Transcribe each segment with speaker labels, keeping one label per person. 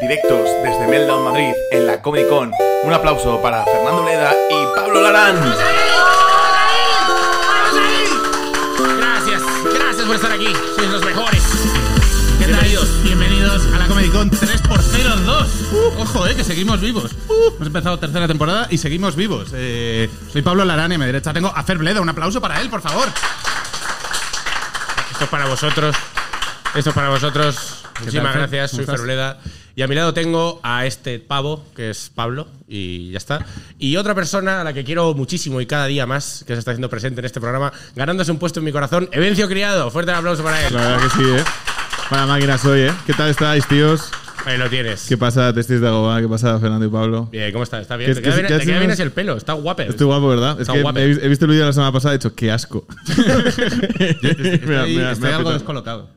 Speaker 1: directos desde Meltdown Madrid en la Comic Con. Un aplauso para Fernando Leda y Pablo Larán.
Speaker 2: Gracias, gracias por estar aquí. Sois los mejores. ¿Qué tal? Bienvenidos, bienvenidos a la Comedy Con 3x02. Ojo, eh, que seguimos vivos. Hemos empezado tercera temporada y seguimos vivos. Eh, soy Pablo Larán y a mi derecha tengo a Fer Bleda. Un aplauso para él, por favor.
Speaker 3: Esto es para vosotros. Esto es para vosotros. Muchísimas
Speaker 2: Fer?
Speaker 3: gracias.
Speaker 2: ¿Cómo
Speaker 3: Soy
Speaker 2: estás?
Speaker 3: Feruleda. Y a mi lado tengo a este pavo, que es Pablo, y ya está. Y otra persona a la que quiero muchísimo y cada día más, que se está haciendo presente en este programa, ganándose un puesto en mi corazón, Evencio Criado. Fuerte el aplauso para él.
Speaker 4: La verdad que sí, ¿eh? Para máquina soy, ¿eh? ¿Qué tal estáis, tíos?
Speaker 3: Ahí lo tienes.
Speaker 4: ¿Qué pasa, Testis de Agoba? ¿Qué pasa, Fernando y Pablo?
Speaker 3: Bien, ¿cómo estás? ¿Está bien?
Speaker 4: ¿Qué-
Speaker 3: Te queda
Speaker 4: qué-
Speaker 3: bien,
Speaker 4: qué
Speaker 3: te queda bien
Speaker 4: hacemos?
Speaker 3: así el pelo, está guapo.
Speaker 4: Estoy guapo, ¿verdad? Es
Speaker 3: Está
Speaker 4: que
Speaker 3: guapo.
Speaker 4: he, he visto el vídeo de la semana pasada y he dicho, qué asco. Mira,
Speaker 2: Estoy,
Speaker 4: mira,
Speaker 2: estoy
Speaker 4: me ha
Speaker 2: algo
Speaker 4: petado.
Speaker 2: descolocado.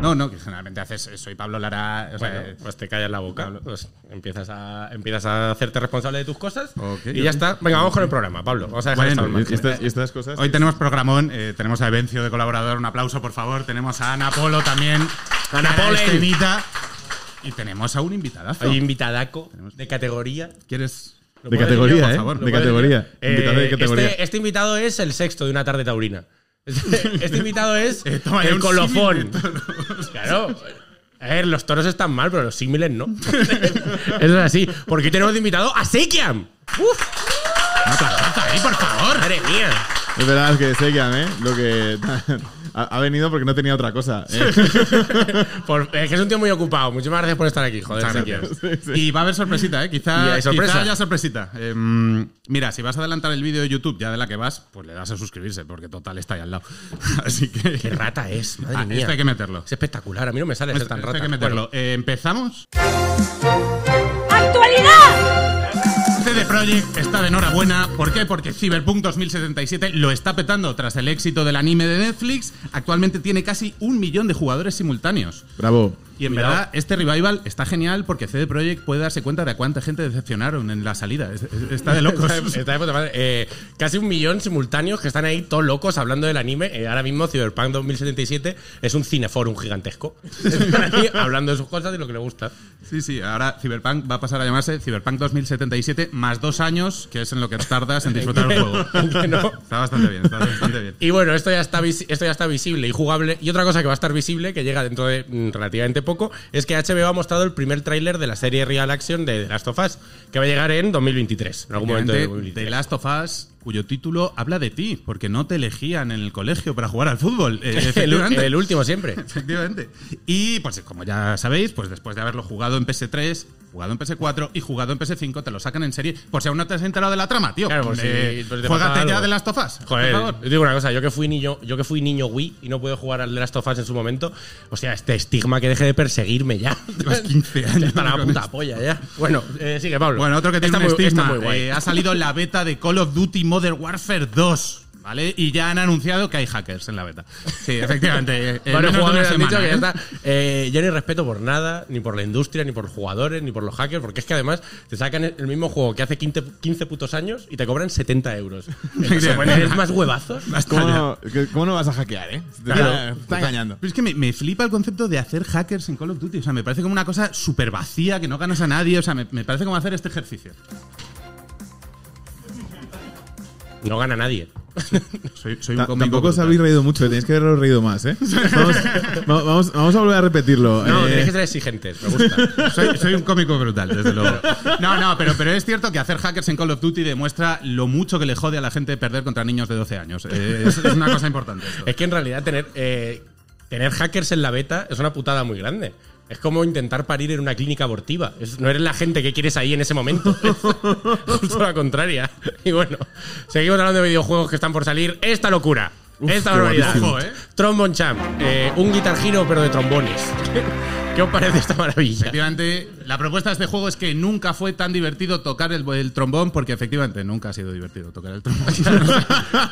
Speaker 2: No, no, que generalmente haces. eh, Soy Pablo Lara. o sea, eh,
Speaker 3: Bueno, pues te callas la boca. Pues empiezas a, empiezas a hacerte responsable de tus cosas.
Speaker 2: Ok.
Speaker 3: y ya está. Venga, vamos con el programa, Pablo. Vamos a dejar
Speaker 2: Bueno,
Speaker 3: esto al margen.
Speaker 4: Y estas, y estas cosas.
Speaker 2: Hoy tenemos programón, eh, tenemos a Evencio de colaborador, un aplauso por favor, tenemos a Ana Polo también,
Speaker 3: Ana
Speaker 2: Cara
Speaker 3: Polen.
Speaker 2: estrenita. y tenemos a un invitadazo.
Speaker 3: Hay invitadaco de categoría.
Speaker 2: ¿Quieres?
Speaker 3: ¿Lo
Speaker 4: De
Speaker 3: puedo decir
Speaker 4: categoría,
Speaker 3: yo, por
Speaker 4: ¿eh?
Speaker 3: favor? ¿Lo
Speaker 4: De
Speaker 3: puedo
Speaker 4: categoría.
Speaker 3: decir yo?
Speaker 4: Invitado de
Speaker 3: Eh,
Speaker 4: categoría.
Speaker 3: Este, este invitado es el sexto de una tarde taurina. Este, este invitado es
Speaker 2: Eh, toma ya
Speaker 3: el
Speaker 2: un
Speaker 3: colofón.
Speaker 2: símil
Speaker 3: Claro. A ver, los toros están mal, pero los símiles no. Eso es así. Porque hoy tenemos de invitado a Sekiam. ¡Uf!
Speaker 2: Un aplauso ahí, por favor.
Speaker 3: ¡Madre mía!
Speaker 4: Es verdad es que Sekiam, ¿eh? Lo que. ha, ha venido porque no tenía otra cosa. ¿eh?
Speaker 3: Por- es que es un tío muy ocupado. Muchísimas gracias por estar aquí, joder,
Speaker 2: Muchas
Speaker 3: Sekiam.
Speaker 2: gracias. Y va a haber sorpresita, ¿eh? Quizá,
Speaker 3: Y hay sorpresa.
Speaker 2: quizá haya sorpresita. Eh, mm, mira, si vas a adelantar el vídeo de YouTube ya de la que vas, pues le das a suscribirse, porque total está ahí al lado. Así que.
Speaker 3: Qué rata es, madre
Speaker 2: Ah,
Speaker 3: mía.
Speaker 2: esto hay que meterlo.
Speaker 3: Es espectacular. A mí no me sale ser
Speaker 2: Esto
Speaker 3: tan
Speaker 2: esto
Speaker 3: rata.
Speaker 2: hay que meterlo.
Speaker 3: Bueno,
Speaker 2: Eh, Empezamos.
Speaker 5: ¡Actualidad!
Speaker 2: CD Projekt está de enhorabuena. ¿Por qué? Porque Cyberpunk 2077 lo está petando tras el éxito del anime de Netflix. Actualmente tiene casi un millón de jugadores simultáneos.
Speaker 4: Bravo.
Speaker 2: Y en
Speaker 3: Cuidado.
Speaker 2: verdad, este revival está genial porque CD Projekt puede darse cuenta de a cuánta gente decepcionaron en la salida. Es- es- Está de locos.
Speaker 3: Está de- está de puta madre. Eh, casi un millón simultáneos que están ahí todos locos hablando del anime. Eh, ahora mismo Cyberpunk 2077 es un cineforum gigantesco. Están ahí hablando de sus cosas y lo que le gusta.
Speaker 2: Sí, sí, ahora Cyberpunk va a pasar a llamarse Cyberpunk 2077 más dos años, que es en lo que tardas en disfrutar el juego.
Speaker 3: Que no.
Speaker 2: Está bastante bien, está bastante bien.
Speaker 3: Y bueno, esto ya, está visi- esto ya está visible y jugable. Y otra cosa que va a estar visible, que llega dentro de mm, relativamente poco, es que HBO ha mostrado el primer tráiler de la serie Real Action de The Last of Us, que va a llegar en 2023. En algún momento de
Speaker 2: Obviamente,
Speaker 3: 2023.
Speaker 2: The Last of Us, cuyo título habla de ti, porque no te elegían en el colegio para jugar al fútbol. Eh,
Speaker 3: el,
Speaker 2: efectivamente.
Speaker 3: el último siempre.
Speaker 2: Efectivamente. Y pues como ya sabéis, pues después de haberlo jugado en PS3, jugado en PS4 y jugado en PS5, te lo sacan en serie. Por si aún no te has enterado de la trama, tío.
Speaker 3: Claro, por si-
Speaker 2: Eh,
Speaker 3: por si pues te
Speaker 2: juégate
Speaker 3: pasa algo.
Speaker 2: ya de Last of Us. por
Speaker 3: Joder,
Speaker 2: favor.
Speaker 3: yo te digo una cosa, yo que fui niño, yo que fui niño Wii y no pude jugar al The Last of Us en su momento, o sea, este estigma que deje de perseguirme ya.
Speaker 2: Llevas 15 años
Speaker 3: Está la
Speaker 2: con
Speaker 3: puta
Speaker 2: esto.
Speaker 3: polla ya. Bueno, eh, sigue Pablo.
Speaker 2: Bueno, otro que tiene
Speaker 3: Está
Speaker 2: un
Speaker 3: muy- está
Speaker 2: estigma.
Speaker 3: muy guay.
Speaker 2: eh, ha salido la beta de Call of Duty Modern Warfare 2. ¿Vale? Y ya han anunciado que hay hackers en la beta. Sí, efectivamente. eh, en
Speaker 3: Varios
Speaker 2: menos de una
Speaker 3: jugadores han dicho
Speaker 2: semana,
Speaker 3: que ya
Speaker 2: ¿eh?
Speaker 3: está. Eh, yo ni respeto por nada, ni por la industria, ni por los jugadores, ni por los hackers, porque es que además te sacan el el mismo juego que hace 15, 15 putos años y te cobran 70 euros. ¿Eres más huevazos?
Speaker 4: ¿Cómo no, que- cómo no vas a hackear, eh? Te está, te está engañando.
Speaker 2: Pero es que me, me flipa el concepto de hacer hackers en Call of Duty. O sea, me parece como una cosa súper vacía, que no ganas a nadie. O sea, me, me parece como hacer este ejercicio.
Speaker 3: No gana nadie.
Speaker 2: Eh. Soy, soy un
Speaker 4: Ta-
Speaker 2: cómico
Speaker 4: Tampoco os
Speaker 2: brutal.
Speaker 4: habéis reído mucho, tenéis que haberos reído más, ¿eh? Vamos, va- vamos, vamos a volver a repetirlo.
Speaker 3: No,
Speaker 4: eh.
Speaker 3: tenéis que ser exigentes, me gusta.
Speaker 2: Soy, soy un cómico brutal, desde luego. No, no, pero, pero es cierto que hacer hackers en Call of Duty demuestra lo mucho que le jode a la gente perder contra niños de 12 años. Eh, es, es una cosa importante. esto.
Speaker 3: Es que en realidad tener, eh, tener hackers en la beta es una putada muy grande. Es como intentar parir en una clínica abortiva. Es- no eres la gente que quieres ahí en ese momento. Es justo la contraria. Y bueno, seguimos hablando de videojuegos que están por salir. Esta locura.
Speaker 4: Uf,
Speaker 3: esta
Speaker 4: qué
Speaker 3: barbaridad.
Speaker 4: buenísimo.
Speaker 2: Ojo, ¿eh?
Speaker 3: Trombone Champ. eh, un guitar hero, pero de trombones. ¿Qué os parece esta maravilla?
Speaker 2: Efectivamente, la propuesta de este juego es que nunca fue tan divertido tocar el, el trombón, porque efectivamente nunca ha sido divertido tocar el trombón.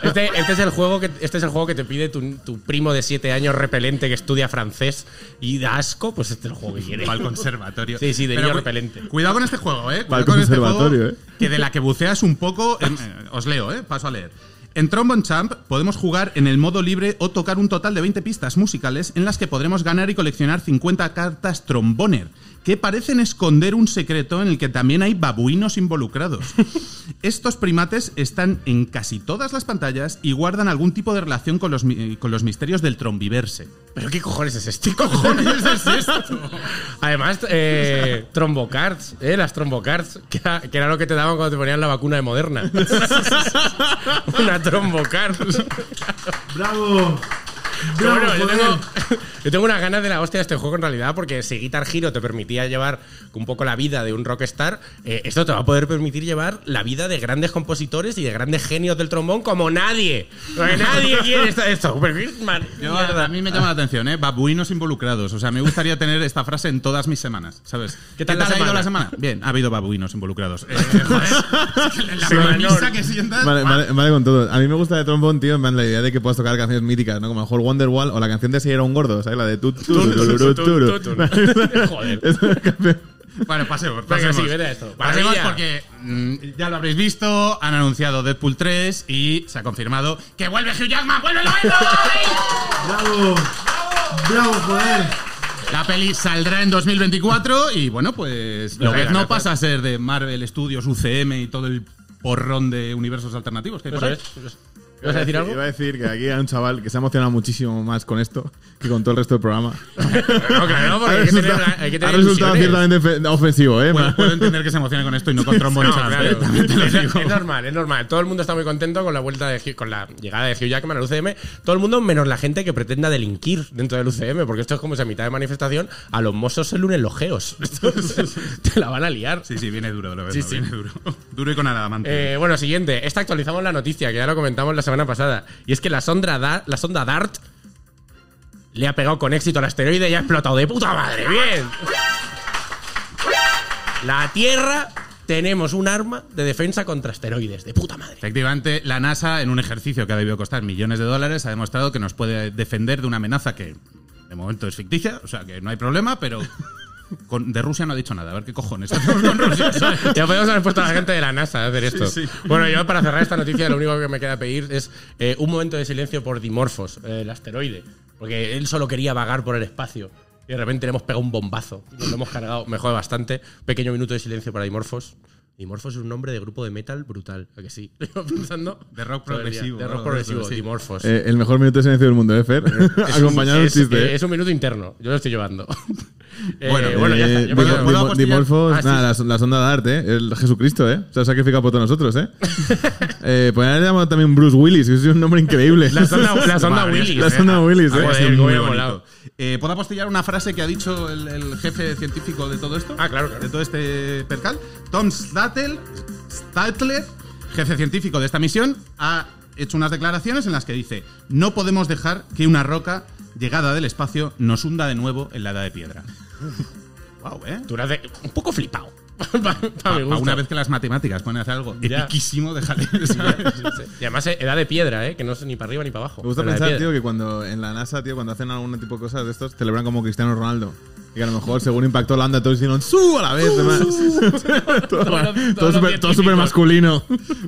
Speaker 3: Este, este es el juego que, este es el juego que te pide tu, tu primo de 7 años repelente que estudia francés y da asco. Pues este es el juego que quiere.
Speaker 2: Para el conservatorio.
Speaker 3: Sí, sí, de niño
Speaker 2: cu-
Speaker 3: repelente.
Speaker 2: Cuidado con este juego, ¿eh?
Speaker 4: Para el
Speaker 2: Cuidado con este
Speaker 4: conservatorio,
Speaker 2: juego,
Speaker 4: ¿eh?
Speaker 2: Que de la que buceas un poco. em, eh, os leo, ¿eh? Paso a leer. En Trombone Champ podemos jugar en el modo libre o tocar un total de 20 pistas musicales en las que podremos ganar y coleccionar 50 cartas Tromboner, que parecen esconder un secreto en el que también hay babuinos involucrados. Estos primates están en casi todas las pantallas y guardan algún tipo de relación con los, mi- con los misterios del trombiverse.
Speaker 3: ¿Pero qué cojones es esto? ¿Qué cojones es esto? Además, eh, trombocards, ¿eh? Las trombocards, que era, que era lo que te daban cuando te ponían la vacuna de Moderna. Una trombocard.
Speaker 6: ¡Bravo!
Speaker 3: Pero
Speaker 6: ¡Bravo,
Speaker 3: bueno, yo
Speaker 6: joder!
Speaker 3: tengo, yo tengo unas ganas de la hostia de este juego en realidad, porque si Guitar Hero te permitía llevar un poco la vida de un rockstar, eh, esto te va a poder permitir llevar la vida de grandes compositores y de grandes genios del trombón como nadie. Porque nadie quiere esto. esto. Pero qué man-
Speaker 2: Yo,
Speaker 3: mierda.
Speaker 2: a mí me llama la atención, ¿eh? Babuinos involucrados. O sea, me gustaría tener esta frase en todas mis semanas, ¿sabes?
Speaker 3: ¿Qué tal la
Speaker 2: ha ido
Speaker 3: semana?
Speaker 2: la semana? Bien, ha habido babuinos involucrados. Eh, joder, la
Speaker 3: Sí,
Speaker 2: premisa
Speaker 3: Manol.
Speaker 2: que sientas.
Speaker 4: Vale, vale, vale con todo. A mí me gusta de trombón, tío, en plan, la idea de que puedas tocar canciones míticas, ¿no? Como a lo mejor Wonderwall o la canción de Si era un gordo, ¿sabes? La de tu tu tu, tu, tu, tu.
Speaker 3: Joder.
Speaker 2: Bueno, pasemos.
Speaker 3: Venga,
Speaker 2: pasemos.
Speaker 3: sí, vete a esto.
Speaker 2: Pasemos
Speaker 3: Maravilla.
Speaker 2: porque mm, ya lo habréis visto, han anunciado Deadpool 3 y se ha confirmado que vuelve Hugh Jackman, ¡vuélvelo a
Speaker 6: ¡Bravo! ¡Bravo, joder!
Speaker 2: La peli saldrá en 2024 y bueno, pues
Speaker 3: Lo
Speaker 2: lo
Speaker 3: que
Speaker 2: que
Speaker 3: gana,
Speaker 2: no
Speaker 3: pues.
Speaker 2: pasa a ser de Marvel Studios, UCM y todo el porrón de universos alternativos que hay por ahí.
Speaker 3: ¿Vas a decir algo?
Speaker 4: Iba a decir que aquí hay un chaval que se ha emocionado muchísimo más con esto que con todo el resto del programa.
Speaker 3: No, claro, porque
Speaker 4: ha
Speaker 3: hay que tener,
Speaker 4: resultado,
Speaker 3: hay que
Speaker 4: ha
Speaker 3: tener
Speaker 4: resultado
Speaker 3: ilusiones. pues-
Speaker 4: ciertamente fe- ofensivo, ¿eh?
Speaker 2: Puedo, puedo entender que se emocione con esto y no con trombones
Speaker 3: No,
Speaker 2: a la
Speaker 3: claro.
Speaker 2: vez, también te lo
Speaker 3: Es-
Speaker 2: digo.
Speaker 3: Es normal, es normal. Todo el mundo está muy contento con la vuelta de Hugh- con la llegada de Hugh Jackman al UCM. Todo el mundo menos la gente que pretenda delinquir dentro del UCM, porque esto es como si a mitad de manifestación a los mozos se le unen los geos. Entonces, te la van a liar.
Speaker 2: Sí, sí, viene duro, lo ves.
Speaker 3: Sí,
Speaker 2: ¿no?
Speaker 3: sí.
Speaker 2: Viene duro. Duro y con adamante.
Speaker 3: Eh, bueno, siguiente. Esta actualizamos la noticia, que ya lo comentamos la semana pasada. Y es que la sonda, Da- la sonda DART le ha pegado con éxito al asteroide y ha explotado de puta madre. Bien. La Tierra tenemos un arma de defensa contra asteroides. De puta madre.
Speaker 2: Efectivamente, la NASA, en un ejercicio que ha debido costar millones de dólares, ha demostrado que nos puede defender de una amenaza que de momento es ficticia, o sea que no hay problema, pero con- de Rusia no ha dicho nada. A ver qué cojones hacemos con Rusia. ¿sabes?
Speaker 3: Ya podemos haber puesto a la gente de la NASA a hacer esto. Bueno, yo para cerrar esta noticia lo único que me queda pedir es eh, un momento de silencio por Dimorphos, eh, el asteroide. Porque él solo quería vagar por el espacio. Y de repente le hemos pegado un bombazo. Nos lo hemos cargado. Me jode bastante. Pequeño minuto de silencio para Dimorphos. Dimorphos es un nombre de grupo de metal brutal. ¿A que sí? Lo iba pensando.
Speaker 2: De rock
Speaker 3: Todo el día.
Speaker 2: progresivo,
Speaker 3: De
Speaker 2: ¿no?
Speaker 3: rock progresivo.
Speaker 2: Sí.
Speaker 3: Dimorphos.
Speaker 4: Eh, el mejor minuto de silencio del mundo, ¿eh, Fer? Acompañado de un
Speaker 3: es,
Speaker 4: chiste.
Speaker 3: eh, es un minuto interno. Yo lo estoy llevando. Eh,
Speaker 2: Bueno,
Speaker 3: bueno, ya está.
Speaker 4: Eh,
Speaker 3: Yo
Speaker 4: Dimo-
Speaker 3: me quedo-
Speaker 2: ¿puedo
Speaker 4: Dimo-
Speaker 2: apostillar?
Speaker 4: Dimorphos,
Speaker 3: Ah, sí,
Speaker 4: nada, la son- la, sonda de arte, ¿eh? el Jesucristo, ¿eh? Se ha sacrificado por todos nosotros, ¿eh? eh pues ahora le llamado también Bruce Willis, que es un nombre increíble.
Speaker 3: La sonda, la sonda
Speaker 2: Madre,
Speaker 3: Willy.
Speaker 4: La sonda Willis, ¿eh?
Speaker 3: Joder,
Speaker 2: Ha sido
Speaker 3: cómo
Speaker 2: muy
Speaker 3: me ha
Speaker 2: bonito.
Speaker 3: molado.
Speaker 2: Eh, ¿Puedo apostillar una frase que ha dicho el, el jefe científico de todo esto?
Speaker 3: Ah, claro, claro.
Speaker 2: De todo este percal. Tom Statler, Statler, jefe científico de esta misión, ha hecho unas declaraciones en las que dice: No podemos dejar que una roca llegada del espacio nos hunda de nuevo en la edad de piedra. wow, ¿eh?
Speaker 3: Tú eras de- un poco flipado. Pa- pa mi
Speaker 2: Pa- pa
Speaker 3: gusto.
Speaker 2: una vez que las matemáticas pueden hacer algo
Speaker 3: Ah, Ya.
Speaker 2: epiquísimo, déjale.
Speaker 3: Y además, eh, edad de piedra, ¿eh? Que no es ni para arriba ni para abajo.
Speaker 4: Me gusta
Speaker 3: Edad de
Speaker 4: pensar,
Speaker 3: piedra.
Speaker 4: tío, que cuando en la NASA, tío, cuando hacen algún tipo de cosas de estos, celebran como Cristiano Ronaldo. Y que a lo mejor, según impactó la onda, todos hicieron ¡Su! a la vez. demás. todo
Speaker 3: Todos los- todos
Speaker 4: todo
Speaker 3: los
Speaker 4: súper- todo
Speaker 3: científicos.
Speaker 4: súper masculino.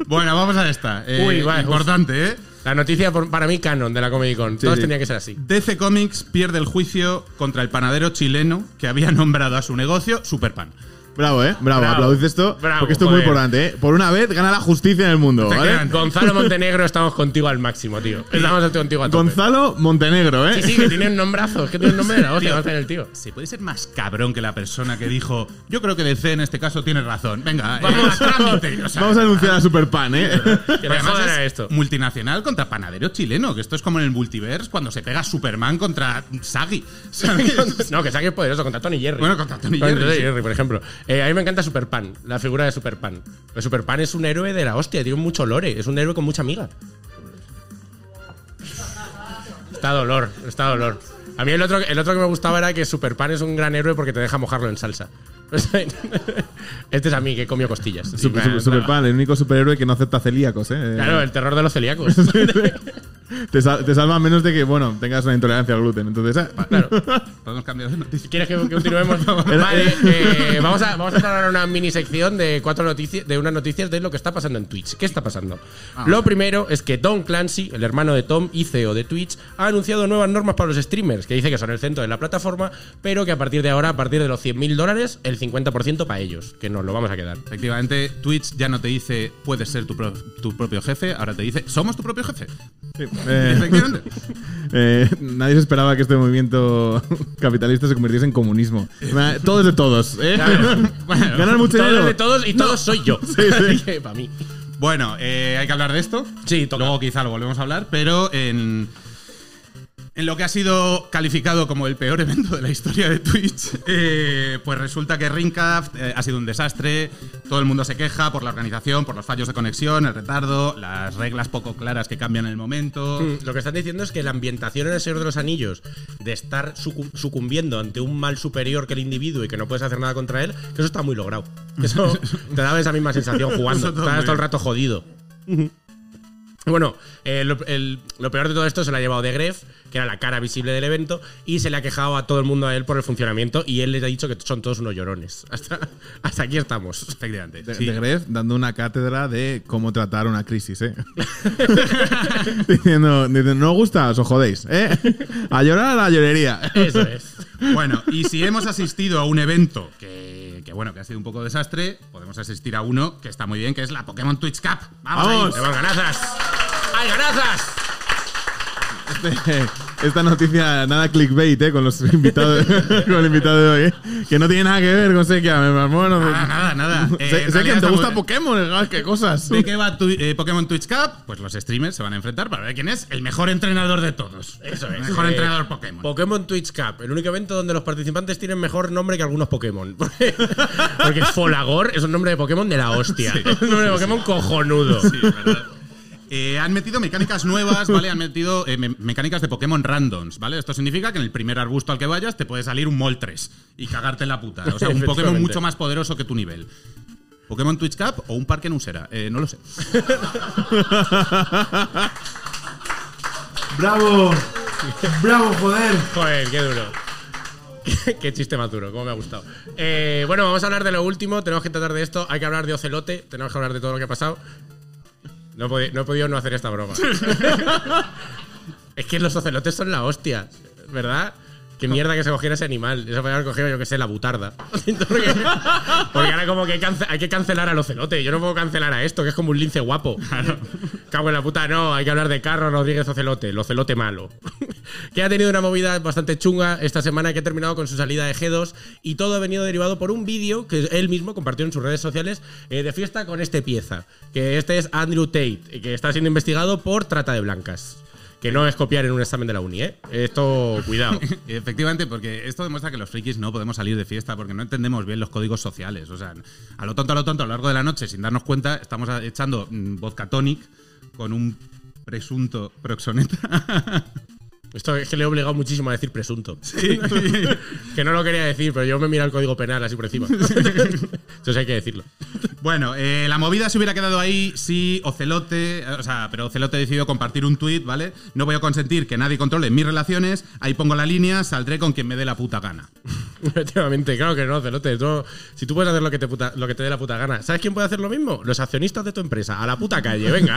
Speaker 2: bueno, vamos a esta. Eh,
Speaker 3: Uy, vale,
Speaker 2: importante, ¿eh?
Speaker 3: La noticia por- para mí canon de la Comedy Con. Todas
Speaker 4: sí.
Speaker 3: tenían que ser así.
Speaker 2: DC Comics pierde el juicio contra el panadero chileno que había nombrado a su negocio Superpan.
Speaker 4: Bravo, ¿eh? Bravo,
Speaker 3: Bravo.
Speaker 4: aplaudís esto.
Speaker 3: Bravo,
Speaker 4: porque esto es muy
Speaker 3: joder.
Speaker 4: importante, ¿eh? Por una vez gana la justicia en el mundo, ¿vale?
Speaker 3: Efectivamente. Gonzalo Montenegro, estamos contigo al máximo, tío. Estamos contigo a tope.
Speaker 4: Gonzalo Montenegro, ¿eh?
Speaker 3: Sí, sí, que tiene un nombrazo. Es que tiene un nombre de la hostia. va a tener el tío.
Speaker 2: ¿Se puede ser más cabrón que la persona que dijo, yo creo que DC en este caso tiene razón? Venga, eh,
Speaker 3: Vamos,
Speaker 2: a trámite. O sea,
Speaker 4: Vamos a anunciar a Superpan, ¿eh?
Speaker 3: Que me
Speaker 2: además
Speaker 3: jodan
Speaker 2: es
Speaker 3: a esto.
Speaker 2: Multinacional contra panadero chileno, que esto es como en el multiverse cuando se pega Superman contra Sagi. ¿sabes?
Speaker 3: No, que saque poderoso contra Tony Jerry.
Speaker 2: Bueno, contra Tony
Speaker 3: Contra
Speaker 2: Jerry, sí.
Speaker 3: por ejemplo. Eh, a mí me encanta Superpan, la figura de Superpan. Pero Superpan es un héroe de la hostia, tiene mucho lore, es un héroe con mucha amiga. Está dolor, está dolor. A mí el otro, el otro que me gustaba era que Superpan es un gran héroe porque te deja mojarlo en salsa. Este es a mí que comió costillas.
Speaker 4: Super- Super- Superpan, el único superhéroe que no acepta celíacos, ¿eh?
Speaker 3: Claro, el terror de los celíacos.
Speaker 4: Te, sal- te salva a menos de que, bueno, tengas una intolerancia al gluten. Entonces, ah,
Speaker 2: Claro. Podemos cambiar de noticia.
Speaker 3: ¿Quieres que que continuemos? vale, eh, vamos, a, vamos a entrar ahora a una mini sección de cuatro noticias, de unas noticias de lo que está pasando en Twitch. ¿Qué está pasando?
Speaker 4: Ah,
Speaker 3: Lo primero es que Don Clancy, el hermano de Tom y CEO de Twitch, ha anunciado nuevas normas para los streamers, que dice que son el centro de la plataforma, pero que a partir de ahora, a partir de los 100.000 dólares, el 50% para ellos, que nos lo vamos a quedar.
Speaker 2: Efectivamente, Twitch ya no te dice puedes ser tu, pro- tu propio jefe, ahora te dice somos tu propio jefe.
Speaker 4: sí, eh,
Speaker 2: Efectivamente.
Speaker 4: eh, nadie se esperaba que este movimiento capitalista se convirtiese en comunismo. Eh, Todos de todos. ¿eh?
Speaker 2: Bueno,
Speaker 4: Ganar mucho
Speaker 3: Todos
Speaker 4: dinero.
Speaker 3: de todos y todos soy yo.
Speaker 4: Sí,
Speaker 3: para mí.
Speaker 2: Bueno, eh, hay que hablar de esto.
Speaker 3: Sí, toca.
Speaker 2: Luego quizá lo volvemos a hablar, pero en, en lo que ha sido calificado como el peor evento de la historia de Twitch, eh, pues resulta que Ringcraft eh, ha sido un desastre. Todo el mundo se queja por la organización, por los fallos de conexión, el retardo, las reglas poco claras que cambian en el momento.
Speaker 3: Lo que están diciendo es que la ambientación en El Señor de los Anillos, de estar sucu- sucumbiendo ante un mal superior que el individuo y que no puedes hacer nada contra él, que eso está muy logrado. Que Eso te daba esa misma sensación jugando.
Speaker 2: Eso todo
Speaker 3: Estás
Speaker 2: muy
Speaker 3: todo el
Speaker 2: bien.
Speaker 3: rato jodido. Bueno, eh, lo, el- lo peor de todo esto se lo ha llevado de Gref, que era la cara visible del evento, y se le ha quejado a todo el mundo a él por el funcionamiento, y él les ha dicho que son todos unos llorones. Hasta, hasta aquí estamos, efectivamente.
Speaker 4: De,
Speaker 3: Sí.
Speaker 4: de Gref dando una cátedra de cómo tratar una crisis, ¿eh? diciendo, diciendo, no os gusta, os jodéis, ¿eh? A llorar a la llorería.
Speaker 3: Eso es.
Speaker 2: Bueno, y si hemos asistido a un evento que, que, bueno, que ha sido un poco desastre, podemos asistir a uno que está muy bien, que es la Pokémon Twitch Cup. ¡Vamos! ahí!
Speaker 3: ¡Vamos, ganazas! ¡Hay ganazas!
Speaker 4: Este- esta noticia, nada clickbait, ¿eh? Con los invitados, con el invitado de hoy, ¿eh? Que no tiene nada que ver con Sequia, me mamó, no-
Speaker 2: Nada, nada, nada. Eh,
Speaker 4: Sé-
Speaker 2: en
Speaker 4: sé
Speaker 2: realidad
Speaker 4: que te
Speaker 2: está
Speaker 4: gusta
Speaker 2: muy-
Speaker 4: Pokémon, ¿eh? qué cosas.
Speaker 2: ¿De qué va tu- eh, Pokémon Twitch Cup? Pues los streamers se van a enfrentar para ver quién es el mejor entrenador de todos.
Speaker 3: Eso es.
Speaker 2: El mejor
Speaker 3: Eh,
Speaker 2: entrenador Pokémon.
Speaker 3: Pokémon Twitch Cup, el único evento donde los participantes tienen mejor nombre que algunos Pokémon. Porque Folagor es un nombre de Pokémon de la hostia. Es un nombre de Pokémon cojonudo.
Speaker 2: Eh, han metido mecánicas nuevas, ¿vale? Han metido eh, me- mecánicas de Pokémon randoms, ¿vale? Esto significa que en el primer arbusto al que vayas te puede salir un Moltres y cagarte en la puta. O sea, un Pokémon
Speaker 3: Efectivamente.
Speaker 2: mucho más poderoso que tu nivel. ¿Pokémon Twitch Cup o un parque en Usera? Eh, no lo sé.
Speaker 7: Bravo. Bravo, joder.
Speaker 3: Joder, qué duro. Qué chiste más duro, como me ha gustado. Eh, bueno, vamos a hablar de lo último. Tenemos que tratar de esto. Hay que hablar de Ocelote. Tenemos que hablar de todo lo que ha pasado. No he, podi- no he podido no hacer esta broma. es que los ocelotes son la hostia, ¿verdad? Qué mierda que se cogiera ese animal. Eso podría haber cogido, yo que sé, la butarda. porque, porque ahora como que hay, cance- hay que cancelar al ocelote. Yo no puedo cancelar a esto, que es como un lince guapo. Cago en la puta, no. Hay que hablar de Carlos Rodríguez Ocelote, el ocelote malo. que ha tenido una movida bastante chunga esta semana que ha terminado con su salida de G2 y todo ha venido derivado por un vídeo que él mismo compartió en sus redes sociales eh, de fiesta con este pieza. Que este es Andrew Tate, que está siendo investigado por trata de blancas. Que no es copiar en un examen de la uni, ¿eh? Esto, cuidado.
Speaker 2: Efectivamente, porque esto demuestra que los frikis no podemos salir de fiesta porque no entendemos bien los códigos sociales. O sea, a lo tonto, a lo tonto, a lo largo de la noche, sin darnos cuenta, estamos a- echando mm, vodka tonic con un presunto proxoneta.
Speaker 3: Esto es que le he obligado muchísimo a decir presunto. que no lo quería decir, pero yo me mira el código penal así por encima. Entonces hay que decirlo.
Speaker 2: Bueno, eh, la movida se hubiera quedado ahí si Ocelote, eh, o sea, pero Ocelote decidió compartir un tuit, ¿vale? No voy a consentir que nadie controle mis relaciones, ahí pongo la línea, saldré con quien me dé la puta gana.
Speaker 3: Efectivamente, claro que no, celote. tú- si tú puedes hacer lo que, te puta- lo que te dé la puta gana, ¿sabes quién puede hacer lo mismo? Los accionistas de tu empresa. A la puta calle, venga.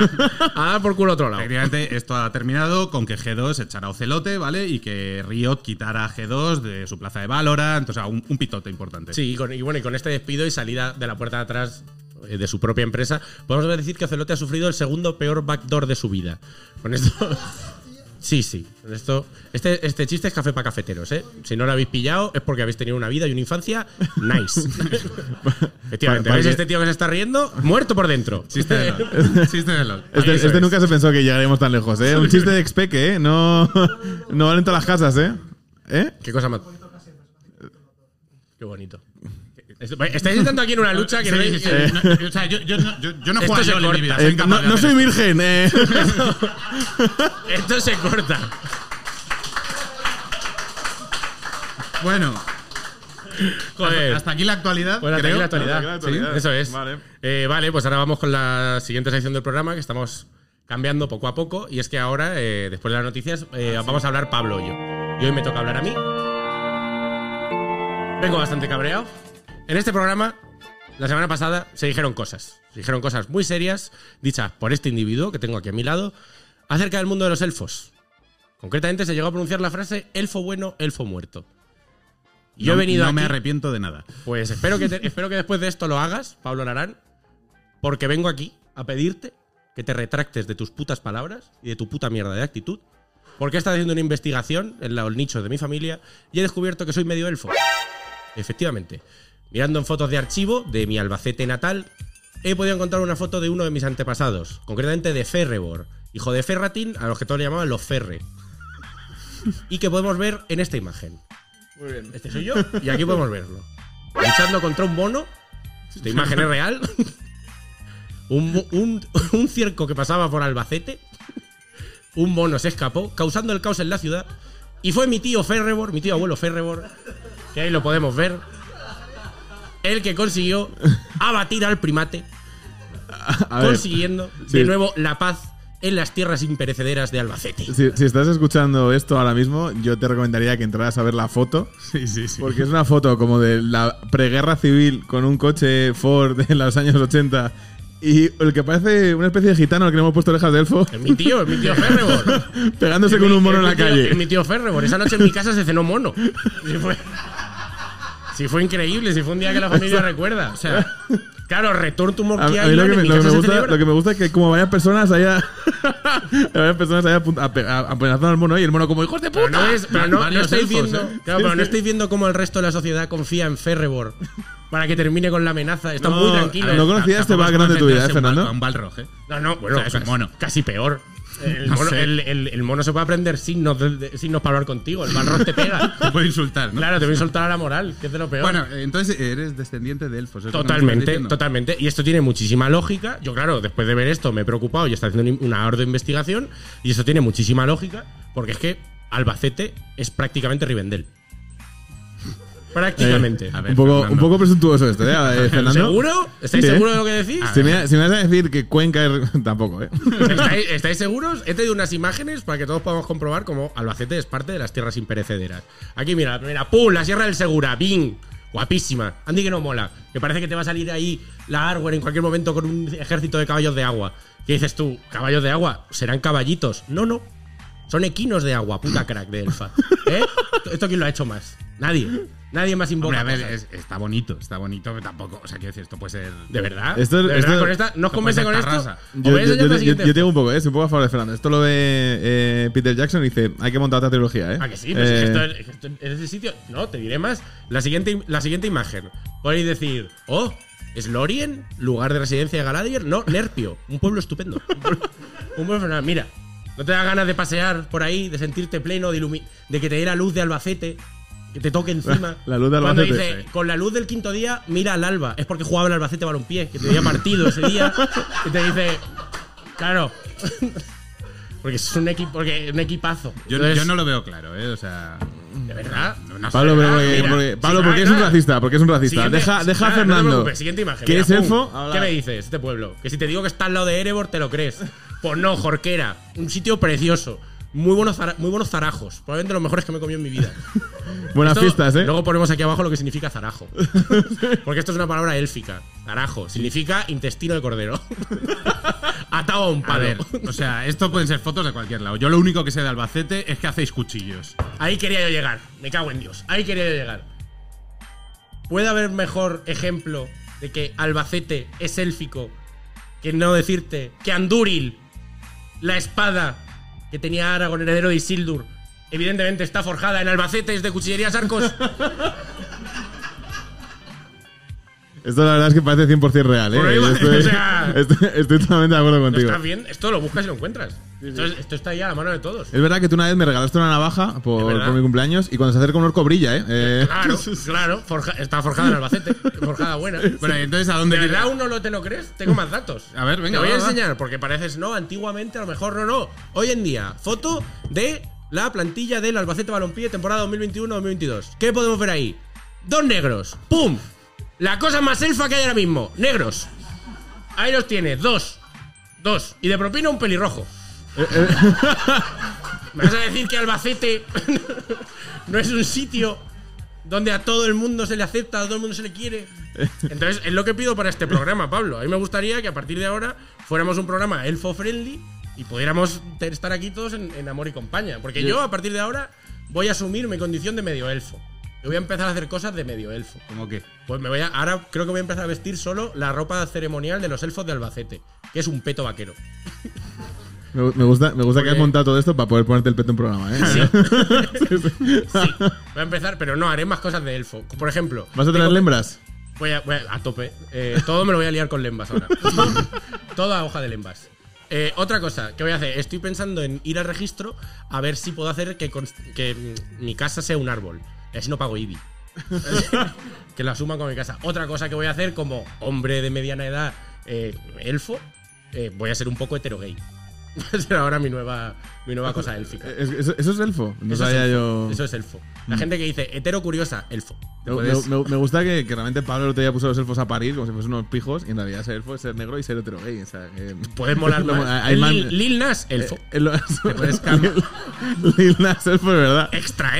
Speaker 3: A dar por culo a otro lado.
Speaker 2: Efectivamente, esto ha terminado con que G2 echara a Ocelote, ¿vale? Y que Riot quitara a G2 de su plaza de Valorant, o sea, un, un pitote importante.
Speaker 3: Sí, y, con, y bueno, y con este despido y salida de la puerta de atrás eh, de su propia empresa, podemos decir que Ocelote ha sufrido el segundo peor backdoor de su vida. Con esto. Sí, sí. Con esto. Este, este chiste es café para cafeteros, ¿eh? Si no lo habéis pillado, es porque habéis tenido una vida y una infancia nice.
Speaker 4: Para-
Speaker 3: Efectivamente.
Speaker 4: para
Speaker 3: ¿Veis
Speaker 4: que-
Speaker 3: este tío que se está riendo? Muerto por dentro.
Speaker 2: Chiste de LOL. Chiste de LOL.
Speaker 4: Este,
Speaker 3: Eso
Speaker 4: este
Speaker 3: es.
Speaker 4: nunca se pensó que llegaríamos tan lejos, ¿eh? Un chiste de expeque, ¿eh? No, no valen todas las casas, ¿eh? ¿Eh?
Speaker 3: Qué cosa más. Qué bonito. Estáis entrando aquí en una lucha que no
Speaker 2: Sí, sí,
Speaker 3: veis-
Speaker 2: sí. No, o sea, yo, yo no, yo, yo no
Speaker 3: Esto
Speaker 2: juego a
Speaker 3: se
Speaker 2: LOL en mi
Speaker 3: corta.
Speaker 2: vida.
Speaker 4: Eh,
Speaker 2: soy incapaz
Speaker 4: no,
Speaker 2: de
Speaker 4: no
Speaker 2: hacer
Speaker 4: soy virgen, ¿eh?
Speaker 3: Esto se corta.
Speaker 2: Bueno,
Speaker 3: Joder.
Speaker 2: hasta aquí la actualidad.
Speaker 3: Eh. Bueno, hasta
Speaker 2: creo.
Speaker 3: aquí la actualidad.
Speaker 4: Hasta aquí la actualidad.
Speaker 3: Sí, eso es.
Speaker 4: Vale.
Speaker 3: Eh, vale, pues ahora vamos con la siguiente sección del programa que estamos cambiando poco a poco. Y es que ahora, eh, después de las noticias, eh,
Speaker 4: Ah,
Speaker 3: vamos a hablar Pablo y yo. Y hoy me toca hablar a mí. Vengo bastante cabreado. En este programa, la semana pasada, se dijeron cosas. Se dijeron cosas muy serias, dichas por este individuo que tengo aquí a mi lado, acerca del mundo de los elfos. Concretamente se llegó a pronunciar la frase elfo bueno, elfo muerto. Y Yo he
Speaker 4: No-
Speaker 3: venido
Speaker 4: No me
Speaker 3: aquí-
Speaker 4: arrepiento de nada.
Speaker 3: pues espero que, te- espero que después de esto lo hagas, Pablo Larán, porque vengo aquí a pedirte que te retractes de tus putas palabras y de tu puta mierda de actitud, porque he estado haciendo una investigación en la- el nicho de mi familia y he descubierto que soy medio elfo. Efectivamente. Mirando en fotos de archivo de mi Albacete natal, he podido encontrar una foto de uno de mis antepasados, concretamente de Ferrebor, hijo de Ferratín, a los que todos le llamaban los Ferre. Y que podemos ver en esta imagen.
Speaker 1: Muy bien.
Speaker 3: Este soy yo y aquí podemos verlo. Luchando contra un mono. Esta imagen es real. Un, mo- un, un circo que pasaba por Albacete. Un mono se escapó, causando el caos en la ciudad. Y fue mi tío Ferrebor, mi tío abuelo Ferrebor, que ahí lo podemos ver, el que consiguió abatir al primate,
Speaker 4: A ver, si,
Speaker 3: consiguiendo de
Speaker 4: sí.
Speaker 3: nuevo la paz en las tierras imperecederas de Albacete.
Speaker 4: si estás escuchando esto ahora mismo, yo te recomendaría que entraras a ver la foto.
Speaker 8: Sí, sí, sí.
Speaker 4: Porque es una foto como de la preguerra civil con un coche Ford de los años 80 y el que parece una especie de gitano al que le hemos puesto orejas de elfo
Speaker 3: Es mi tío, es mi tío Ferrebor.
Speaker 4: pegándose con un mono en la
Speaker 3: Es mi tío- Es mi
Speaker 4: calle.
Speaker 3: tío Ferrebor. Esa noche en mi casa se cenó mono. Si fue, sí fue increíble, si fue un día que la familia recuerda. O sea, claro, Return to
Speaker 4: A, a
Speaker 3: Monkey
Speaker 4: mí lo
Speaker 3: Island
Speaker 4: que,
Speaker 3: en
Speaker 4: me,
Speaker 3: mi
Speaker 4: lo
Speaker 3: casa
Speaker 4: que me
Speaker 3: se
Speaker 4: gusta,
Speaker 3: celebra.
Speaker 4: lo que me gusta es que como varias personas haya varias personas haya apunt- ape- a- amenazado al mono y el mono como hijos de
Speaker 3: Pero
Speaker 4: puta.
Speaker 3: no, es, pero no, no
Speaker 8: Varios
Speaker 3: estáis
Speaker 8: elfos,
Speaker 3: viendo,
Speaker 8: ¿eh?
Speaker 3: claro, pero no estáis viendo cómo el resto de la sociedad confía en Ferrebor para que termine con la amenaza. Están muy eh. tranquilos.
Speaker 4: no conocía este background de tu vida, ¿eh, Fernando.
Speaker 8: Un balrog, ¿eh?
Speaker 3: No, no, bueno,
Speaker 8: O sea, es un
Speaker 3: casi-
Speaker 8: mono.
Speaker 3: Casi peor. El
Speaker 8: No
Speaker 3: mono,
Speaker 8: sé.
Speaker 3: el- el- el mono se puede aprender signos, de- de- signos para hablar contigo. El balrón te pega.
Speaker 8: Te puede insultar, ¿no?
Speaker 3: Claro, te voy a soltar a la moral, que es de lo peor.
Speaker 8: Bueno, entonces eres descendiente de elfos. es lo que nos
Speaker 3: Totalmente,
Speaker 8: estás diciendo.
Speaker 3: totalmente. Y esto tiene muchísima lógica. Yo, claro, después de ver esto me he preocupado y está haciendo un- una orden de investigación. Y esto tiene muchísima lógica porque es que Albacete es prácticamente Rivendell. Prácticamente.
Speaker 8: Eh, A ver,
Speaker 4: un, poco,
Speaker 8: Fernando.
Speaker 4: un poco presuntuoso esto, ¿eh? A ver, Fernando.
Speaker 3: ¿Seguro? ¿Estáis
Speaker 4: Sí.
Speaker 3: seguros de lo que decís?
Speaker 4: Si me, si me vas a decir que Cuenca es- tampoco, ¿eh?
Speaker 3: ¿Estáis, estáis seguros? He traído unas imágenes para que todos podamos comprobar cómo Albacete es parte de las tierras imperecederas. Aquí, mira, la primera. ¡Pum! La Sierra del Segura. ¡Bing! Guapísima. Andy que no mola. Que parece que te va a salir ahí la Arwen en cualquier momento con un ejército de caballos de agua. ¿Qué dices tú? ¿Caballos de agua? ¿Serán caballitos? No, no. Son equinos de agua, puta crack de elfa. ¿Eh? ¿Esto quién lo ha hecho más? Nadie. Nadie más
Speaker 8: Hombre,
Speaker 3: invoca.
Speaker 8: a ver,
Speaker 3: cosas.
Speaker 8: es- está bonito, está bonito, pero tampoco. O sea, quiero decir, esto puede ser.
Speaker 3: ¿De verdad?
Speaker 4: Esto-
Speaker 3: ¿De verdad
Speaker 4: esto-
Speaker 3: con esta? ¿No os
Speaker 8: esto
Speaker 3: convence con
Speaker 8: puede ser
Speaker 3: esto?
Speaker 8: tarrasa.
Speaker 3: ¿Os voy a
Speaker 4: Yo, yo,
Speaker 3: enseñar
Speaker 4: yo-
Speaker 3: la
Speaker 4: yo-
Speaker 3: siguiente
Speaker 4: yo tengo un poco, ¿eh? Estoy un poco a favor de Fernando. Esto lo ve eh, Peter Jackson y dice, hay que montar otra trilogía, ¿eh?
Speaker 3: Ah, que sí, pero si
Speaker 4: Eh,
Speaker 3: es que esto, esto- en ese sitio. No, te diré más. La siguiente, la siguiente imagen. Podéis decir, oh, ¿es Lorien? ¿Lugar de residencia de Galadriel? No, Nerpio. Un pueblo estupendo. Un pueblo, un pueblo fenomenal. Mira, no te da ganas de pasear por ahí, de sentirte pleno, de, ilumi- de que te dé la luz de Albacete, que te toque encima.
Speaker 4: La luz de
Speaker 3: Cuando
Speaker 4: Albacete.
Speaker 3: dice, con la luz del quinto día, mira al alba. Es porque jugaba el Albacete balompié, que tenía partido ese día. Y te dice, claro. Porque es un, equipo, porque es un equipazo.
Speaker 8: Yo,
Speaker 3: Entonces,
Speaker 8: yo no lo veo claro, ¿eh? O sea.
Speaker 3: ¿De verdad?
Speaker 8: No, no sé.
Speaker 4: Pablo, pero
Speaker 3: Ah,
Speaker 4: porque,
Speaker 3: mira.
Speaker 4: porque-
Speaker 3: Sí,
Speaker 4: Pablo,
Speaker 3: ah,
Speaker 4: porque es un
Speaker 3: claro.
Speaker 4: racista, porque es un racista.
Speaker 3: Siguiente-
Speaker 4: Deja, deja a
Speaker 3: nada, no te
Speaker 4: Fernando.
Speaker 3: preocupes, siguiente imagen.
Speaker 4: que
Speaker 3: Mira,
Speaker 4: es
Speaker 3: pum.
Speaker 4: elfo.
Speaker 3: ¿Qué me dices este pueblo? Que si te digo que está al lado de Erebor, te lo crees. Pues no, Jorquera. Un sitio precioso. Muy buenos, zara- muy buenos zarajos. Probablemente los mejores que me he comido en mi vida.
Speaker 4: Buenas
Speaker 3: Esto-
Speaker 4: fiestas, ¿eh?
Speaker 3: Luego ponemos aquí abajo lo que significa zarajo. Porque esto es una palabra élfica. Zarajo. Significa intestino de cordero. Atado a un
Speaker 8: A
Speaker 3: palo.
Speaker 8: ver, o sea, esto pueden ser fotos de cualquier lado. Yo lo único que sé de Albacete es que hacéis cuchillos.
Speaker 3: Ahí quería yo llegar. Me cago en Dios. Ahí quería yo llegar. ¿Puede haber mejor ejemplo de que Albacete es élfico que no decirte que Andúril, la espada que tenía Aragorn, heredero de Isildur, evidentemente está forjada en Albacete, es de Cuchillerías Arcos?
Speaker 4: Esto la verdad es que parece 100% real, ¿eh?
Speaker 3: Por ahí
Speaker 4: Yo
Speaker 3: va,
Speaker 4: estoy,
Speaker 3: o sea-
Speaker 4: estoy- estoy totalmente de acuerdo
Speaker 3: ¿No
Speaker 4: contigo.
Speaker 3: estás bien? Esto lo buscas y lo encuentras. Esto, es- esto está ya a la mano de todos.
Speaker 4: Es verdad que tú una vez me regalaste una navaja por,
Speaker 3: Es verdad.
Speaker 4: por mi cumpleaños y cuando se acerca un orco brilla, ¿eh? Eh,
Speaker 3: Claro, claro. forja- está forjada en Albacete. Forjada buena.
Speaker 8: Bueno, y entonces, ¿a dónde
Speaker 3: ¿De
Speaker 8: quieres-
Speaker 3: verdad uno lo te lo crees? Tengo más datos.
Speaker 8: A ver, venga,
Speaker 3: Te voy a
Speaker 8: va, va.
Speaker 3: enseñar, porque pareces no, antiguamente a lo mejor no, no. Hoy en día, foto de la plantilla del Albacete Balompié temporada 2021-2022. ¿Qué podemos ver ahí? Dos negros. ¡Pum! La cosa más elfa que hay ahora mismo. Negros. Ahí los tienes, dos. Dos. Y de propina un pelirrojo.
Speaker 8: Eh,
Speaker 3: ¿Me vas a decir que Albacete no es un sitio donde a todo el mundo se le acepta, a todo el mundo se le quiere? Entonces, es lo que pido para este programa, Pablo. A mí me gustaría que a partir de ahora fuéramos un programa elfo friendly y pudiéramos ter- estar aquí todos en, en amor y compañía. Porque yo, a partir de ahora, voy a asumir mi condición de medio elfo. Yo voy a empezar a hacer cosas de medio elfo.
Speaker 8: ¿Cómo que?
Speaker 3: Pues me voy a. Ahora creo que voy a empezar a vestir solo la ropa ceremonial de los elfos de Albacete, que es un peto vaquero.
Speaker 4: Me, me gusta, me gusta que has
Speaker 3: Porque-
Speaker 4: montado todo esto para poder ponerte el peto en programa, ¿eh?
Speaker 3: Sí. Sí. Voy a empezar, pero no, haré más cosas de elfo. Por ejemplo,
Speaker 4: ¿Vas a tener
Speaker 3: tengo-
Speaker 4: lembras?
Speaker 3: Voy a, voy a, a tope. Eh, todo me lo voy a liar con lembas ahora. Toda hoja de lembas. Eh, otra cosa que voy a hacer, estoy pensando en ir al registro a ver si puedo hacer que, cons- que mm, mi casa sea un árbol. Y Así no pago IBI. que lo asuman con mi casa. Otra cosa que voy a hacer como hombre de mediana edad, eh, elfo, eh, voy a ser un poco heterogay. Va a ser ahora mi nueva, mi nueva cosa élfica.
Speaker 4: Es- Eso, eso es elfo.
Speaker 3: Eh, Eso
Speaker 4: No
Speaker 3: es
Speaker 4: sabía
Speaker 3: elfo,
Speaker 4: yo.
Speaker 3: Eso es elfo. La
Speaker 4: Mm.
Speaker 3: gente que dice hetero curiosa, elfo. Te
Speaker 4: Me-
Speaker 3: puedes-
Speaker 4: me, me- me gusta que, que realmente Pablo el otro día puso a los elfos a parir como si fuesen unos pijos y en realidad ser elfo es ser negro y ser hetero gay. O sea, que-
Speaker 3: Puedes molar
Speaker 4: Lo-
Speaker 3: más.
Speaker 4: hay man-
Speaker 3: Lil, Lil Nas, elfo.
Speaker 4: Eh, eh, lo-
Speaker 3: puedes Eh, cam-
Speaker 4: Lil- Lil Nas elfo, de verdad.
Speaker 3: Extra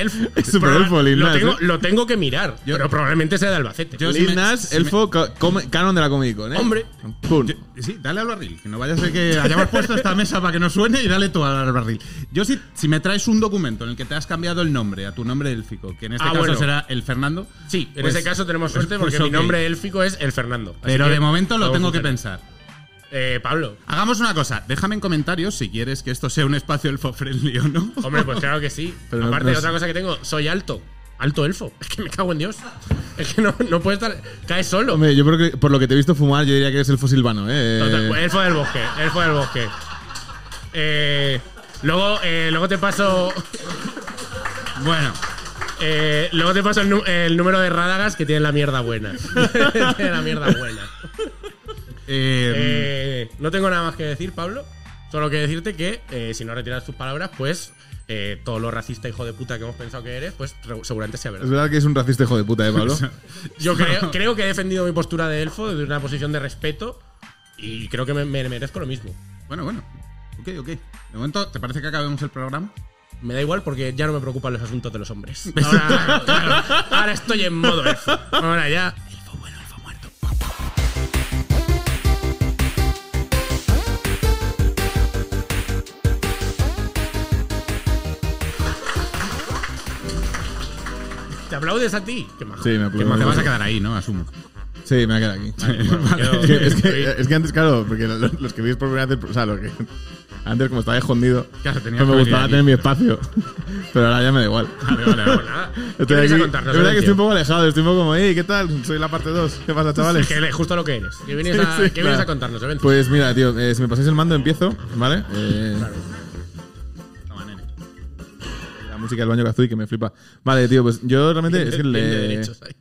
Speaker 3: elfo.
Speaker 4: Es súper elfo, Lil
Speaker 3: lo
Speaker 4: Nas,
Speaker 3: Tengo,
Speaker 4: ¿eh?
Speaker 3: Lo tengo que mirar,
Speaker 8: Yo-
Speaker 3: pero probablemente sea de Albacete.
Speaker 8: Yo- si
Speaker 4: Lil
Speaker 8: me-
Speaker 4: Nas,
Speaker 8: si
Speaker 4: elfo, co- come- canon de la Comic Con, ¿eh?
Speaker 3: Hombre.
Speaker 4: Pum.
Speaker 8: Sí, dale al barril, que no vaya a ser que hayamos puesto esta mesa para que no suene y dale tú al barril. Yo si, si me traes un documento en el que te has cambiado el nombre a tu nombre élfico, que en este
Speaker 3: Ah,
Speaker 8: caso
Speaker 3: bueno.
Speaker 8: será el Fernando.
Speaker 3: sí, en
Speaker 8: pues-
Speaker 3: ese caso tenemos suerte
Speaker 8: pues
Speaker 3: porque mi
Speaker 8: ok.
Speaker 3: nombre élfico es el Fernando. Así
Speaker 8: Pero
Speaker 3: que
Speaker 8: de momento lo
Speaker 3: todo
Speaker 8: tengo que
Speaker 3: funciona.
Speaker 8: pensar.
Speaker 3: Eh, Pablo.
Speaker 8: Hagamos una cosa, déjame en comentarios si quieres que esto sea un espacio elfo friendly o no.
Speaker 3: Hombre, pues claro que sí.
Speaker 4: Pero no-
Speaker 3: Aparte,
Speaker 4: no es-
Speaker 3: otra cosa que tengo, soy alto. Alto elfo. Es que me cago en Dios. Es que no, no puedes estar. Caes solo.
Speaker 4: Hombre, yo creo que por lo que te he visto fumar, yo diría que eres elfo silvano, ¿eh?
Speaker 3: Total, pues, elfo del bosque, elfo del bosque. Eh, luego, eh, luego te paso.
Speaker 8: Bueno,
Speaker 3: eh, luego te paso el, nu- el número de rádagas que tienen la mierda buena. tiene la mierda buena.
Speaker 8: eh,
Speaker 3: Eh, no tengo nada más que decir, Pablo. Solo que decirte que eh, si no retiras tus palabras, pues eh, todo lo racista hijo de puta que hemos pensado que eres, pues re- seguramente sea
Speaker 4: Es
Speaker 3: verdad.
Speaker 4: verdad que es un racista hijo de puta, ¿eh, Pablo?
Speaker 3: Yo creo, creo que he defendido mi postura de elfo desde una posición de respeto y creo que me, me merezco lo mismo.
Speaker 8: bueno, bueno. Ok, ok. De momento, ¿te parece que acabemos el programa?
Speaker 3: Me da igual porque ya no me preocupan los asuntos de los hombres. Ahora, claro, ahora estoy en modo elfo. Ahora ya. Elfo bueno, elfo muerto. Te aplaudes a ti. Qué majo.
Speaker 4: Sí, me
Speaker 8: Te vas a
Speaker 4: aplaudo.
Speaker 8: quedar ahí, ¿no? Asumo.
Speaker 4: Sí, me voy a quedar aquí.
Speaker 3: Yo-
Speaker 4: Es que, es, que,
Speaker 3: soy-
Speaker 4: es que antes, claro, porque lo- los, que veis por primera vez, o sea, lo que, antes como estaba escondido,
Speaker 8: Claro, tenías
Speaker 4: no Pues me
Speaker 8: que
Speaker 4: gustaba
Speaker 8: venir
Speaker 4: tener mi espacio, pero ahora ya me da igual.
Speaker 3: Vale, vale, vale, nada. ¿Qué
Speaker 4: Estoy
Speaker 3: vienes
Speaker 4: aquí,
Speaker 3: a
Speaker 4: es
Speaker 3: contarnos,
Speaker 4: verdad que estoy
Speaker 3: Lorenzo?
Speaker 4: un poco alejado, estoy un poco como, hey, ¿qué tal? Soy la parte 2, ¿qué pasa, chavales?
Speaker 3: Que eres justo lo que eres. Que vienes, a,
Speaker 4: Sí, sí,
Speaker 3: que vienes
Speaker 4: claro.
Speaker 3: a contarnos, Lorenzo?
Speaker 4: Pues mira, tío, eh, si me pasáis el mando empiezo, ¿vale? Eh,
Speaker 8: Toma, nene.
Speaker 4: La música del baño Kazooie que me flipa. Vale, tío, pues yo realmente es que
Speaker 3: Bien de
Speaker 4: le...
Speaker 3: derechos ahí.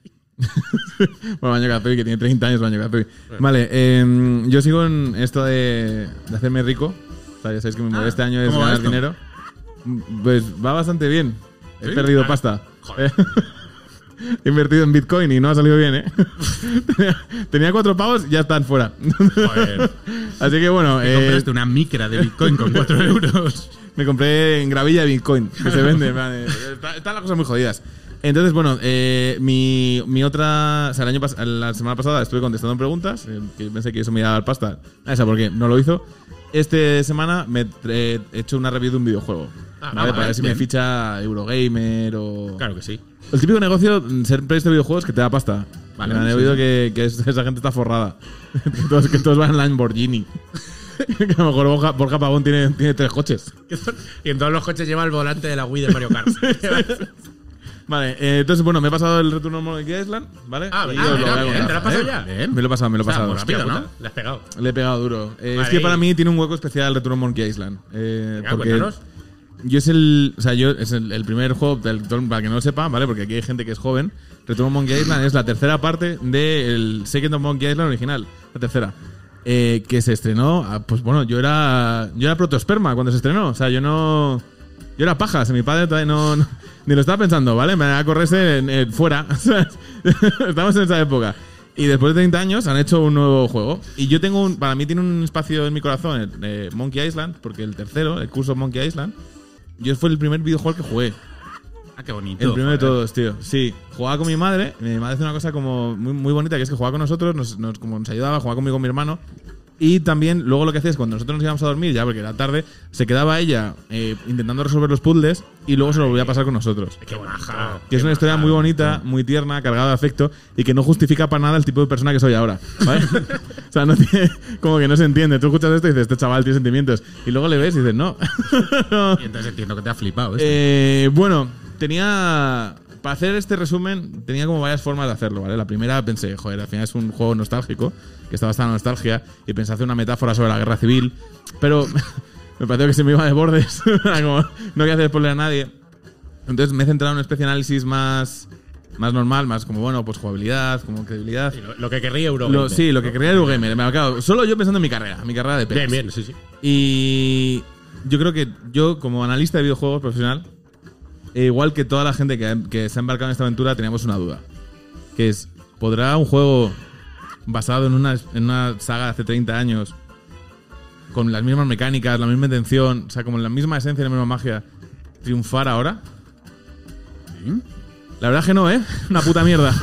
Speaker 4: Bueno, Baño Kazooie, que tiene 30 años Baño Kazooie. Vale, eh, yo sigo en esto de, de hacerme rico. O sea, ya sabéis que mi modelo este año es
Speaker 8: Ah, ¿cómo va
Speaker 4: ganar
Speaker 8: esto?
Speaker 4: dinero. Mm, Pues va bastante bien.
Speaker 8: Ah,
Speaker 4: He perdido pasta.
Speaker 3: joder.
Speaker 4: He invertido en Bitcoin y no ha salido bien, ¿eh? Tenía- Tenía cuatro pavos, ya están fuera.
Speaker 3: Joder.
Speaker 4: Así que bueno,
Speaker 8: Te
Speaker 4: eh,
Speaker 8: compraste una micra de Bitcoin con 4 euros.
Speaker 4: me compré en gravilla Bitcoin, que se vende. en plan, eh, está- Están las cosas muy jodidas. Entonces, bueno, eh, mi, mi otra. O sea, el año pas- la semana pasada estuve contestando preguntas, eh, que yo pensé que eso me iba a dar pasta. Ah, Esa, porque no lo hizo. Esta semana me tra- eh, he hecho una review de un videojuego.
Speaker 3: Ah,
Speaker 4: ¿vale?
Speaker 3: ah,
Speaker 4: Para
Speaker 3: vale,
Speaker 4: ver si me ficha Eurogamer o.
Speaker 3: Claro que sí.
Speaker 4: El típico negocio, mm, ser periodista de videojuegos, que te da pasta.
Speaker 8: Vale,
Speaker 4: Vale, me han
Speaker 8: sí,
Speaker 4: oído
Speaker 8: sí.
Speaker 4: que, que es- esa gente está forrada. que, todos, que todos van en Lamborghini. que a lo mejor Borja, Borja Pavón tiene, tiene tres coches.
Speaker 3: Y en todos los coches lleva el volante de la Wii de Mario Kart.
Speaker 4: Vale, eh, entonces, bueno, me he pasado el retorno a Monkey Island, ¿vale?
Speaker 3: Ah,
Speaker 4: Y
Speaker 3: ah,
Speaker 4: os lo
Speaker 3: mira,
Speaker 4: voy a
Speaker 3: bien,
Speaker 4: contar.
Speaker 3: te lo has pasado
Speaker 4: Eh,
Speaker 3: ya.
Speaker 4: bien, Me lo he pasado, me lo he pasado.
Speaker 8: muy rápido, ¿no?
Speaker 3: Le has pegado.
Speaker 4: Le he pegado duro. Eh,
Speaker 3: Vale.
Speaker 4: Es que para mí tiene un hueco especial el Return of Monkey Island. Eh,
Speaker 3: Venga,
Speaker 4: porque
Speaker 3: cuéntanos.
Speaker 4: Yo es el. O sea, yo es el, el primer juego, del- para que no lo sepa, ¿vale? Porque aquí hay gente que es joven. Return of Monkey Island es la tercera parte del Second of Monkey Island original. La tercera. Eh, que se estrenó. ah, Pues bueno, yo era. Yo era protosperma cuando se estrenó. O sea, yo no. Yo era paja, o sea, mi padre todavía no, no- ni lo estaba pensando, ¿vale? Me va a correrse en- en- fuera. O sea, Estamos en esa época. Y después de 30 años han hecho un nuevo juego. Y yo tengo un. Para mí tiene un espacio en mi corazón, el, eh, Monkey Island, porque el tercero, el curso Monkey Island, yo fue el primer videojuego al que jugué.
Speaker 8: Ah, qué bonito.
Speaker 4: El primero de
Speaker 8: joder.
Speaker 4: todos, tío. Sí, jugaba con mi madre. Mi madre hace una cosa como muy, muy bonita, que es que jugaba con nosotros, nos, nos- como nos ayudaba, jugaba conmigo y con mi hermano. Y también luego lo que hacía es cuando nosotros nos íbamos a dormir, ya porque era tarde, se quedaba ella eh, intentando resolver los puzzles y luego se lo volvía a pasar con nosotros.
Speaker 3: Qué baja.
Speaker 4: Que es una historia muy bonita, muy tierna, cargada de afecto y que no justifica para nada el tipo de persona que soy ahora. ¿vale? o sea, no tiene- como que no se entiende. Tú escuchas esto y dices, este chaval tiene sentimientos. Y luego le ves y dices, no. no.
Speaker 8: Y entonces entiendo que te ha flipado.
Speaker 3: Pues
Speaker 8: ¿eh?
Speaker 4: Eh, bueno, tenía. Para hacer este resumen, tenía como varias formas de hacerlo, ¿vale? La primera pensé, joder, al final es un juego nostálgico, que está basado en la nostalgia, y pensé hacer una metáfora sobre la guerra civil, pero me pareció que se me iba de bordes, Era como, no quería hacer spoiler a nadie. Entonces me he centrado en una especie de análisis más, más normal, más como, bueno, pues jugabilidad, como credibilidad.
Speaker 3: Lo, lo que querría Euro.
Speaker 4: Lo- sí, lo que quería el gamer, me acabo, solo yo pensando en mi carrera, mi carrera de pelis.
Speaker 3: Bien, bien, sí, sí.
Speaker 4: Y yo creo que yo, como analista de videojuegos profesional, e igual que toda la gente que, que se ha embarcado en esta aventura, teníamos una duda. Que es, ¿podrá un juego basado en una, en una saga de hace 30 años, con las mismas mecánicas, la misma intención, o sea, como la misma esencia y la misma magia, triunfar ahora? La verdad es que no, ¿eh? Una puta mierda.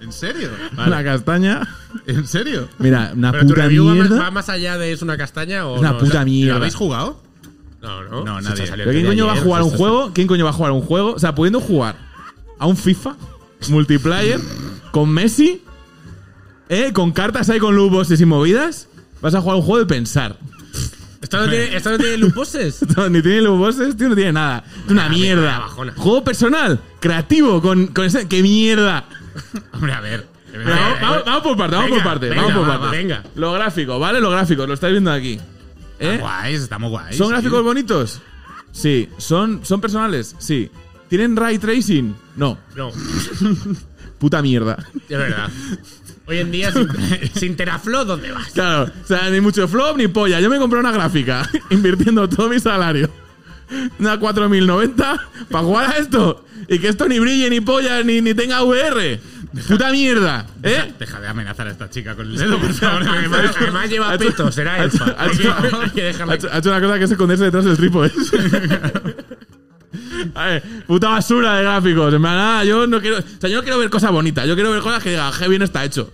Speaker 2: ¿En serio?
Speaker 4: Una castaña.
Speaker 2: ¿En serio?
Speaker 4: Mira, una
Speaker 3: Pero tu
Speaker 4: puta
Speaker 3: review va más-
Speaker 4: mierda.
Speaker 3: va más allá de es una castaña o.
Speaker 4: Una
Speaker 3: no?
Speaker 4: puta
Speaker 3: O sea,
Speaker 2: ¿Lo
Speaker 4: mierda.
Speaker 2: habéis jugado?
Speaker 3: No, no.
Speaker 2: No,
Speaker 3: Sí,
Speaker 2: nadie.
Speaker 3: ya salió el
Speaker 4: ¿Pero quién
Speaker 3: de
Speaker 4: coño va a
Speaker 3: ayer, pues,
Speaker 4: jugar a un
Speaker 3: sí,
Speaker 4: juego? ¿Quién coño va a jugar a un juego? O sea, pudiendo jugar a un FIFA multiplayer con Messi, ¿eh? Con cartas ahí con luces y movidas, vas a jugar a un juego de pensar.
Speaker 3: sí. ¿Esto no tiene, esto no tiene luposes?
Speaker 4: Ni tiene los bosses, tío, no tiene nada. Es
Speaker 2: Ah,
Speaker 4: una
Speaker 3: una
Speaker 4: mierda.
Speaker 3: bajona.
Speaker 4: Juego personal, creativo, con, con ese. ¡Qué mierda!
Speaker 8: Hombre, a ver.
Speaker 4: Pero
Speaker 2: Eh,
Speaker 4: vamos, vamos- vamos por parte,
Speaker 3: eh,
Speaker 4: vamos
Speaker 3: Venga,
Speaker 4: por parte,
Speaker 3: venga,
Speaker 4: vamos por
Speaker 3: va,
Speaker 4: parte.
Speaker 3: va, venga. Ah,
Speaker 4: Lo gráfico, ¿vale? Lo gráfico, lo estáis viendo aquí. ¿Eh?
Speaker 2: Guays, estamos guays.
Speaker 4: ¿Son
Speaker 2: sí.
Speaker 4: gráficos bonitos? Sí. ¿Son, ¿Son personales? Sí. ¿Tienen ray tracing? No.
Speaker 3: No,
Speaker 4: Puta mierda.
Speaker 3: es verdad. Hoy en día, sin, sin Teraflop, ¿dónde vas?
Speaker 4: Claro, o sea, ni mucho flop ni polla. Yo me compré una gráfica invirtiendo todo mi salario. Una 4090 para jugar a esto. Y que esto ni brille, ni polla, ni, ni tenga VR. Puta mierda. ¿Eh?
Speaker 2: Deja de amenazar a esta chica con el dedo, por favor.
Speaker 3: Además, además lleva peto, será elfa.
Speaker 4: Ha
Speaker 3: Hay que,
Speaker 4: hecho,
Speaker 3: hay que dejarla
Speaker 4: ha hecho- ha hecho una cosa que es esconderse detrás del trípode. A ver, puta basura de gráficos. En plan, ah, yo no quiero. O sea, yo no quiero ver cosas bonitas. Yo quiero ver cosas que digan, qué bien está hecho.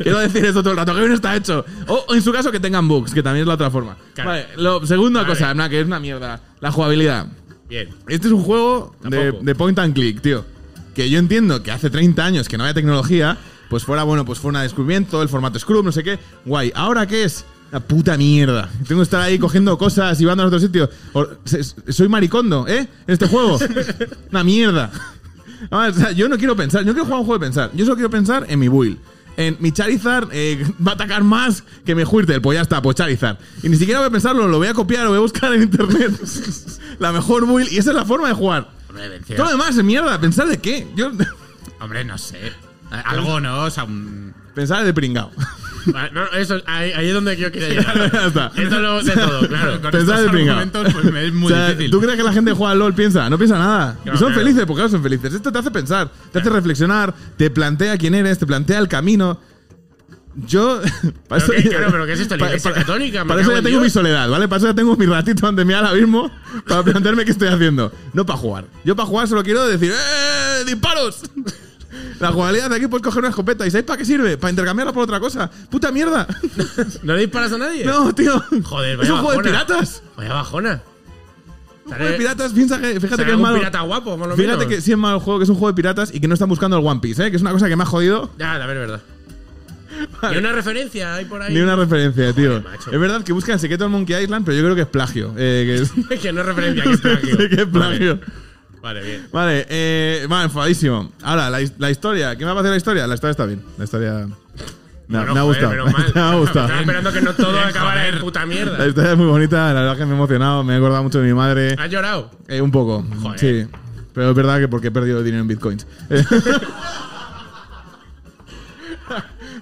Speaker 4: quiero decir esto todo el rato, qué bien está hecho. O, o en su caso, que tengan bugs, que también es la otra forma.
Speaker 3: Claro.
Speaker 4: Vale, lo, segunda
Speaker 3: Vale.
Speaker 4: cosa, en plan, que es una mierda. La jugabilidad.
Speaker 3: Bien.
Speaker 4: Este es un juego de,
Speaker 3: Tampoco.
Speaker 4: de point and click, tío. Que yo entiendo que hace 30 años que no había tecnología, pues fuera bueno, pues fue un descubrimiento, el formato Scrum, no sé qué. Guay. ¿Ahora qué es? Una puta mierda. Tengo que estar ahí cogiendo cosas y van a otro sitio. O- se- soy maricondo, ¿eh? En este juego. Una mierda. Además, Ah, o sea, yo no quiero pensar, yo no quiero jugar a un juego de pensar. Yo solo quiero pensar en mi build. En mi Charizard eh, va a atacar más que mi Huirtel. Pues ya está, pues Charizard. Y ni siquiera voy a pensarlo, lo voy a copiar, lo voy a buscar en internet. la mejor build. Y esa es la forma de jugar.
Speaker 2: Hombre, venció.
Speaker 4: Todo lo demás es mierda. ¿Pensar de qué? Yo
Speaker 2: Hombre, no sé. Algo no, o sea, un-
Speaker 4: pensaba de pringao.
Speaker 3: Vale, no, eso, ahí, ahí es donde yo quería llegar.
Speaker 4: ya está.
Speaker 3: Esto lo de todo, claro.
Speaker 2: Con
Speaker 4: Pensaba
Speaker 2: estos
Speaker 4: de pringao.
Speaker 2: argumentos, pues me es muy
Speaker 4: O sea,
Speaker 2: difícil.
Speaker 4: ¿Tú crees que la gente que juega al LOL piensa? No piensa nada.
Speaker 3: Claro,
Speaker 4: y son
Speaker 3: claro.
Speaker 4: felices, porque claro, son felices. Esto te hace pensar, te hace reflexionar, te plantea quién eres, te plantea el camino. Yo. para
Speaker 3: qué- claro, pero ¿qué es esto? ¿La iglesia católica? Me
Speaker 4: Para eso
Speaker 3: cago
Speaker 4: ya
Speaker 3: en
Speaker 4: tengo
Speaker 3: Dios.
Speaker 4: mi soledad, ¿vale? Para eso ya tengo mi ratito ante mí ahora mismo para plantearme qué estoy haciendo. No para jugar. Yo para jugar solo quiero decir ¡Eh! ¡Disparos! La jugabilidad de aquí puedes coger una escopeta. ¿Y sabéis para qué sirve? Para intercambiarla por otra cosa. ¡Puta mierda!
Speaker 3: ¿No le disparas a nadie?
Speaker 4: No, tío.
Speaker 3: Joder,
Speaker 4: Es
Speaker 3: vaya
Speaker 4: un juego de
Speaker 3: bajona.
Speaker 4: piratas.
Speaker 3: Vaya bajona.
Speaker 4: Un juego de piratas, piensa que. Fíjate
Speaker 3: Será
Speaker 4: que es
Speaker 3: algún
Speaker 4: malo.
Speaker 3: pirata guapo, por lo
Speaker 4: Fíjate
Speaker 3: menos.
Speaker 4: que sí es malo el juego, que es un juego de piratas y que no están buscando el One Piece, ¿eh? Que es una cosa que me ha jodido.
Speaker 3: Ya, la verdad, verdad. Y una referencia hay por ahí.
Speaker 4: Ni una referencia, tío.
Speaker 3: macho.
Speaker 4: Es verdad que buscan Secreto del Monkey Island, pero yo creo que es plagio. Eh, que es,
Speaker 3: que no es referencia, que es plagio.
Speaker 4: Sí que es plagio.
Speaker 3: Vale, vale, bien.
Speaker 4: Vale, eh, vale, enfadísimo. Ahora, la, his- la historia. ¿Qué me va a parecer la historia? La historia está bien. La historia. Me, ha-
Speaker 3: Bueno,
Speaker 4: me ha
Speaker 3: joder,
Speaker 4: gustado.
Speaker 3: menos mal.
Speaker 4: Me ha gustado.
Speaker 3: Estaba esperando que no todo acabara en puta
Speaker 4: La
Speaker 3: mierda.
Speaker 4: historia es muy bonita, la verdad que me he emocionado, me he acordado mucho de mi madre.
Speaker 3: ¿Has llorado?
Speaker 4: Eh, un poco,
Speaker 3: Joder.
Speaker 4: sí. Pero es verdad que porque he perdido dinero en bitcoins. Eh.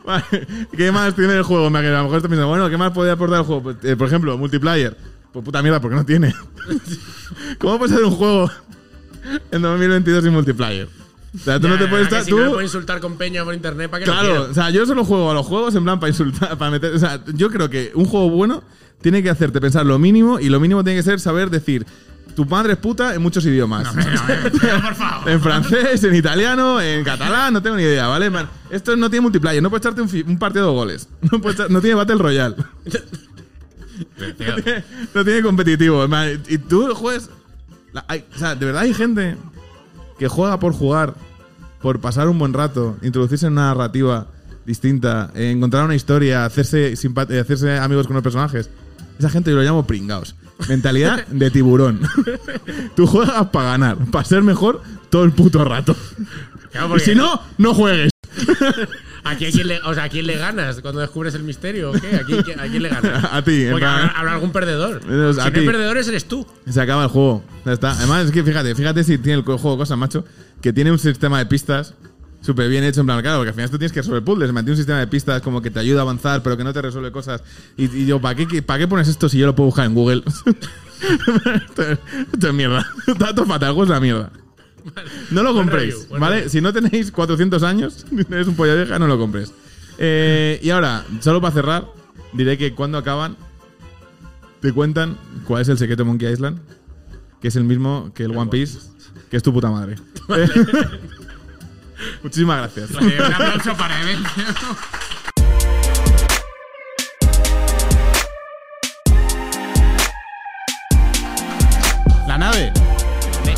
Speaker 4: Vale, ¿Qué más tiene el juego? Me- A lo mejor estás pensando, bueno, ¿qué más podría aportar el juego? Pues, eh, por ejemplo, multiplayer. Pues puta mierda, porque no tiene. ¿Cómo puede ser un juego en 2022 sin multiplayer? O sea, tú no
Speaker 3: Ya,
Speaker 4: te
Speaker 3: ya,
Speaker 4: puedes
Speaker 3: que
Speaker 4: estar.
Speaker 3: si
Speaker 4: tú-
Speaker 3: no me puedo insultar con peña por internet para que lo
Speaker 4: Claro,
Speaker 3: quieran.
Speaker 4: o sea, yo solo juego a los juegos en plan para insultar, para meter. O sea, yo creo que un juego bueno tiene que hacerte pensar lo mínimo y lo mínimo tiene que ser saber decir tu madre es puta en muchos idiomas.
Speaker 2: Pero, por favor.
Speaker 4: En francés, en italiano, en catalán, no tengo ni idea, ¿vale? Man, esto no tiene multiplayer, no puedes echarte un, fi- un partido de goles, no, puedes echar- no tiene Battle Royale,
Speaker 2: Tío,
Speaker 4: no tiene competitivo. man, y tú juegas. la- hay- o sea, de verdad hay gente que juega por jugar, por pasar un buen rato, introducirse en una narrativa distinta, eh, encontrar una historia, hacerse, simpa- eh, hacerse amigos con los personajes. Esa gente yo lo llamo pringaos. Mentalidad de tiburón. Tú juegas para ganar, para ser mejor todo el puto rato.
Speaker 3: Claro,
Speaker 4: Y
Speaker 3: porque
Speaker 4: si no, no juegues.
Speaker 3: aquí a quién le, o sea, ¿a quién le ganas cuando descubres el misterio? ¿o qué? ¿A quién, a quién le ganas?
Speaker 4: A ti, en
Speaker 3: Porque
Speaker 4: plan,
Speaker 3: habrá, habrá algún perdedor.
Speaker 4: Menos
Speaker 3: si
Speaker 4: a
Speaker 3: no hay
Speaker 4: ti.
Speaker 3: perdedores eres tú.
Speaker 4: se acaba el juego. Ya está. Además, es que fíjate, fíjate si tiene el co- juego cosas, macho, que tiene un sistema de pistas súper bien hecho. En plan, claro, porque al final tú tienes que resolver puzzles. Mantiene un sistema de pistas como que te ayuda a avanzar, pero que no te resuelve cosas. Y, y yo, ¿para qué, ¿para qué pones esto si yo lo puedo buscar en Google? esto, es- esto es mierda. Tanto fatal, el juego es la mierda. No lo compréis,
Speaker 3: review, buen
Speaker 4: ¿vale?
Speaker 3: review.
Speaker 4: Si no tenéis 400 años, eres un polla vieja, no lo compres. Eh, y ahora, solo para cerrar, diré que cuando acaban, te cuentan cuál es el secreto de Monkey Island, que es el mismo que el One Piece, que es tu puta madre. Muchísimas gracias.
Speaker 2: eh, un aplauso para Eben. La nave.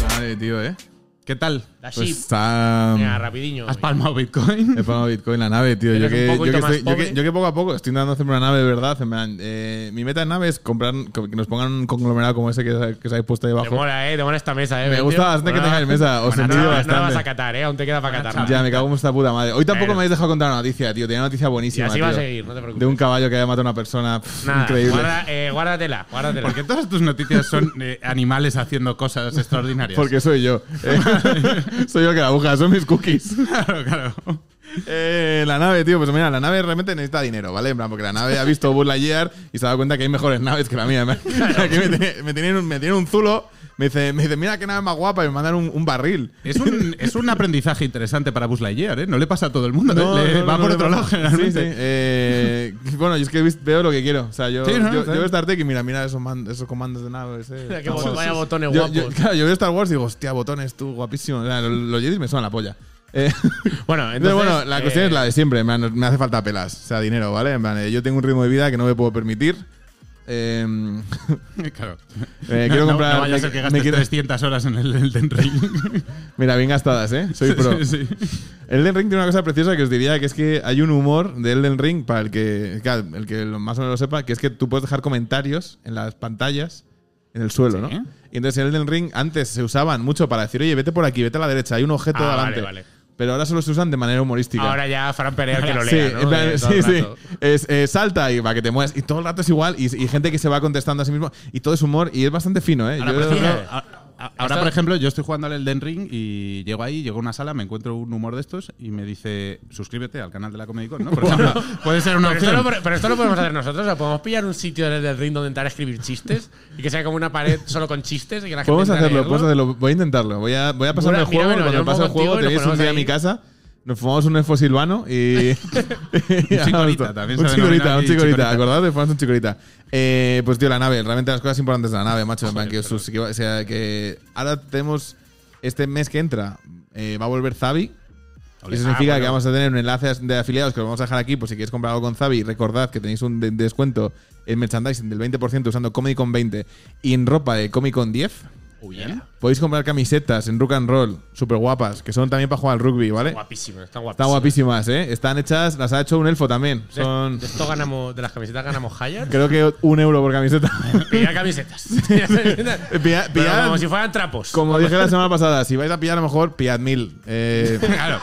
Speaker 4: Madre, tío, ¿eh? ¿Qué tal?
Speaker 3: La
Speaker 4: Pues
Speaker 3: ship.
Speaker 4: está...
Speaker 3: Venga, rapidiño.
Speaker 2: ¿Has palmado Bitcoin?
Speaker 4: He pagado Bitcoin la nave, tío. Yo
Speaker 3: Eres
Speaker 4: que,
Speaker 3: un
Speaker 4: yo,
Speaker 3: poquito
Speaker 4: que
Speaker 3: más
Speaker 4: estoy- yo que-
Speaker 3: pobre.
Speaker 4: yo que poco a poco estoy intentando hacerme una nave de verdad. en plan, eh, mi meta de nave es comprar que nos pongan un conglomerado como ese que, os- que os habéis puesto ahí
Speaker 3: Te
Speaker 4: abajo.
Speaker 3: mola, eh. Te mola esta mesa, eh.
Speaker 4: Me
Speaker 3: tío.
Speaker 4: gusta bastante que
Speaker 3: Bueno,
Speaker 4: tengáis mesa. Os
Speaker 3: bueno,
Speaker 4: envidio
Speaker 3: nada, nada vas a
Speaker 4: bastante.
Speaker 3: catar, eh. Aún te queda para catar.
Speaker 4: Ya, me cago en esta puta madre. Hoy tampoco
Speaker 3: Bueno.
Speaker 4: me habéis dejado contar una noticia, tío. Tenía una noticia
Speaker 3: y
Speaker 4: buenísima.
Speaker 3: así va a
Speaker 4: tío.
Speaker 3: seguir, no te preocupes.
Speaker 4: De un caballo que había matado a una persona. Pff,
Speaker 3: Nada,
Speaker 4: increíble.
Speaker 3: guarda- eh, guárdatela, guárdatela.
Speaker 2: Porque todas tus noticias son eh, animales haciendo cosas extraordinarias.
Speaker 4: Porque soy yo. Eh, soy yo el que la busca, son mis cookies.
Speaker 2: claro, claro.
Speaker 4: Eh, la nave, tío, pues mira, la nave realmente necesita dinero, ¿vale? En plan, porque la nave ha visto Buzz Lightyear y se ha dado cuenta que hay mejores naves que la mía. ¿verdad? Aquí me, tiene- me tienen, un- me tienen un zulo, me dice, me dice, mira qué nave más guapa, y me mandan un, un barril.
Speaker 2: Es un, es un aprendizaje interesante para Buzz Lightyear, ¿eh? No le pasa a todo el mundo. ¿eh? Le- va por
Speaker 4: le
Speaker 2: otro
Speaker 4: pasa.
Speaker 2: lado,
Speaker 4: Sí, sí.
Speaker 2: generalmente.
Speaker 4: Eh, bueno, yo es que vis- veo lo que quiero. O sea, yo,
Speaker 2: Sí, no, está
Speaker 4: yo, yo veo
Speaker 2: bien.
Speaker 4: Star Trek y mira, mira esos, man- esos comandos de naves. eh.
Speaker 3: Mira, qué
Speaker 4: Está
Speaker 3: bo-
Speaker 4: guapo.
Speaker 3: vaya botones
Speaker 4: Yo- yo-
Speaker 3: guapos.
Speaker 4: claro, yo veo Star Wars y digo, hostia, botones, tú, guapísimo. O sea, los, los Jedi me son la polla. Eh,
Speaker 3: Bueno,
Speaker 4: Entonces,
Speaker 3: entonces.
Speaker 4: bueno, la cuestión
Speaker 3: eh,
Speaker 4: es la de siempre. Me, me hace falta pelas, o sea, dinero, ¿vale? En plan, eh, yo tengo un ritmo de vida que no me puedo permitir. Eh,
Speaker 2: Claro.
Speaker 4: eh, quiero
Speaker 2: no,
Speaker 4: comprar.
Speaker 2: no vaya a
Speaker 4: me-
Speaker 2: ser que
Speaker 4: me
Speaker 2: gastes
Speaker 4: quiero-
Speaker 2: 300 horas en el Elden Ring.
Speaker 4: Mira, bien gastadas, ¿eh? Soy pro.
Speaker 2: Sí, sí.
Speaker 4: Elden Ring tiene una cosa preciosa que os diría, que es que hay un humor de Elden Ring, para el que, claro, el que lo- más o menos lo sepa, que es que tú puedes dejar comentarios en las pantallas, en el suelo,
Speaker 2: Sí.
Speaker 4: ¿no? Y entonces en Elden Ring antes se usaban mucho para decir, oye, vete por aquí, vete a la derecha, hay un objeto
Speaker 3: Ah, vale,
Speaker 4: delante.
Speaker 3: vale.
Speaker 4: Pero ahora solo se usan de manera humorística.
Speaker 3: Ahora ya Fran Perea que lo
Speaker 4: Sí,
Speaker 3: lea. ¿no?
Speaker 4: en plan,
Speaker 3: Eh, todo
Speaker 4: sí,
Speaker 3: el
Speaker 4: sí.
Speaker 3: rato.
Speaker 4: Es, eh, salta y para que te muevas. Y todo el rato es igual. Y, y gente que se va contestando a sí mismo. Y todo es humor. Y es bastante fino, ¿eh?
Speaker 2: Ahora,
Speaker 4: Yo-
Speaker 3: pues
Speaker 2: por ejemplo,
Speaker 4: no-
Speaker 2: a- a- ahora, por ejemplo, yo estoy jugando al Elden Ring y llego ahí, llego a una sala, me encuentro un humor de estos y me dice, suscríbete al canal de la Comedy Con, ¿no? Por ejemplo, puede ser una
Speaker 3: Pero esto,
Speaker 2: opción.
Speaker 3: lo, pero esto lo podemos hacer nosotros. ¿o podemos pillar un sitio en el del ring donde entrar a escribir chistes y que sea como una pared solo con chistes y que la gente
Speaker 4: podemos
Speaker 3: entre a
Speaker 4: hacerlo,
Speaker 3: leerlo?
Speaker 4: podemos hacerlo. Voy a intentarlo. Voy a, voy a pasarme
Speaker 3: Mira,
Speaker 4: el juego.
Speaker 3: míramelo, yo
Speaker 4: cuando
Speaker 3: me
Speaker 4: pase el
Speaker 3: pongo
Speaker 4: juego,
Speaker 3: contigo y lo
Speaker 4: tenéis un día
Speaker 3: ponemos
Speaker 4: a mi
Speaker 3: ahí.
Speaker 4: casa. Nos fumamos un efo silvano y. y
Speaker 2: Un chicorita,
Speaker 4: hablamos.
Speaker 2: también
Speaker 4: Un
Speaker 2: se denomina
Speaker 4: chicorita, un
Speaker 2: aquí
Speaker 4: chicorita.
Speaker 2: chicorita.
Speaker 4: ¿Acordaos de fumarse un chicorita? Eh, pues, tío, la nave. Realmente las cosas importantes de la nave, macho. en plan, que, os- que va- o sea, que ahora tenemos. Este mes que entra eh, va a volver Zavi. Y
Speaker 3: ah,
Speaker 4: Eso significa que vamos a tener un enlace de afiliados que os vamos a dejar aquí por si queréis comprar algo con Zavi. Recordad que tenéis un de- descuento en merchandising del 20% usando Comic Con 20 y en ropa de Comic Con 10. Podéis comprar camisetas en Rock and Roll, súper guapas, que son también para jugar al rugby, ¿vale?
Speaker 3: Guapísimo, está
Speaker 4: Están
Speaker 3: guapísimo.
Speaker 4: guapísimas, ¿eh? Están hechas, las ha hecho un elfo también.
Speaker 3: De-
Speaker 4: Son,
Speaker 3: De esto ganamos, de las camisetas ganamos Hayar.
Speaker 4: creo que un euro por camiseta.
Speaker 3: Pillar camisetas. Pero
Speaker 4: Pilla- pillad-
Speaker 3: como si fueran trapos.
Speaker 4: como dije la semana pasada, si vais a pillar, a lo mejor pillad mil. Eh,
Speaker 2: Claro.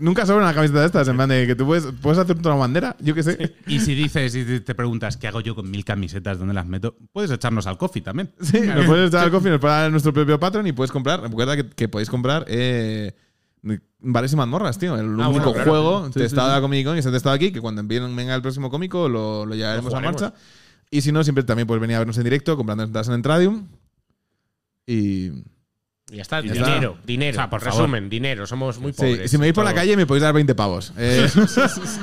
Speaker 4: nunca sobra una camiseta de estas, en plan de que tú puedes, puedes hacer una bandera, yo qué sé.
Speaker 2: Y si dices y te preguntas qué hago yo con mil camisetas, dónde las meto, puedes echarnos al coffee también.
Speaker 4: Sí, nos puedes echar al coffee, nos puedes dar nuestro propio Patreon y puedes comprar. Recuerda que, que podéis comprar eh, bares y mazmorras, tío. El único
Speaker 3: Ah, bueno, claro.
Speaker 4: juego testado de la Comic Con y se ha testado aquí, que cuando empiecen- venga el próximo cómico lo, lo llevaremos a
Speaker 3: jugaremos.
Speaker 4: marcha. Y si no, siempre también puedes venir a vernos en directo comprando entradas en Entradium. Y.
Speaker 3: Y ya está.
Speaker 2: Y ya está.
Speaker 3: dinero, dinero.
Speaker 2: O sea, por favor.
Speaker 3: Resumen, dinero. Somos muy
Speaker 4: Sí,
Speaker 3: pobres.
Speaker 4: si me vais por la
Speaker 3: Todo.
Speaker 4: calle me podéis dar 20 pavos. Eh,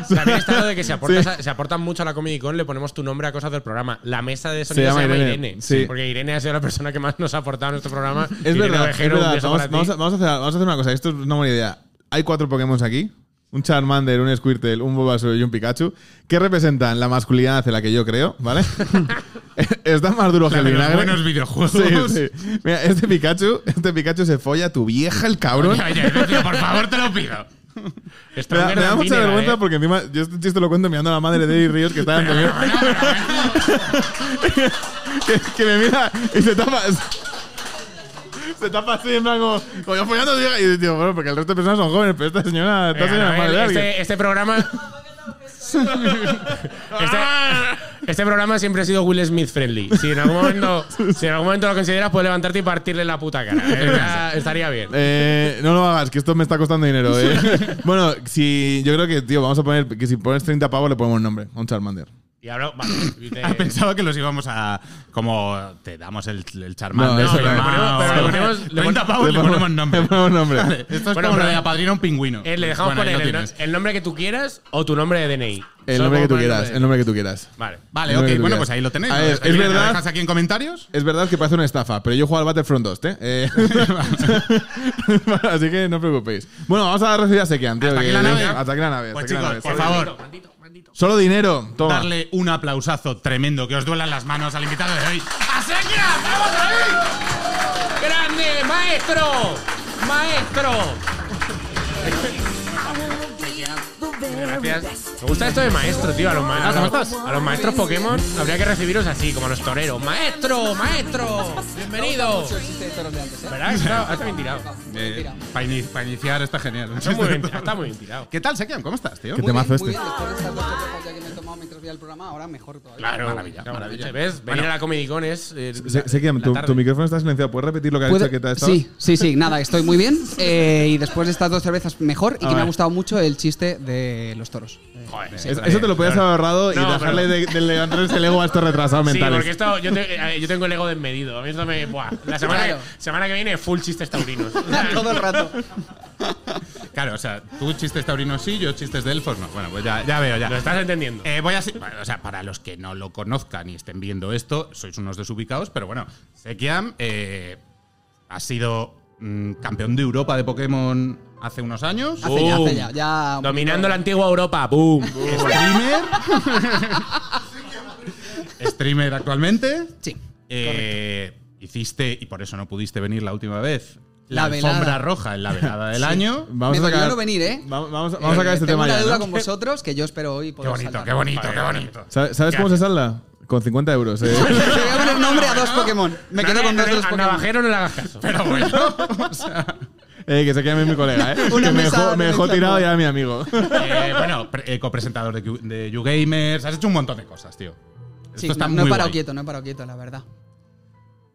Speaker 3: También está lo de que se, aporta-
Speaker 4: Sí.
Speaker 3: se aportan mucho a la Comic Con, le ponemos tu nombre a cosas del programa. La mesa de sonido se
Speaker 4: llama
Speaker 3: llama, Irene.
Speaker 4: Irene, sí.
Speaker 3: Porque Irene ha sido la persona que más nos ha aportado a nuestro programa.
Speaker 4: es
Speaker 3: Irene
Speaker 4: verdad, es
Speaker 3: Ovejero, un
Speaker 4: verdad.
Speaker 3: beso
Speaker 4: Vamos,
Speaker 3: para ti.
Speaker 4: vamos a, vamos a hacer, vamos a hacer una cosa. Esto es una buena idea. Hay cuatro Pokémon aquí. Un Charmander, un Squirtle, un Bulbasaur y un Pikachu. Que representan la masculinidad en la que yo creo, ¿vale? Está más duro que
Speaker 8: La
Speaker 4: el
Speaker 8: de los
Speaker 4: vinagre.
Speaker 8: buenos videojuegos.
Speaker 4: Sí, sí. Mira, este Pikachu, este Pikachu se folla a tu vieja, el cabrón.
Speaker 8: Oye, oye, Lucio, por favor, te lo pido.
Speaker 4: Me da, me da mucha
Speaker 3: ¿eh?
Speaker 4: vergüenza porque encima yo este chiste lo cuento mirando a la madre de Eddie Ríos que está delante mío. que, que me mira y se tapa. Se tapa así en plan como, como yo follando tío, y digo, bueno, porque el resto de personas son jóvenes, pero esta señora, esta
Speaker 3: Venga,
Speaker 4: señora es
Speaker 3: Noel,
Speaker 4: madre de alguien.
Speaker 3: este, este programa. este, este programa siempre ha sido Will Smith friendly. Si en algún momento, si en algún momento lo consideras, puedes levantarte y partirle la puta cara. Estaría- Estaría bien.
Speaker 4: Eh, no lo hagas, que esto me está costando dinero. eh. bueno, si yo creo que, tío, vamos a poner que si pones 30 pavos le ponemos nombre, un Charmander.
Speaker 3: Y ahora, vale,
Speaker 2: Eh,
Speaker 3: dice-
Speaker 2: Ah,
Speaker 4: Ah,
Speaker 2: Pensaba que los íbamos a. Como te damos el, el
Speaker 4: No,
Speaker 2: Charmander.
Speaker 4: eso
Speaker 2: el
Speaker 4: no.
Speaker 2: Mao,
Speaker 3: Pero le ponemos-
Speaker 2: el-
Speaker 3: le pon-
Speaker 2: 30 pavos le ponemos nombre.
Speaker 4: Le ponemos nombre.
Speaker 2: Esto es
Speaker 3: Bueno,
Speaker 2: como
Speaker 3: pero-
Speaker 2: lo de apadrina un pingüino.
Speaker 3: Eh, le dejamos
Speaker 2: Bueno, ahí
Speaker 3: poner
Speaker 2: lo
Speaker 3: el, no-
Speaker 2: tienes.
Speaker 3: el nombre que tú quieras o tu nombre de DNI.
Speaker 4: El
Speaker 3: Solo
Speaker 4: nombre que
Speaker 3: podemos
Speaker 4: tú
Speaker 3: poner
Speaker 4: quieras,
Speaker 3: el
Speaker 4: el nombre que tú quieras.
Speaker 3: Vale.
Speaker 2: Vale,
Speaker 4: No me
Speaker 2: ok.
Speaker 4: lo
Speaker 2: Bueno,
Speaker 4: digas.
Speaker 2: pues ahí lo tenéis.
Speaker 4: A
Speaker 2: ¿no?
Speaker 4: ver,
Speaker 2: Aquí
Speaker 4: es
Speaker 2: lo
Speaker 4: verdad. Eh,
Speaker 2: dejas aquí en comentarios?
Speaker 4: Es verdad que parece una estafa, pero yo juego al Battlefront 2, ¿eh? Eh, así que no os preocupéis. Bueno, vamos a recibir a Sekian, tío.
Speaker 2: Hasta aquí
Speaker 4: que-
Speaker 2: la nave.
Speaker 4: Hasta aquí la nave.
Speaker 2: Pues
Speaker 4: hasta aquí la
Speaker 2: chicos,
Speaker 4: nave.
Speaker 2: por favor,
Speaker 4: Solo dinero. Toma.
Speaker 2: darle un aplausazo tremendo, que os duelan las manos al invitado de hoy.
Speaker 3: ¡Asequia! ¡Vamos ahí! ¡Grande, maestro! ¡Maestro! Gracias. Me gusta esto de maestro, tío. A los, ma- a los- a los maestros Pokémon habría que recibiros así, como a los toreros. ¡Maestro! ¡Maestro! ¡Bienvenido! ¿Verdad? Está, está bien tirado.
Speaker 2: Eh, para, iniciar está genial.
Speaker 3: Está muy bien, está muy bien tirado.
Speaker 2: ¿Qué tal, Sekian? ¿Cómo estás, tío?
Speaker 4: ¿Qué temazo este?
Speaker 9: Muy bien, después de estas dos cervezas ya que me he tomado mientras veía el programa, ahora mejor todavía.
Speaker 3: Claro, maravilla. maravilla. ¿Ves? Venir a la Comedy Con es. eh,
Speaker 4: Se-
Speaker 3: la-
Speaker 4: este. Sekian,
Speaker 3: la
Speaker 4: tu,
Speaker 3: tarde.
Speaker 4: tu micrófono está silenciado. ¿Puedes repetir lo que has
Speaker 9: ¿Puedo-
Speaker 4: dicho que te ha estado?
Speaker 9: sí, sí, sí, nada, estoy muy bien. Eh, y después de estas dos cervezas, mejor. Y que me
Speaker 4: vale.
Speaker 9: ha gustado mucho el chiste de los toros. Eh,
Speaker 3: Joder,
Speaker 4: Es- eso te lo
Speaker 2: Eh,
Speaker 4: podías haber ahorrado y
Speaker 3: No,
Speaker 4: dejarle de, de levantarse el ego a estos retrasados
Speaker 3: Sí,
Speaker 4: mentales.
Speaker 3: porque esto, yo, te- a ver, yo tengo el ego desmedido. A mí esto me. Buah. La semana,
Speaker 9: Claro.
Speaker 3: que, semana que viene, full chistes taurinos.
Speaker 9: Todo el rato.
Speaker 2: Claro, o sea, tú chistes taurinos sí, yo chistes de elfos no. Bueno, pues ya, ya veo, ya.
Speaker 3: Lo estás entendiendo.
Speaker 2: Eh, voy a, se- bueno, o sea, para los que no lo conozcan y estén viendo esto, sois unos desubicados, pero bueno, Sekiam eh, ha sido mm, campeón de Europa de Pokémon hace unos años. Oh,
Speaker 9: Hace ya,
Speaker 3: Boom.
Speaker 9: hace ya. ya
Speaker 3: Dominando la antigua Europa. ¡Boom!
Speaker 2: streamer. streamer actualmente.
Speaker 9: Sí.
Speaker 2: Eh, hiciste, y por eso no pudiste venir la última vez, la,
Speaker 9: La
Speaker 2: alfombra
Speaker 9: velada.
Speaker 2: roja en la velada del año.
Speaker 4: Vamos
Speaker 9: me
Speaker 4: a sacar.
Speaker 9: dolió no venir, ¿eh?
Speaker 4: Vamos, vamos a- vamos a sacar
Speaker 9: Eh,
Speaker 4: este tema
Speaker 9: tengo una
Speaker 4: ya.
Speaker 9: duda
Speaker 4: ¿no?
Speaker 9: con vosotros que yo espero hoy poder saltar.
Speaker 2: bonito, qué bonito.
Speaker 4: ¿Sabes sabes cómo se salda? Con 50 euros. eh.
Speaker 9: Le voy a poner nombre a dos Pokémon. Me quedo con dos de los
Speaker 3: Al
Speaker 9: Pokémon.
Speaker 3: navajero no le hagas caso.
Speaker 2: Pero bueno,
Speaker 4: Eh, que se quede mi colega, ¿eh?
Speaker 9: Una
Speaker 4: Que me
Speaker 9: mesa
Speaker 4: dejó, me
Speaker 9: de
Speaker 4: dejó
Speaker 9: mezcla,
Speaker 4: tirado
Speaker 9: ¿no?
Speaker 4: ya mi amigo.
Speaker 2: eh, bueno, pre- eh, copresentador de, Q- de YouGamers, has hecho un montón de cosas, tío. Esto
Speaker 9: Sí,
Speaker 2: está
Speaker 9: no, no
Speaker 2: muy
Speaker 9: he parado
Speaker 2: guay.
Speaker 9: quieto, no he parado quieto, la verdad.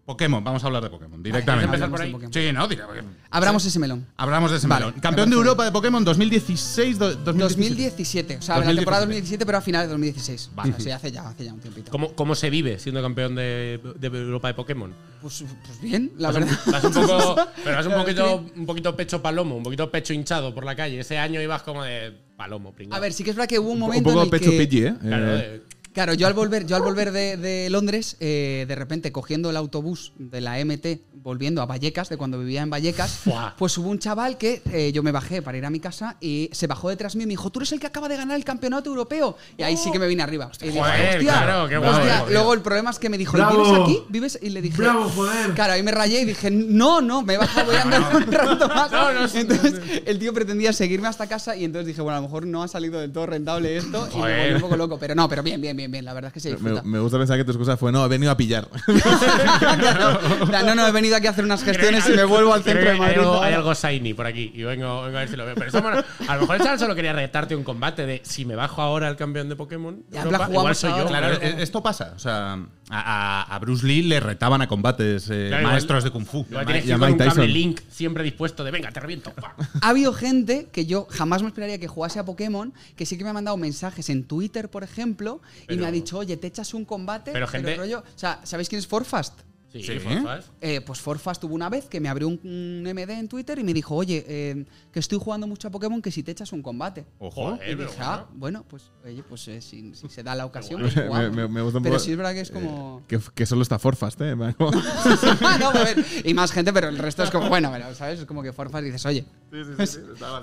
Speaker 2: Pokémon, vamos a hablar de Pokémon
Speaker 3: ¿Quieres
Speaker 2: directamente.
Speaker 3: empezar por ahí?
Speaker 9: Hablamos de
Speaker 2: Sí, no, directamente.
Speaker 9: Abramos ese melón.
Speaker 2: Hablamos de ese
Speaker 9: Vale,
Speaker 2: melón.
Speaker 9: me
Speaker 2: Campeón de
Speaker 9: parece
Speaker 2: Europa de Pokémon 2016 do- 2017.
Speaker 9: 2017, o sea, la temporada 2017, pero a finales de 2016.
Speaker 2: Vale.
Speaker 9: O sea, sí, hace ya, hace ya un tiempito.
Speaker 3: ¿Cómo, ¿Cómo se vive siendo campeón de, de Europa de Pokémon?
Speaker 9: Pues, pues bien, la
Speaker 3: Vas un,
Speaker 9: verdad.
Speaker 3: vas un poco, pero vas un
Speaker 9: La
Speaker 3: poquito,
Speaker 9: verdad
Speaker 3: un poquito pecho palomo, un poquito pecho hinchado por la calle. Ese año ibas como de palomo, pringado.
Speaker 9: A ver, sí que es verdad que hubo un
Speaker 4: Un
Speaker 9: momento
Speaker 4: poco
Speaker 9: en el
Speaker 4: pecho
Speaker 9: que,
Speaker 4: pidgey, ¿eh?
Speaker 3: Claro,
Speaker 4: Eh,
Speaker 3: de-
Speaker 9: Claro, yo al volver, yo al volver de, de Londres, eh, de repente cogiendo el autobús de la MT, volviendo a Vallecas, de cuando vivía en Vallecas,
Speaker 3: Buah.
Speaker 9: pues hubo un chaval que eh, yo me bajé para ir a mi casa y se bajó detrás mío y me dijo, tú eres el que acaba de ganar el campeonato europeo. Y ahí sí que me vine arriba. Y dije,
Speaker 3: joder, claro, qué guay,
Speaker 9: hostia".
Speaker 3: joder.
Speaker 9: Luego el problema es que me dijo,
Speaker 10: Bravo.
Speaker 9: ¿y vives aquí? ¿Vives? Y le dije,
Speaker 10: Bravo, joder.
Speaker 9: Claro, ahí me rayé y dije, no, no, me he bajado, voy a andar un rato más.
Speaker 3: No, no, sí,
Speaker 9: entonces el tío pretendía seguirme hasta casa y entonces dije, bueno, a lo mejor no ha salido del todo rentable esto y me volví
Speaker 3: Joder.
Speaker 9: un poco loco. Pero no, pero bien, bien, bien, bien. La verdad es que se
Speaker 4: Me,
Speaker 9: disfruta.
Speaker 4: me gusta pensar que tu excusa fue, no, he venido a pillar.
Speaker 9: no, no, no, he venido aquí a hacer unas gestiones y
Speaker 3: Creo que-
Speaker 9: me vuelvo al
Speaker 3: creo
Speaker 9: centro
Speaker 3: que
Speaker 9: de Madrid.
Speaker 3: Hay algo,
Speaker 9: ahora.
Speaker 3: hay algo shiny por aquí y vengo, vengo a ver si lo veo. Pero eso, bueno, a lo mejor el chaval solo quería retarte un combate de si me bajo ahora al campeón de Pokémon. de
Speaker 9: Ya, en
Speaker 3: Europa,
Speaker 9: plan,
Speaker 3: igual
Speaker 9: jugamos
Speaker 3: soy yo.
Speaker 9: ahora.
Speaker 2: Claro, eh, esto pasa. O sea, a, a- a Bruce Lee le retaban a combates eh,
Speaker 3: Claro,
Speaker 2: maestros
Speaker 3: igual-
Speaker 2: de Kung Fu.
Speaker 3: Igual tienes que
Speaker 4: Y a
Speaker 3: ir con un
Speaker 4: Mike
Speaker 3: cable
Speaker 4: Tyson.
Speaker 3: Link siempre dispuesto de venga, te reviento. pa".
Speaker 9: Ha habido gente que yo jamás me esperaría que jugase a Pokémon, que sí que me ha mandado mensajes en Twitter, por ejemplo, y me ha dicho, oye, te echas un combate,
Speaker 3: Pero
Speaker 9: pero,
Speaker 3: gente-
Speaker 9: rollo. O sea, ¿sabéis quién es Forfast?
Speaker 3: Sí,
Speaker 2: Sí.
Speaker 3: forzas.
Speaker 9: Eh, pues Forfast tuvo una vez que me abrió un, un MD en Twitter y me dijo, oye, eh, que estoy jugando mucho a Pokémon, que si te echas un combate.
Speaker 2: Ojo. eh,
Speaker 4: Eh,
Speaker 3: Joder,
Speaker 9: y
Speaker 3: pero
Speaker 9: dije, ah,
Speaker 3: bueno.
Speaker 9: bueno, pues, oye, pues eh, si, si se da la ocasión,
Speaker 4: Me-
Speaker 9: pues jugamos.
Speaker 4: me- me gusta un
Speaker 9: Pero
Speaker 4: poco, eh,
Speaker 9: sí es verdad que es como...
Speaker 4: Que, que solo está Forfast, ¿eh? Como-
Speaker 9: no, a ver, y más gente, pero el resto es como, bueno, pero, ¿sabes? Es como que Forfast dices, oye,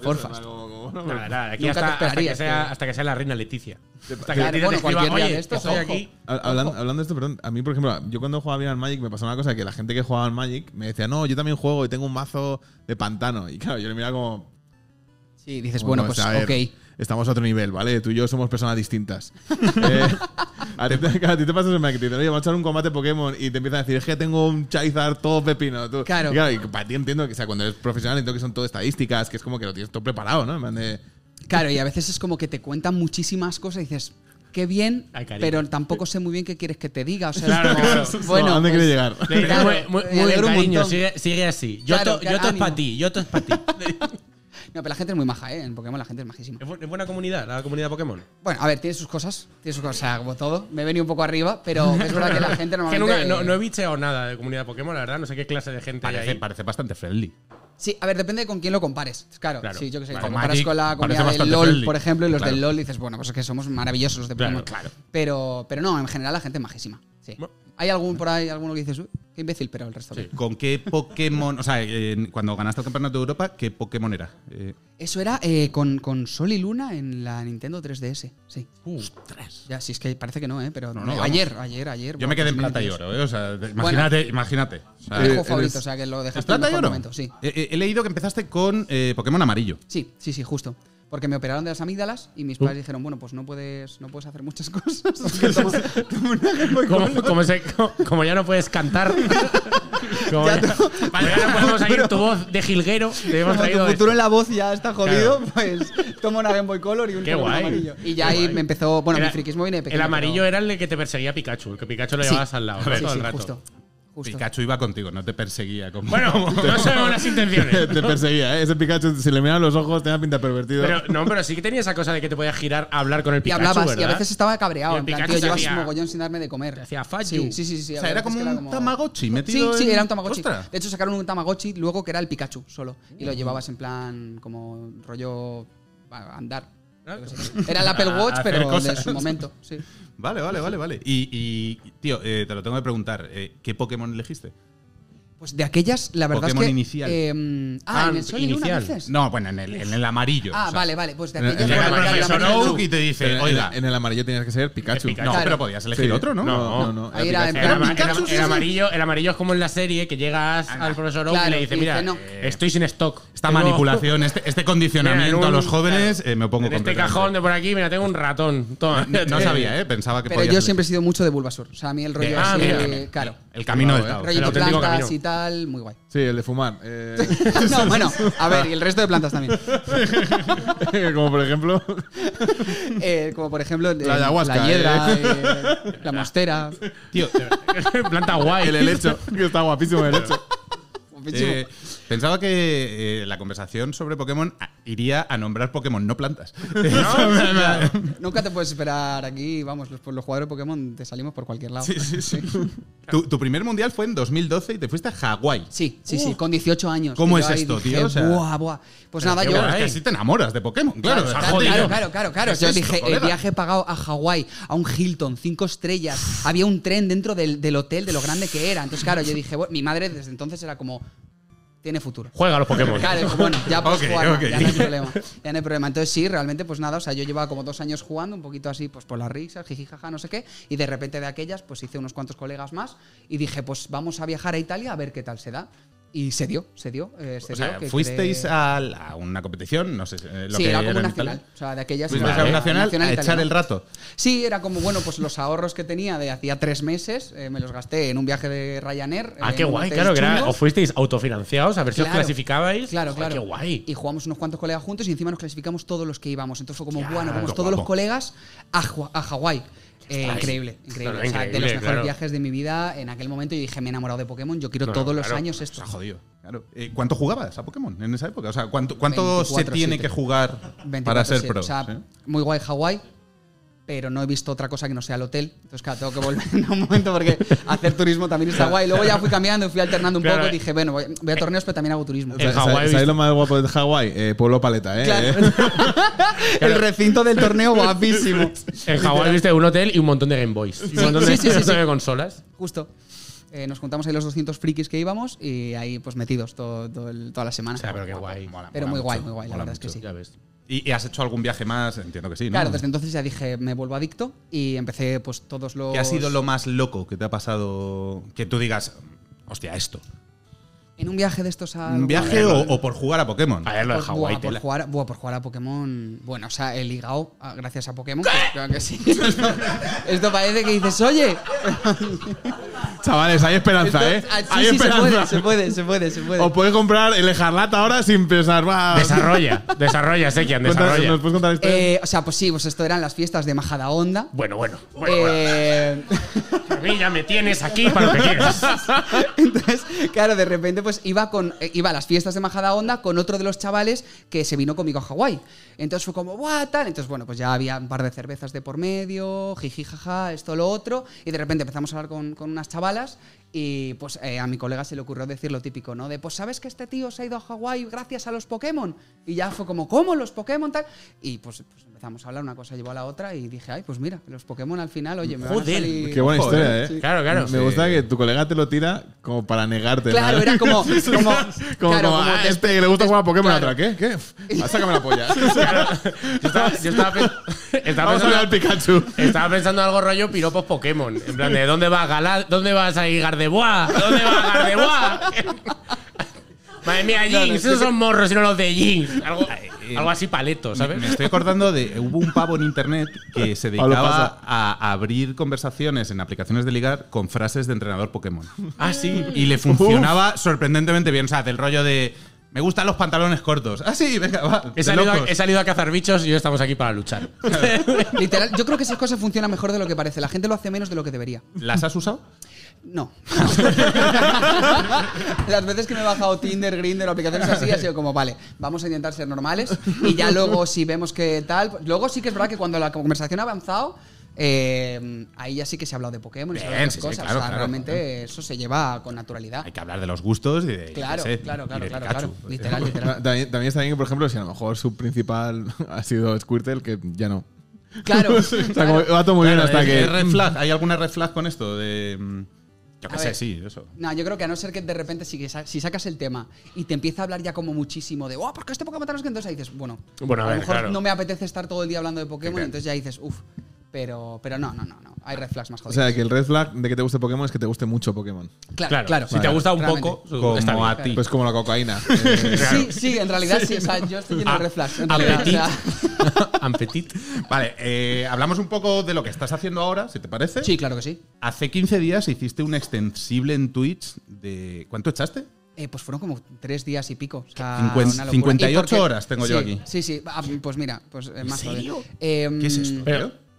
Speaker 9: Forfast.
Speaker 3: Nada, nada. Aquí
Speaker 9: Nunca te
Speaker 3: hasta, hasta que
Speaker 9: esperarías
Speaker 3: sea,
Speaker 9: que-
Speaker 3: hasta que sea la reina Leticia. Hasta que
Speaker 9: Claro,
Speaker 3: Leticia
Speaker 9: bueno,
Speaker 3: te escriba,
Speaker 9: cualquier día
Speaker 3: oye,
Speaker 9: de estos,
Speaker 3: estoy
Speaker 9: ojo".
Speaker 3: aquí.
Speaker 4: Ha- Hablando, hablando de esto, perdón, a mí, por ejemplo, yo cuando jugaba bien al Magic me pasaba una cosa que la gente que jugaba al Magic me decía, no, yo también juego y tengo un mazo de pantano. Y claro, yo le miraba como.
Speaker 9: sí, dices,
Speaker 4: como,
Speaker 9: bueno, pues
Speaker 4: a ver,
Speaker 9: ok.
Speaker 4: Estamos a otro nivel, ¿vale? Tú y yo somos personas distintas. Eh, a, ti te, a ti te pasa eso, que te dicen, oye, vamos a echar un combate Pokémon y te empiezan a decir, es que tengo un Charizard todo pepino. tú".
Speaker 9: Claro.
Speaker 4: Y y para ti entiendo que, o sea, cuando eres profesional, entiendo que son todo estadísticas, que es como que lo tienes todo preparado, ¿no? En plan de,
Speaker 9: Claro, y a veces es como que te cuentan muchísimas cosas y dices, qué bien,
Speaker 3: Ay, cariño.
Speaker 9: pero tampoco sé muy bien qué quieres que te diga. O sea, es
Speaker 3: Claro,
Speaker 9: como,
Speaker 3: claro.
Speaker 9: bueno,
Speaker 4: ¿A dónde
Speaker 9: pues,
Speaker 4: quiere llegar?
Speaker 3: Le dije,
Speaker 9: Claro,
Speaker 3: muy- muy
Speaker 9: me
Speaker 3: muy bien,
Speaker 9: alegro un
Speaker 3: cariño,
Speaker 9: montón.
Speaker 3: sigue, sigue así. Yo
Speaker 9: Claro,
Speaker 3: to- yo to es
Speaker 9: ánimo.
Speaker 3: para ti, yo to es para ti.
Speaker 9: No, pero la gente es muy maja, ¿eh? En Pokémon la gente es majísima.
Speaker 3: ¿Es bu- es buena comunidad, la comunidad Pokémon?
Speaker 9: Bueno, a ver, tiene sus cosas, tiene sus cosas, o sea, como todo. Me he venido un poco arriba, pero es verdad que la gente
Speaker 3: Que nunca-
Speaker 9: normalmente...
Speaker 3: no, no he bicheado nada de comunidad Pokémon, la verdad. No sé qué clase de gente hay
Speaker 2: Parece,
Speaker 3: ahí.
Speaker 2: parece bastante friendly.
Speaker 9: Sí, a ver, depende de con quién lo compares. Claro,
Speaker 3: Claro.
Speaker 9: sí, yo que sé,
Speaker 3: Vale,
Speaker 9: comparas
Speaker 2: Magic
Speaker 9: con la
Speaker 2: parece
Speaker 9: comunidad del
Speaker 2: bastante
Speaker 9: LOL,
Speaker 2: friendly.
Speaker 9: por ejemplo, y los
Speaker 2: Claro.
Speaker 9: del LOL dices, bueno, pues es que somos maravillosos los de Pokémon.
Speaker 3: Claro, claro.
Speaker 9: Pero, pero no, en general la gente es majísima. Sí.
Speaker 3: Bueno.
Speaker 9: Hay algún por ahí, alguno que dices, "Uy, qué imbécil, pero el resto bien.
Speaker 2: ¿Con qué Pokémon? O sea, en- cuando ganaste el campeonato de Europa, ¿qué Pokémon era? Eh,
Speaker 9: Eso era eh, con, con Sol y Luna en la Nintendo 3DS. Sí. Ya, sí, es que parece que no, ¿eh? Pero
Speaker 2: No, no,
Speaker 9: eh,
Speaker 2: vamos.
Speaker 9: ayer, ayer, ayer. pues
Speaker 2: yo me quedé en plata y oro, ¿eh? O sea, te- imagínate, imagínate. O sea,
Speaker 9: Mi juego
Speaker 2: eh,
Speaker 9: favorito,
Speaker 2: eres-
Speaker 9: o sea, que lo dejaste
Speaker 2: ¿Es
Speaker 9: en el
Speaker 2: plata y
Speaker 9: mejor
Speaker 2: oro?
Speaker 9: momento, sí.
Speaker 2: Eh, eh, He, leído que empezaste con eh, Pokémon amarillo.
Speaker 9: Sí, sí, sí, justo. Porque me operaron de las amígdalas y mis padres dijeron, bueno, pues no puedes, no puedes hacer muchas cosas.
Speaker 3: Como, como se- como- como ya no puedes cantar. como ya, vale, ya no podemos seguir tu voz de jilguero. Te hemos
Speaker 9: Como tu
Speaker 3: traído. esto.
Speaker 9: futuro en la voz ya está jodido, pues toma una Game Boy Color y un
Speaker 3: Qué
Speaker 9: Pokémon
Speaker 3: guay.
Speaker 9: amarillo. Y ya
Speaker 3: Qué
Speaker 9: ahí
Speaker 3: guay.
Speaker 9: me empezó. Bueno, mi
Speaker 3: Era-
Speaker 9: friquismo viene de pequeño.
Speaker 3: El amarillo era el que te perseguía Pikachu, el que Pikachu lo
Speaker 9: Sí.
Speaker 3: llevabas al lado.
Speaker 9: Sí,
Speaker 3: todo
Speaker 9: sí,
Speaker 3: el rato.
Speaker 9: justo. justo.
Speaker 2: Pikachu iba contigo, no te perseguía. como-
Speaker 3: Bueno, no sabemos las intenciones.
Speaker 4: te perseguía, ¿eh? Ese Pikachu, si le miran los ojos, tenía pinta de pervertido.
Speaker 3: Pero, no, pero sí que tenía esa cosa de que te podías girar a hablar con el
Speaker 9: Y
Speaker 3: Pikachu.
Speaker 9: hablabas, y a
Speaker 3: ¿verdad?
Speaker 9: veces estaba cabreado.
Speaker 3: Y el
Speaker 9: En plan,
Speaker 3: Pikachu
Speaker 9: tío,
Speaker 3: te
Speaker 9: llevas
Speaker 3: hacía-
Speaker 9: un mogollón sin darme de comer.
Speaker 3: te hacía fuck you.
Speaker 9: sí, sí, sí, sí.
Speaker 2: o sea,
Speaker 9: a ver,
Speaker 2: era
Speaker 9: es que
Speaker 2: como un Tamagotchi
Speaker 9: Sí,
Speaker 2: metido.
Speaker 9: sí,
Speaker 2: en-
Speaker 9: era un Tamagotchi.
Speaker 2: Ostras.
Speaker 9: De hecho, sacaron un Tamagotchi luego que era el Pikachu solo. Y
Speaker 2: Mm.
Speaker 9: lo llevabas en plan como rollo a- andar. Yo qué sé. Era el Apple
Speaker 2: A- a
Speaker 9: Watch,
Speaker 2: hacer
Speaker 9: pero de
Speaker 2: cosas.
Speaker 9: su momento. Sí.
Speaker 2: Vale, vale, vale, vale. Y, y, tío, eh, te lo tengo que preguntar. eh, ¿Qué Pokémon elegiste?
Speaker 9: Pues de aquellas, la verdad
Speaker 2: Pokémon
Speaker 9: es que.
Speaker 2: inicial.
Speaker 9: eh, ah,
Speaker 3: Ah,
Speaker 9: en el Sol y Luna
Speaker 3: inicial.
Speaker 9: dices.
Speaker 2: No, bueno, en el, en el amarillo.
Speaker 9: Ah,
Speaker 2: o sea,
Speaker 9: vale, vale. Pues de
Speaker 4: En el-
Speaker 9: aquellas.
Speaker 4: en el
Speaker 9: bueno,
Speaker 3: amarillo
Speaker 9: claro,
Speaker 3: sonó
Speaker 9: la
Speaker 3: Pikachu.
Speaker 2: Oak y te dice,
Speaker 4: Pero en-
Speaker 2: oiga.
Speaker 4: en, el amarillo tenías que ser Pikachu.
Speaker 3: Pikachu.
Speaker 2: no,
Speaker 9: claro.
Speaker 2: pero podías elegir
Speaker 4: Sí.
Speaker 2: otro, ¿no?
Speaker 3: No.
Speaker 4: No, no,
Speaker 9: Ahí
Speaker 4: era
Speaker 9: era
Speaker 4: Pikachu.
Speaker 9: en
Speaker 3: Era-
Speaker 9: plan-
Speaker 3: era-
Speaker 2: Pikachu, sí,
Speaker 3: el
Speaker 2: sí.
Speaker 3: amarillo, el amarillo es como en la serie que llegas al profesor Oak y
Speaker 9: Claro,
Speaker 3: le dice,
Speaker 9: y
Speaker 3: mira,
Speaker 9: dice, no.
Speaker 3: eh, estoy sin stock.
Speaker 2: Esta
Speaker 3: Tengo-
Speaker 2: manipulación, este, este
Speaker 3: Mira, en
Speaker 2: condicionamiento
Speaker 3: un-
Speaker 2: a los jóvenes, eh, me opongo
Speaker 3: En este
Speaker 2: completamente.
Speaker 3: cajón de por aquí, mira, tengo un ratón. Toma,
Speaker 2: No, no sabía, ¿eh? Pensaba que
Speaker 9: Pero
Speaker 2: podía
Speaker 9: yo
Speaker 2: ser.
Speaker 9: siempre he sido mucho de Bulbasur. O sea, a mí el rollo
Speaker 3: Ah,
Speaker 9: así.
Speaker 3: mira,
Speaker 9: eh,
Speaker 3: mira.
Speaker 9: claro.
Speaker 2: El camino del
Speaker 4: Bravo, ¿eh?
Speaker 2: Tao.
Speaker 9: Rollo
Speaker 3: El
Speaker 9: de
Speaker 3: auténtico
Speaker 9: plantas
Speaker 3: camino.
Speaker 9: y tal, muy guay.
Speaker 4: Sí, el de fumar. Eh,
Speaker 9: No, bueno, a ver, y el resto de plantas también.
Speaker 4: como por ejemplo.
Speaker 9: Eh, como por ejemplo el-
Speaker 4: La ayahuasca,
Speaker 9: la hiedra,
Speaker 4: eh.
Speaker 9: eh, la mostera.
Speaker 2: Tío,
Speaker 3: Planta guay.
Speaker 4: El helecho, que está guapísimo el helecho.
Speaker 2: eh, pensaba que eh, la conversación sobre Pokémon ah, iría a nombrar Pokémon, no plantas.
Speaker 9: Nunca te puedes esperar aquí, vamos, los, los jugadores de Pokémon te salimos por cualquier lado. Sí, sí, sí.
Speaker 2: tu, tu primer mundial fue en 2012 y te fuiste a Hawái.
Speaker 9: Sí, sí, con 18 años.
Speaker 2: ¿Cómo
Speaker 9: que
Speaker 2: es
Speaker 9: yo ahí
Speaker 2: esto,
Speaker 9: dije,
Speaker 2: tío? O sea-
Speaker 9: buah, buah. Pues nada, yo.
Speaker 2: Pero es que así te enamoras de Pokémon, claro.
Speaker 9: Claro,
Speaker 2: o sea,
Speaker 9: claro,
Speaker 2: jodido.
Speaker 9: claro, claro, claro, claro.
Speaker 2: ¿Qué es
Speaker 9: Yo
Speaker 2: esto,
Speaker 9: dije, el
Speaker 2: colega?
Speaker 9: viaje pagado a Hawái, a un Hilton, cinco estrellas. Había un tren dentro del, del hotel, de lo grande que era. Entonces, claro, yo dije, bueno, mi madre desde entonces era como, tiene futuro.
Speaker 3: Juega a los Pokémon.
Speaker 9: Claro, dijo, bueno, ya puedes
Speaker 2: Ok,
Speaker 9: jugar, ¿no?
Speaker 2: ok.
Speaker 9: ya no hay problema. Ya no hay problema. Entonces sí, realmente, pues nada, o sea, yo llevaba como dos años jugando, un poquito así, pues por las risas, jijijaja, no sé qué, y de repente de aquellas, pues hice unos cuantos colegas más y dije, pues vamos a viajar a Italia a ver qué tal se da. Y se dio, se dio, eh, se
Speaker 2: O sea,
Speaker 9: dio. que
Speaker 2: fuisteis
Speaker 9: quedé-
Speaker 2: a, la- a una competición, no sé, eh, lo
Speaker 9: sí,
Speaker 2: que
Speaker 9: era como
Speaker 2: en
Speaker 9: una final.
Speaker 2: Italia.
Speaker 9: O sea, de aquellas.
Speaker 2: Fuisteis
Speaker 9: era
Speaker 2: a un nacional, a echar
Speaker 9: italiano.
Speaker 2: el rato.
Speaker 9: Sí, era como, bueno, pues los ahorros que tenía de hacía tres meses, eh, me los gasté en un viaje de Ryanair. eh,
Speaker 3: Ah,
Speaker 9: en
Speaker 3: qué
Speaker 9: un
Speaker 3: guay,
Speaker 9: hotel
Speaker 3: claro, que era,
Speaker 9: chungo.
Speaker 3: os fuisteis autofinanciados, a ver si os
Speaker 9: Claro.
Speaker 3: clasificabais.
Speaker 9: Claro,
Speaker 3: Joder,
Speaker 9: claro.
Speaker 3: Qué guay.
Speaker 9: Y jugamos unos cuantos colegas juntos y encima nos clasificamos todos los que íbamos. Entonces fue como, bueno, vamos
Speaker 2: qué
Speaker 9: todos los
Speaker 2: guapo.
Speaker 9: colegas a, Ju- a Hawái. Eh, increíble, increíble.
Speaker 3: No, no,
Speaker 9: O sea, de
Speaker 3: increíble,
Speaker 9: los mejores
Speaker 3: claro.
Speaker 9: viajes de mi vida. En aquel momento yo dije, me he enamorado de Pokémon, yo quiero
Speaker 3: No,
Speaker 9: todos los
Speaker 3: claro.
Speaker 9: años
Speaker 2: Se
Speaker 9: esto.
Speaker 2: ha jodido. Claro. Eh, ¿Cuánto jugabas a Pokémon en esa época? O sea, ¿cuánto, cuánto se
Speaker 9: 24/7.
Speaker 2: tiene que jugar
Speaker 9: 24/7.
Speaker 2: para ser pro?
Speaker 9: O sea,
Speaker 2: ¿Sí?
Speaker 9: muy guay Hawái. pero no he visto otra cosa que no sea el hotel. Entonces, claro, tengo que volver en un momento porque hacer turismo también está guay. Luego ya fui cambiando, fui alternando un
Speaker 3: Claro,
Speaker 9: poco.
Speaker 3: eh.
Speaker 9: Dije, bueno, voy, voy a torneos, pero también hago turismo.
Speaker 3: En Hawái
Speaker 4: ¿Sabéis
Speaker 3: viste-
Speaker 4: lo más guapo de Hawái? Eh, pueblo Paleta, ¿eh?
Speaker 9: Claro. el recinto del torneo guapísimo.
Speaker 3: En Hawái viste un hotel y un montón de Game Boys. Y un montón de,
Speaker 9: sí, sí, sí,
Speaker 3: un montón
Speaker 9: sí.
Speaker 3: de consolas.
Speaker 9: Justo. Eh, nos juntamos ahí los 200 frikis que íbamos y ahí pues metidos todo, todo el- toda la semana.
Speaker 3: O sea, pero qué guay.
Speaker 2: Mola,
Speaker 9: Pero
Speaker 2: mola
Speaker 9: muy
Speaker 2: mucho,
Speaker 9: guay, muy guay, la
Speaker 2: mola
Speaker 9: verdad es que
Speaker 2: mucho.
Speaker 9: sí.
Speaker 3: Ya ves.
Speaker 2: ¿Y, y has hecho algún viaje más? Entiendo que sí, ¿no?
Speaker 9: Claro, desde entonces ya dije, me vuelvo adicto y empecé pues todos los...
Speaker 2: ¿Qué ha sido lo más loco que te ha pasado? Que tú digas, hostia, esto.
Speaker 9: En un viaje de estos a...
Speaker 2: ¿Un viaje o, o por jugar a Pokémon?
Speaker 3: A ver, lo de
Speaker 9: Por, buah,
Speaker 3: Hawái.
Speaker 9: por
Speaker 3: tela.
Speaker 9: jugar, buah, por jugar a Pokémon. Bueno, o sea, he ligado ah, gracias a Pokémon. pues claro que sí. Esto parece que dices, oye.
Speaker 4: Chavales, hay esperanza,
Speaker 9: esto-
Speaker 4: ¿eh?
Speaker 9: ah, sí,
Speaker 4: hay
Speaker 9: sí, se
Speaker 4: esperanza.
Speaker 9: puede, se puede, se puede, se puede.
Speaker 4: Os podéis comprar el Escarlata ahora sin pensar. va.
Speaker 9: pues,
Speaker 3: Desarrolla, desarrolla, Sekian,
Speaker 4: Cuéntanos,
Speaker 3: desarrolla.
Speaker 4: ¿Nos puedes contar esto?
Speaker 9: Eh, o sea, pues sí, pues esto eran las fiestas de Majada Onda.
Speaker 3: Bueno, bueno, bueno, bueno.
Speaker 9: Eh,
Speaker 3: A mí ya me tienes aquí para lo que quieras.
Speaker 9: Entonces, claro, de repente pues iba con eh, iba a las fiestas de Majada Onda con otro de los chavales que se vino conmigo a Hawái. Entonces fue como, ¡guau! Tal. Entonces, bueno, pues ya había un par de cervezas de por medio, jiji, jaja, esto, lo otro. Y de repente empezamos a hablar con, con unas chavalas y pues eh, a mi colega se le ocurrió decir lo típico, ¿no? De, pues sabes que este tío se ha ido a Hawái gracias a los Pokémon. Y ya fue como, ¿cómo los Pokémon? Tal. Y pues, pues, empezamos a hablar, una cosa llevó a la otra y dije, ay, pues mira, los Pokémon al final, oye, me van a
Speaker 3: Joder,
Speaker 9: salir-
Speaker 4: Qué buena
Speaker 2: Joder,
Speaker 4: historia, ¿eh?
Speaker 9: sí.
Speaker 3: Claro, claro.
Speaker 4: Me gusta que tu colega te lo tira como para negarte.
Speaker 9: Claro,
Speaker 4: ¿no?
Speaker 9: era como-
Speaker 4: Sí, sí,
Speaker 9: como-
Speaker 4: sí. como,
Speaker 9: claro,
Speaker 4: como,
Speaker 9: como
Speaker 4: ah,
Speaker 9: des-
Speaker 4: este que le gusta jugar a Pokémon
Speaker 9: claro.
Speaker 4: atrás. ¿Qué? ¿Qué? F- ah, Sácame la polla.
Speaker 3: Yo estaba, yo estaba pe- estaba
Speaker 4: Vamos a ver al
Speaker 3: pensando,
Speaker 4: Pikachu.
Speaker 3: estaba pensando algo rollo piropos Pokémon. En plan, ¿de dónde va Galad? ¿Dónde vas a ir Gardevoir? ¿Dónde va Gardevoir? Madre mía, Jinx, esos son morros y no los de Jinx. Algo, algo así paleto,
Speaker 2: eh, Me- Me
Speaker 3: ¿sabes?
Speaker 2: estoy acordando de. Hubo un pavo en internet que se
Speaker 4: Pablo
Speaker 2: dedicaba
Speaker 4: Pasa.
Speaker 2: a abrir conversaciones en aplicaciones de ligar con frases de entrenador Pokémon.
Speaker 3: Ah, sí.
Speaker 2: Y le funcionaba sorprendentemente bien. O sea, del rollo de. Me gustan los pantalones cortos. Ah, sí, venga, va. de
Speaker 3: He salido, a,
Speaker 2: locos.
Speaker 3: he salido a cazar bichos y hoy estamos aquí para luchar.
Speaker 9: Literal, yo creo que esas cosas funcionan mejor de lo que parece. La gente lo hace menos de lo que debería.
Speaker 2: ¿Las has usado?
Speaker 9: No. Las veces que me he bajado Tinder, Grindr o aplicaciones así, ha sido como, vale, vamos a intentar ser normales y ya luego si vemos que tal... Luego sí que es verdad que cuando la conversación ha avanzado, eh, ahí ya sí que se ha hablado de Pokémon y se ha hablado de
Speaker 2: Bien,
Speaker 9: otras
Speaker 2: sí, sí,
Speaker 9: cosas.
Speaker 2: claro,
Speaker 9: O sea,
Speaker 2: claro.
Speaker 9: realmente eso se lleva con naturalidad.
Speaker 2: Hay que hablar de los gustos y de. yo
Speaker 9: Claro,
Speaker 2: qué sé,
Speaker 9: claro,
Speaker 2: y
Speaker 9: claro,
Speaker 2: de
Speaker 9: claro,
Speaker 2: Pikachu.
Speaker 9: claro. Literal, literal.
Speaker 4: También, también está bien que, por ejemplo, si a lo mejor su principal ha sido Squirtle, que ya no.
Speaker 9: Claro.
Speaker 4: o sea, como va todo muy bien hasta
Speaker 2: ¿Hay- ¿eh? hay
Speaker 4: que.
Speaker 2: red flag? ¿Hay alguna red flag con esto? De, mm, yo
Speaker 9: A
Speaker 2: qué sé,
Speaker 9: ver.
Speaker 2: sí, eso.
Speaker 9: No, yo creo que a no ser que de repente si, sa- si sacas el tema y te empieza a hablar ya como muchísimo de, oh, porque este Pokémon tal, no sé qué", entonces ahí dices, bueno,
Speaker 3: Bueno, a
Speaker 9: lo
Speaker 3: ver,
Speaker 9: mejor
Speaker 3: claro.
Speaker 9: no me apetece estar todo el día hablando de Pokémon, entonces ya dices, uff, pero, pero no, no, no, no, hay red flags más
Speaker 4: O
Speaker 9: jodidas.
Speaker 4: sea, que el red flag de que te guste Pokémon es que te guste mucho Pokémon.
Speaker 9: claro,
Speaker 3: Claro,
Speaker 9: claro,
Speaker 3: si te gusta un
Speaker 9: claramente.
Speaker 3: poco, su-
Speaker 2: Como
Speaker 3: está bien.
Speaker 2: a ti.
Speaker 4: Pues como la cocaína. Eh,
Speaker 9: Sí, sí, en realidad sí, o sea, yo estoy lleno de red flags. En
Speaker 3: Ah, A-
Speaker 9: realidad, o
Speaker 3: apetit.
Speaker 9: sea,
Speaker 3: Ampetit.
Speaker 2: Vale, eh, hablamos un poco de lo que estás haciendo ahora, si te parece.
Speaker 9: sí, claro que sí.
Speaker 2: Hace 15 días hiciste un extensible en Twitch de. ¿Cuánto echaste?
Speaker 9: Eh, pues fueron como tres días y pico. O sea,
Speaker 2: Cincuenta-
Speaker 9: una locura.
Speaker 2: 58
Speaker 9: Y porque-
Speaker 2: horas tengo yo
Speaker 9: sí,
Speaker 2: aquí.
Speaker 9: Sí, sí, ah, pues mira, pues eh, más todavía.
Speaker 2: serio?
Speaker 9: Eh,
Speaker 2: ¿Qué es esto?
Speaker 3: Pero-
Speaker 2: tío?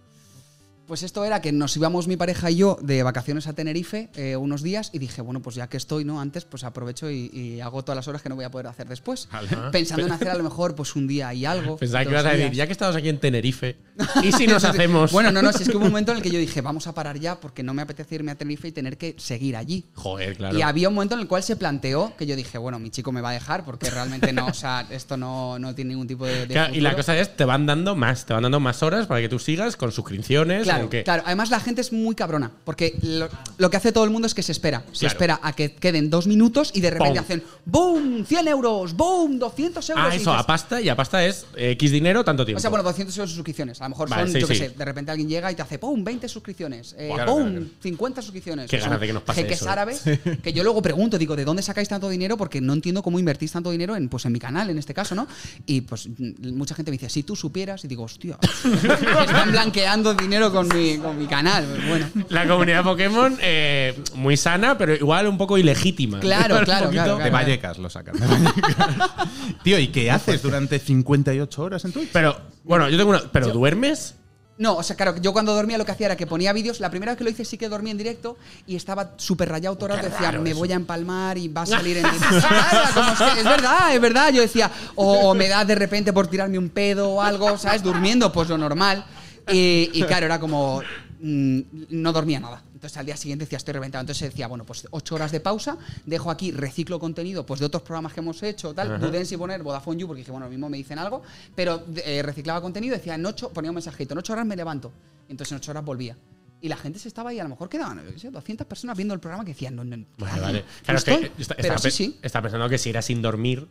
Speaker 9: Pues esto era que nos íbamos mi pareja y yo de vacaciones a Tenerife eh, unos días y dije, bueno, pues ya que estoy, ¿no? Antes, pues aprovecho y, y hago todas las horas que no voy a poder hacer después. Pensando en hacer a lo mejor pues un día y algo.
Speaker 3: Ah. Pensaba que
Speaker 9: dos
Speaker 3: ibas a decir,
Speaker 9: días.
Speaker 3: ya que estamos aquí en Tenerife, ¿y si nos hacemos?
Speaker 9: Bueno, no, no, si es que hubo un momento en el que yo dije, vamos a parar ya porque no me apetece irme a Tenerife y tener que seguir allí.
Speaker 3: Joder, claro.
Speaker 9: Y había un momento en el cual se planteó que yo dije, bueno, mi chico me va a dejar porque realmente no, o sea, esto no, no tiene ningún tipo de... de
Speaker 3: Claro, y la
Speaker 9: futuro.
Speaker 3: cosa es, te van dando más, te van dando más horas para que tú sigas con suscripciones. con
Speaker 9: Claro,
Speaker 3: que-
Speaker 9: claro. Además, la gente es muy cabrona. Porque lo, lo que hace todo el mundo es que se espera. Se
Speaker 3: Claro.
Speaker 9: espera a que queden dos minutos y de repente
Speaker 3: Pum.
Speaker 9: hacen ¡Boom! 100 euros, ¡Boom! 200 euros.
Speaker 3: Ah,
Speaker 9: y
Speaker 3: eso,
Speaker 9: dices-
Speaker 3: a pasta, y a pasta es eh, X dinero, tanto tiempo.
Speaker 9: o sea, bueno, 200 euros de suscripciones. A lo mejor
Speaker 3: Vale,
Speaker 9: son,
Speaker 3: sí,
Speaker 9: yo qué
Speaker 3: sí.
Speaker 9: sé, de repente alguien llega y te hace ¡Boom! 20 suscripciones, eh,
Speaker 2: Claro,
Speaker 9: ¡Boom!
Speaker 2: claro, claro.
Speaker 9: 50 suscripciones.
Speaker 3: Qué
Speaker 9: Que son
Speaker 3: ganas de que nos pase
Speaker 9: jeques
Speaker 3: eso, eh.
Speaker 9: árabes que yo luego pregunto, digo, ¿de dónde sacáis tanto dinero? Porque no entiendo cómo invertís tanto dinero en, pues, en mi canal, en este caso, ¿no? Y pues m- mucha gente me dice, si tú supieras, y digo, hostia, están blanqueando dinero con mi, con mi canal. Pues bueno.
Speaker 3: la comunidad Pokémon, eh, muy sana, pero igual un poco ilegítima.
Speaker 9: Claro,
Speaker 3: Un
Speaker 9: claro,
Speaker 3: poquito.
Speaker 9: claro,
Speaker 2: De
Speaker 9: claro.
Speaker 2: Vallecas lo sacan. de Vallecas. Tío, ¿y qué haces durante 58 horas en Twitch?
Speaker 3: Pero, bueno, yo tengo una. ¿Pero duermes?
Speaker 9: No, o sea, claro, yo cuando dormía lo que hacía era que ponía vídeos. La primera vez que lo hice sí que dormí en directo y estaba súper rayado todo el rato. Decía, me voy a empalmar y va a salir en directo. Claro, como es, que- es verdad, es verdad. Yo decía, o, o me da de repente por tirarme un pedo o algo, ¿sabes? Durmiendo, pues lo normal. Y, y claro, era como. mm, No dormía nada. Entonces al día siguiente decía, estoy reventado. Entonces decía, bueno, pues ocho horas de pausa, dejo aquí, reciclo contenido pues de otros programas que hemos hecho, tal. Dudé en si poner Vodafone You porque dije, bueno, lo mismo me dicen algo. Pero eh, reciclaba contenido, decía, en ocho, ponía un mensajito, en ocho horas me levanto. Entonces en ocho horas volvía. Y la gente se estaba ahí, a lo mejor quedaban, yo qué sé, 200 personas viendo el programa que decían, no, no,
Speaker 3: Vale,
Speaker 9: no
Speaker 3: vale. Claro, es que
Speaker 9: estoy.
Speaker 3: está,
Speaker 9: pero
Speaker 3: está
Speaker 9: sí,
Speaker 3: pe-
Speaker 9: sí.
Speaker 3: está pensando que si eras sin dormir,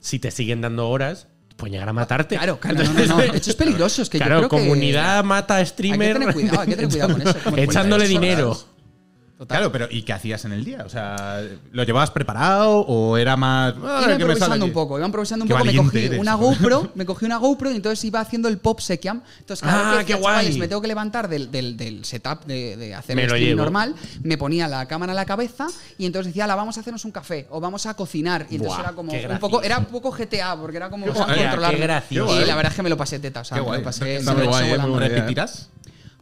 Speaker 3: si te siguen dando horas, pues llegar a matarte.
Speaker 9: Claro, claro, no, no, no. De hecho, es peligroso, es que yo
Speaker 3: claro,
Speaker 9: creo que-
Speaker 3: comunidad mata a
Speaker 9: Hay
Speaker 3: streamer.
Speaker 9: que tener cuidado, hay que tener cuidado con eso. como en
Speaker 3: Echándole
Speaker 9: cualquier
Speaker 3: dinero.
Speaker 9: cosa.
Speaker 2: Claro, pero ¿y qué hacías en el día? O sea, ¿lo llevabas preparado o era más. "Ah,
Speaker 9: Iba
Speaker 2: que me sale
Speaker 9: improvisando
Speaker 2: aquí"?
Speaker 9: un poco, iba improvisando un
Speaker 2: Qué
Speaker 9: poco. Me
Speaker 2: valiente
Speaker 9: cogí
Speaker 2: eres.
Speaker 9: una GoPro, me cogí una GoPro y entonces iba haciendo el pop sequiam. Entonces, cada
Speaker 3: Ah,
Speaker 9: vez que
Speaker 3: qué
Speaker 9: decía, "Chavales,
Speaker 3: guay".
Speaker 9: me tengo que levantar del, del- del setup de, de hacer
Speaker 3: Me
Speaker 9: el
Speaker 3: lo
Speaker 9: stream
Speaker 3: llevo.
Speaker 9: normal, me ponía la cámara en la cabeza y entonces decía, la vamos a hacernos un café o vamos a cocinar. Y entonces
Speaker 3: Buah,
Speaker 9: era como
Speaker 3: qué
Speaker 9: un poco,
Speaker 3: gracioso.
Speaker 9: era un poco GTA, porque era como
Speaker 3: guay,
Speaker 9: controlar.
Speaker 3: qué gracioso.
Speaker 9: Y la verdad es que me lo pasé teta, o sea,
Speaker 2: Qué
Speaker 9: me
Speaker 2: guay.
Speaker 9: lo pasé.
Speaker 2: Está
Speaker 9: me lo
Speaker 4: muy
Speaker 9: pasé
Speaker 4: guay, eh,
Speaker 9: volando.
Speaker 4: muy buena idea.
Speaker 2: ¿Repetirás?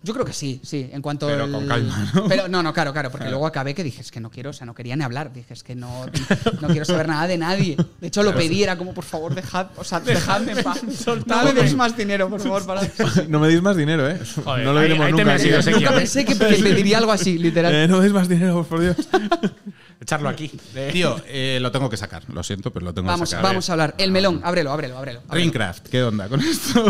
Speaker 9: Yo creo que sí, sí. En cuanto
Speaker 2: Pero con
Speaker 9: el-
Speaker 2: calma, ¿no?
Speaker 9: Pero no, no, claro, claro, porque luego acabé que dije, es que no quiero, o sea, no quería ni hablar, dije, es que no, no quiero saber nada de nadie. De hecho, lo pedí, era como, por favor, dejad, o sea, dejadme en paz. No me deis más dinero, por favor, para.
Speaker 4: No me deis más dinero, ¿eh?
Speaker 3: Joder,
Speaker 4: no lo
Speaker 3: ahí-
Speaker 4: diremos
Speaker 3: ahí te
Speaker 4: nunca.
Speaker 3: me has ido,
Speaker 4: ¿eh?
Speaker 3: sé
Speaker 9: Nunca
Speaker 3: quién.
Speaker 9: pensé que, que pediría algo así, literal.
Speaker 4: Eh, no me deis más dinero, por Dios.
Speaker 3: Echarlo aquí.
Speaker 2: Tío, eh, lo tengo que sacar. Lo siento, pero lo tengo
Speaker 9: Vamos,
Speaker 2: que sacar.
Speaker 9: vamos a hablar. El melón, ábrelo, ábrelo, ábrelo. ábrelo.
Speaker 2: Rincraft, ¿qué onda con esto?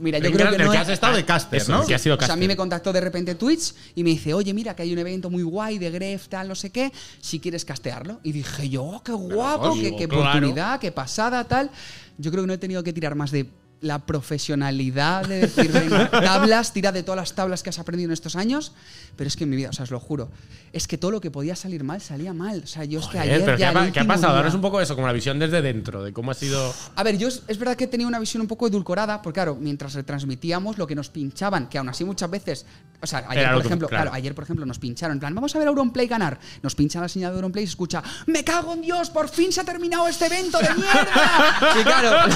Speaker 9: Mira, yo
Speaker 3: Ring
Speaker 9: creo que
Speaker 3: Grande,
Speaker 9: no
Speaker 3: que
Speaker 9: es-
Speaker 3: has estado de caster,
Speaker 2: Eso,
Speaker 3: ¿no?
Speaker 2: el que ha
Speaker 9: O sea, a mí me contactó de repente Twitch y me dice, oye, mira, que hay un evento muy guay de Gref, tal, no sé qué, si quieres castearlo. Y dije yo, oh, qué guapo,
Speaker 2: obvio,
Speaker 9: qué, qué
Speaker 3: claro.
Speaker 9: oportunidad, qué pasada, tal. Yo creo que no he tenido que tirar más de la profesionalidad de decir, venga, tablas, tira de todas las tablas que has aprendido en estos años, pero es que en mi vida, o sea, os lo juro, es que todo lo que podía salir mal, salía mal. O sea, yo es que
Speaker 3: Joder,
Speaker 9: ayer
Speaker 3: Eh, pero ¿qué
Speaker 9: ya
Speaker 3: ha,
Speaker 9: el
Speaker 3: pa- qué ha
Speaker 9: último
Speaker 3: pasado?
Speaker 9: día-
Speaker 3: Ahora es un poco eso, como la visión desde dentro, de cómo ha sido.
Speaker 9: a ver, yo es, es verdad que he tenido una visión un poco edulcorada, porque claro, mientras retransmitíamos lo que nos pinchaban, que aún así muchas veces, o sea, ayer
Speaker 3: Era lo
Speaker 9: por
Speaker 3: que-
Speaker 9: ejemplo,
Speaker 3: claro.
Speaker 9: claro, ayer por ejemplo nos pincharon en plan, vamos a ver a Auronplay ganar. Nos pinchan la señal de Auronplay y se escucha, "Me cago en Dios, por fin se ha terminado este evento de mierda." y claro,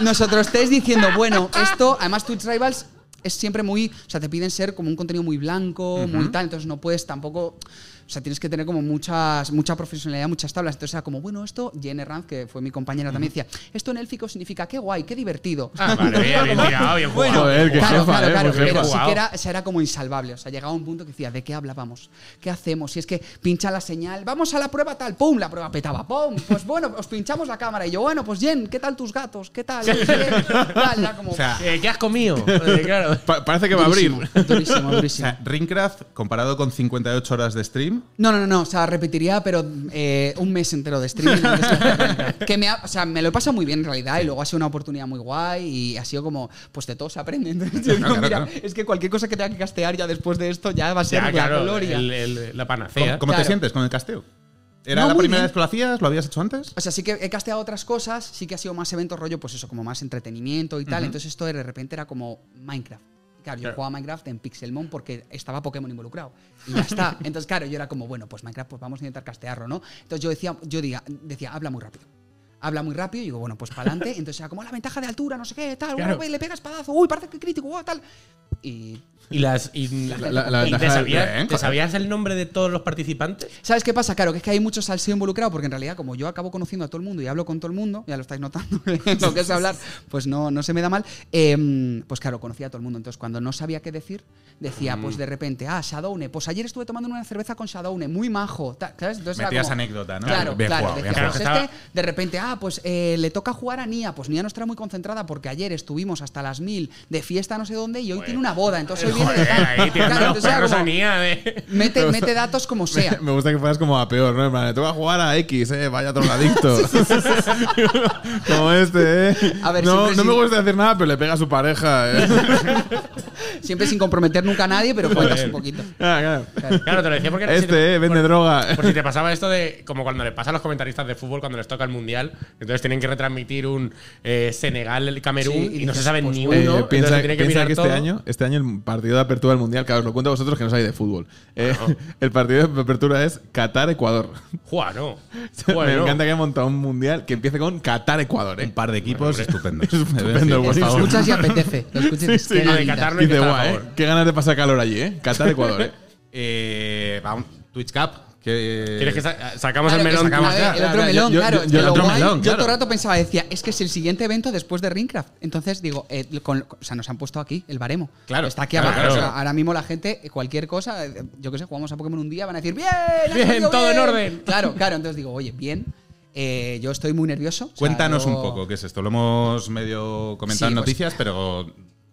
Speaker 9: nosotros tres diciendo, bueno, esto, además Twitch Rivals es siempre muy, o sea, te piden ser como un contenido muy blanco, muy tal, entonces no puedes tampoco, o sea, tienes que tener como muchas, mucha profesionalidad, muchas tablas. Entonces era como, bueno, esto, Jen Herranz, que fue mi compañera también, decía, esto en élfico significa qué guay, qué divertido.
Speaker 3: Ah, vale, bien, bien tirado, bien jugado.
Speaker 4: Joder, qué
Speaker 9: Claro,
Speaker 4: jefa,
Speaker 9: claro,
Speaker 4: ¿eh?
Speaker 9: claro,
Speaker 4: Muy jefa.
Speaker 9: pero sí
Speaker 3: Wow.
Speaker 9: que era, o sea, era como insalvable. O sea, llegaba un punto que decía, ¿de qué hablábamos? ¿Qué hacemos? Si es que pincha la señal, vamos a la prueba tal, ¡pum! La prueba petaba, ¡pum! Pues bueno, os pinchamos la cámara. Y yo, bueno, pues Jen, ¿qué tal tus gatos? ¿Qué tal? No sé qué. Tal, era como,
Speaker 2: O sea,
Speaker 3: Eh, ¿Qué has comido? Eh, claro.
Speaker 4: Pa- parece que va a abrir.
Speaker 9: durísimo, durísimo,
Speaker 2: o
Speaker 9: durísimo.
Speaker 2: sea, Ringcraft comparado con 58 horas de stream.
Speaker 9: No, no, no, no, o sea, repetiría, pero eh, un mes entero de streaming. antes de hacer que me, ha- o sea, me lo he pasado muy bien en realidad y luego ha sido una oportunidad muy guay y ha sido como, pues de todo se aprende. Entonces, yo digo,
Speaker 2: claro,
Speaker 9: mira,
Speaker 2: claro.
Speaker 9: es que cualquier cosa que tenga que castear ya después de esto ya va a ser
Speaker 3: Ya,
Speaker 9: la
Speaker 3: claro,
Speaker 9: gloria.
Speaker 3: el- el-
Speaker 2: ¿Cómo,
Speaker 3: la panacea.
Speaker 2: cómo te
Speaker 9: Claro.
Speaker 2: sientes con el casteo? ¿Era
Speaker 9: No,
Speaker 2: la
Speaker 9: muy
Speaker 2: primera
Speaker 9: bien.
Speaker 2: vez que lo hacías? ¿Lo habías hecho antes?
Speaker 9: O sea, sí que he casteado otras cosas, sí que ha sido más eventos rollo, pues eso, como más entretenimiento y tal. Entonces esto de repente era como Minecraft. Y Claro, yo jugaba Minecraft en Pixelmon porque estaba Pokémon involucrado. Y ya está. Entonces, claro, yo era como, bueno, pues Minecraft, pues vamos a intentar castearlo, ¿no? Entonces yo decía, yo diga- decía, habla muy rápido. Habla muy rápido y digo, bueno, pues para adelante. Entonces era como la ventaja de altura, no sé qué, tal, una
Speaker 3: Claro.
Speaker 9: vez le pega espadazo, uy, parece que crítico, guau, tal. Y
Speaker 3: Y las. y-
Speaker 4: la- la
Speaker 3: y
Speaker 4: ventaja
Speaker 3: ¿te,
Speaker 4: del
Speaker 3: sabías,
Speaker 2: tren,
Speaker 3: te
Speaker 2: joder.
Speaker 3: sabías el nombre de todos los participantes?
Speaker 9: ¿Sabes qué pasa? Claro, que es que hay mucho salseo involucrado, porque en realidad, como yo acabo conociendo a todo el mundo y hablo con todo el mundo, ya lo estáis notando, lo que es hablar, pues no, no se me da mal. eh, pues claro, conocía a todo el mundo. Entonces, cuando no sabía qué decir, decía, pues de repente, ah, Shadowne, pues ayer estuve tomando una cerveza con Shadowne, muy majo. ta- ¿sabes? Entonces, era
Speaker 2: Metías
Speaker 9: como-
Speaker 2: anécdota, ¿no?
Speaker 9: Pues Claro,
Speaker 2: Bien
Speaker 9: claro.
Speaker 2: jugado, bien
Speaker 9: decía,
Speaker 3: jugado.
Speaker 9: pues
Speaker 3: Claro,
Speaker 9: este, de repente, ah, pues eh, le toca jugar a Nia. Pues Nia no estará muy concentrada porque ayer estuvimos hasta las mil de fiesta no sé dónde y hoy tiene una boda. Entonces hoy viene de tal.
Speaker 3: ahí tienes
Speaker 9: Claro,
Speaker 3: unos
Speaker 9: entonces era
Speaker 3: perros
Speaker 9: como,
Speaker 3: a Nia de.
Speaker 9: mete, mete datos como sea.
Speaker 4: Me gusta que fueras como a peor, ¿no? En plan, te voy a jugar a X, ¿eh? Vaya drogadicto. como este, ¿eh?
Speaker 9: A ver,
Speaker 4: no,
Speaker 9: siempre
Speaker 4: no
Speaker 9: sí.
Speaker 4: me gusta hacer nada, pero le pega a su pareja, ¿eh?
Speaker 9: Siempre sin comprometer nunca a nadie, pero cuentas un poquito.
Speaker 4: Ah, claro.
Speaker 3: Claro, te lo decía porque era-
Speaker 4: Este, ¿eh? Vende droga.
Speaker 3: Por si te pasaba esto de como cuando le pasa a los comentaristas de fútbol cuando les toca el mundial, entonces tienen que retransmitir un eh, Senegal, el Camerún
Speaker 9: Sí, y
Speaker 3: y, no se
Speaker 9: dices,
Speaker 3: saben
Speaker 9: pues,
Speaker 3: ni
Speaker 9: eh,
Speaker 3: uno.
Speaker 4: Eh,
Speaker 3: entonces
Speaker 4: piensa
Speaker 3: se tiene que
Speaker 4: piensa
Speaker 3: mirar
Speaker 4: que
Speaker 3: todo.
Speaker 4: este año, este año el partido de apertura del Mundial, claro, os lo cuento a vosotros que no sabéis de fútbol.
Speaker 3: Ah,
Speaker 4: Eh, El partido de apertura es Qatar-Ecuador.
Speaker 3: Juan, no.
Speaker 4: Me
Speaker 3: Bueno,
Speaker 4: encanta que haya montado un Mundial que empiece con Qatar-Ecuador,
Speaker 2: Un
Speaker 4: ¿eh?
Speaker 2: par de equipos estupendos.
Speaker 4: Estupendo,
Speaker 9: Lo
Speaker 4: buenísimo.
Speaker 9: escuchas y apetece. Lo escuchas y dices,
Speaker 4: Sí,
Speaker 9: qué
Speaker 4: sí.
Speaker 3: lo de
Speaker 9: ganita.
Speaker 3: Qatar no hay que
Speaker 4: Dice,
Speaker 3: estar a
Speaker 4: guau, ¿eh?
Speaker 3: favor.
Speaker 4: Qué ganas de pasar calor allí, ¿eh? Qatar-Ecuador, ¿eh?
Speaker 2: Eh, va, un- Twitch Cup, Que,
Speaker 3: ¿Quieres que sa- sacamos el
Speaker 9: Claro,
Speaker 3: melón?
Speaker 9: que sacamos-
Speaker 3: Sacamos-
Speaker 9: a ver, el otro
Speaker 2: Claro,
Speaker 9: melón,
Speaker 2: yo-
Speaker 9: claro.
Speaker 2: yo-
Speaker 9: es
Speaker 2: yo-
Speaker 9: que
Speaker 2: el
Speaker 9: lo
Speaker 2: otro
Speaker 9: guay-
Speaker 2: melón,
Speaker 9: yo todo
Speaker 2: claro.
Speaker 9: el rato pensaba, decía, es que es el siguiente evento después de Ringcraft. Entonces digo, eh, con- o sea, nos han puesto aquí el baremo.
Speaker 2: Claro,
Speaker 9: Está aquí
Speaker 2: claro,
Speaker 9: abajo.
Speaker 2: claro.
Speaker 9: O sea, ahora mismo la gente, eh, cualquier cosa, eh, yo qué sé, jugamos a Pokémon un día, van a decir, ¡Bien! has
Speaker 3: Bien,
Speaker 9: salido
Speaker 3: todo en
Speaker 9: bien".
Speaker 3: orden.
Speaker 9: Claro, claro. Entonces digo, oye, bien. eh, yo estoy muy nervioso. O sea,
Speaker 2: Cuéntanos
Speaker 9: yo-
Speaker 2: un poco qué es esto. Lo hemos medio comentado
Speaker 9: Sí,
Speaker 2: en
Speaker 9: pues-
Speaker 2: noticias, pero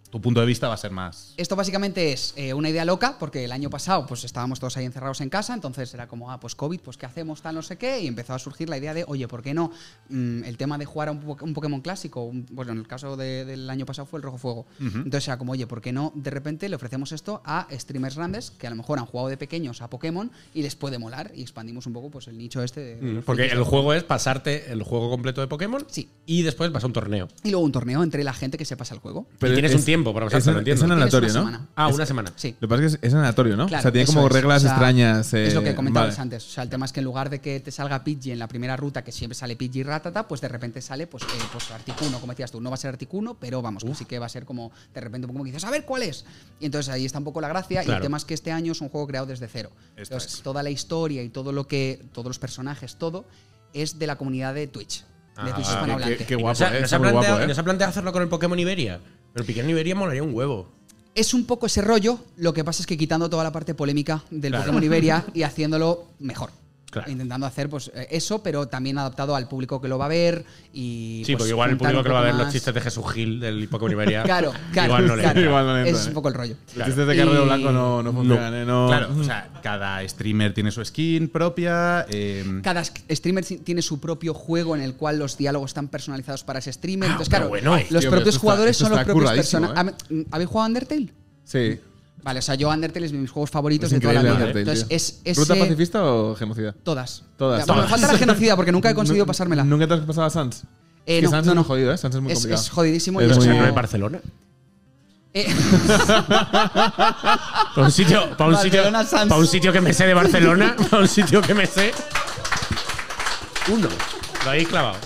Speaker 2: tu punto de vista va a ser más.
Speaker 9: Esto básicamente es eh, una idea loca, porque el año pasado pues estábamos todos ahí encerrados en casa, entonces era como, ah, pues COVID, pues qué hacemos, tal, no sé qué, y empezó a surgir la idea de, oye, ¿por qué no mm, el tema de jugar a un, po- un Pokémon clásico? un- bueno, en el caso de- del año pasado fue el Rojo Fuego. Entonces era como, oye, ¿por qué no de repente le ofrecemos esto a streamers grandes que a lo mejor han jugado de pequeños a Pokémon y les puede molar y expandimos un poco pues el nicho este
Speaker 4: Mm,
Speaker 9: de... de los
Speaker 3: Porque
Speaker 9: frikis
Speaker 3: el juego es pasarte el juego completo de Pokémon
Speaker 9: Sí.
Speaker 3: y después vas a un torneo.
Speaker 9: Y luego un torneo entre la gente que se pasa el juego.
Speaker 3: y tienes
Speaker 4: es-
Speaker 3: un tiempo para pasarte,
Speaker 4: es,
Speaker 3: lo
Speaker 4: en- es
Speaker 3: entiendo.
Speaker 4: en
Speaker 9: Tienes
Speaker 4: aleatorio,
Speaker 9: una
Speaker 4: ¿no?
Speaker 9: semana.
Speaker 3: Ah, una semana.
Speaker 9: Sí.
Speaker 4: Lo que pasa es que es en aleatorio, ¿no? o sea, tiene
Speaker 9: eso
Speaker 4: como
Speaker 9: es,
Speaker 4: reglas
Speaker 9: o sea,
Speaker 4: extrañas. eh,
Speaker 9: es lo que comentabas
Speaker 4: vale.
Speaker 9: antes. O sea, el tema es que en lugar de que te salga Pidgey en la primera ruta, que siempre sale Pidgey y Ratata, pues de repente sale pues, eh, pues Articuno, como decías tú. No va a ser Articuno, pero vamos, que sí que va a ser como de repente como que dices, a ver cuál es. Y entonces ahí está un poco la gracia. Y
Speaker 3: Claro.
Speaker 9: el tema es que este año es un juego creado desde cero.
Speaker 2: Esto
Speaker 9: entonces,
Speaker 2: es.
Speaker 9: toda la historia y todo lo que. todos los personajes, todo, es de la comunidad de Twitch. De Twitch hispanohablante.
Speaker 4: Ah, qué- qué
Speaker 3: Y
Speaker 4: guapo,
Speaker 3: nos ha,
Speaker 4: eh,
Speaker 3: nos
Speaker 4: está
Speaker 3: ha
Speaker 4: muy guapo,
Speaker 3: planteado,
Speaker 4: eh.
Speaker 3: nos ha planteado hacerlo con el Pokémon Iberia. Pero el Pokémon Iberia molaría un huevo.
Speaker 9: Es un poco ese rollo, lo que pasa es que quitando toda la parte polémica del Pokémon Iberia y haciéndolo mejor.
Speaker 3: Claro.
Speaker 9: Intentando hacer pues eh, eso, pero también adaptado al público que lo va a ver y.
Speaker 3: Sí,
Speaker 9: pues,
Speaker 3: porque igual el
Speaker 9: juntar un
Speaker 3: público que lo va a ver
Speaker 9: poco
Speaker 3: los
Speaker 9: más.
Speaker 3: chistes de Jesús Gil del Pokémon Iberia.
Speaker 9: Claro, claro.
Speaker 3: Igual no le
Speaker 9: claro.
Speaker 3: entra.
Speaker 4: Igual no le entra,
Speaker 9: Es
Speaker 4: eh.
Speaker 9: un poco el rollo.
Speaker 4: Los chistes de Carrero
Speaker 9: Y-
Speaker 4: este Blanco no, no funcionan, ¿eh? No.
Speaker 2: Claro, o sea, cada streamer tiene su skin propia. eh,
Speaker 9: Cada sk- streamer si- tiene su propio juego en el cual los diálogos están personalizados para ese streamer. Entonces,
Speaker 3: Ah, pero
Speaker 9: claro,
Speaker 3: bueno, ay,
Speaker 9: los
Speaker 4: tío, pero esto
Speaker 9: propios
Speaker 4: está-
Speaker 9: jugadores
Speaker 4: esto
Speaker 9: son los
Speaker 4: está
Speaker 9: propios
Speaker 4: curradísimo,
Speaker 3: ¿eh?
Speaker 9: personajes. ¿Habéis jugado a Undertale?
Speaker 4: Sí.
Speaker 9: Vale, o sea, yo Undertale es de mis juegos favoritos
Speaker 4: Es
Speaker 9: de toda la
Speaker 4: increíble,
Speaker 9: vida.
Speaker 4: Undertale,
Speaker 9: Entonces,
Speaker 4: tío.
Speaker 9: es ese-
Speaker 4: ¿Ruta pacifista o genocida?
Speaker 9: Todas.
Speaker 4: Todas.
Speaker 9: Ya, bueno,
Speaker 4: Todas.
Speaker 9: me falta la genocida porque nunca he conseguido pasármela.
Speaker 4: ¿Nunca te has pasado a Sans? es
Speaker 9: Eh,
Speaker 4: que
Speaker 9: no,
Speaker 4: Sans
Speaker 9: no,
Speaker 4: es muy
Speaker 9: no.
Speaker 4: jodido, ¿eh? Sans es muy
Speaker 9: Es-
Speaker 4: complicado.
Speaker 9: es jodidísimo y
Speaker 4: Es
Speaker 9: es
Speaker 4: muy-
Speaker 9: como-
Speaker 3: ¿No es Barcelona?
Speaker 9: Eh,
Speaker 3: Para un sitio, para un sitio,
Speaker 9: Barcelona Sans.
Speaker 3: para un sitio que me sé de Barcelona, para un sitio que me sé. Uno. Lo habéis clavado.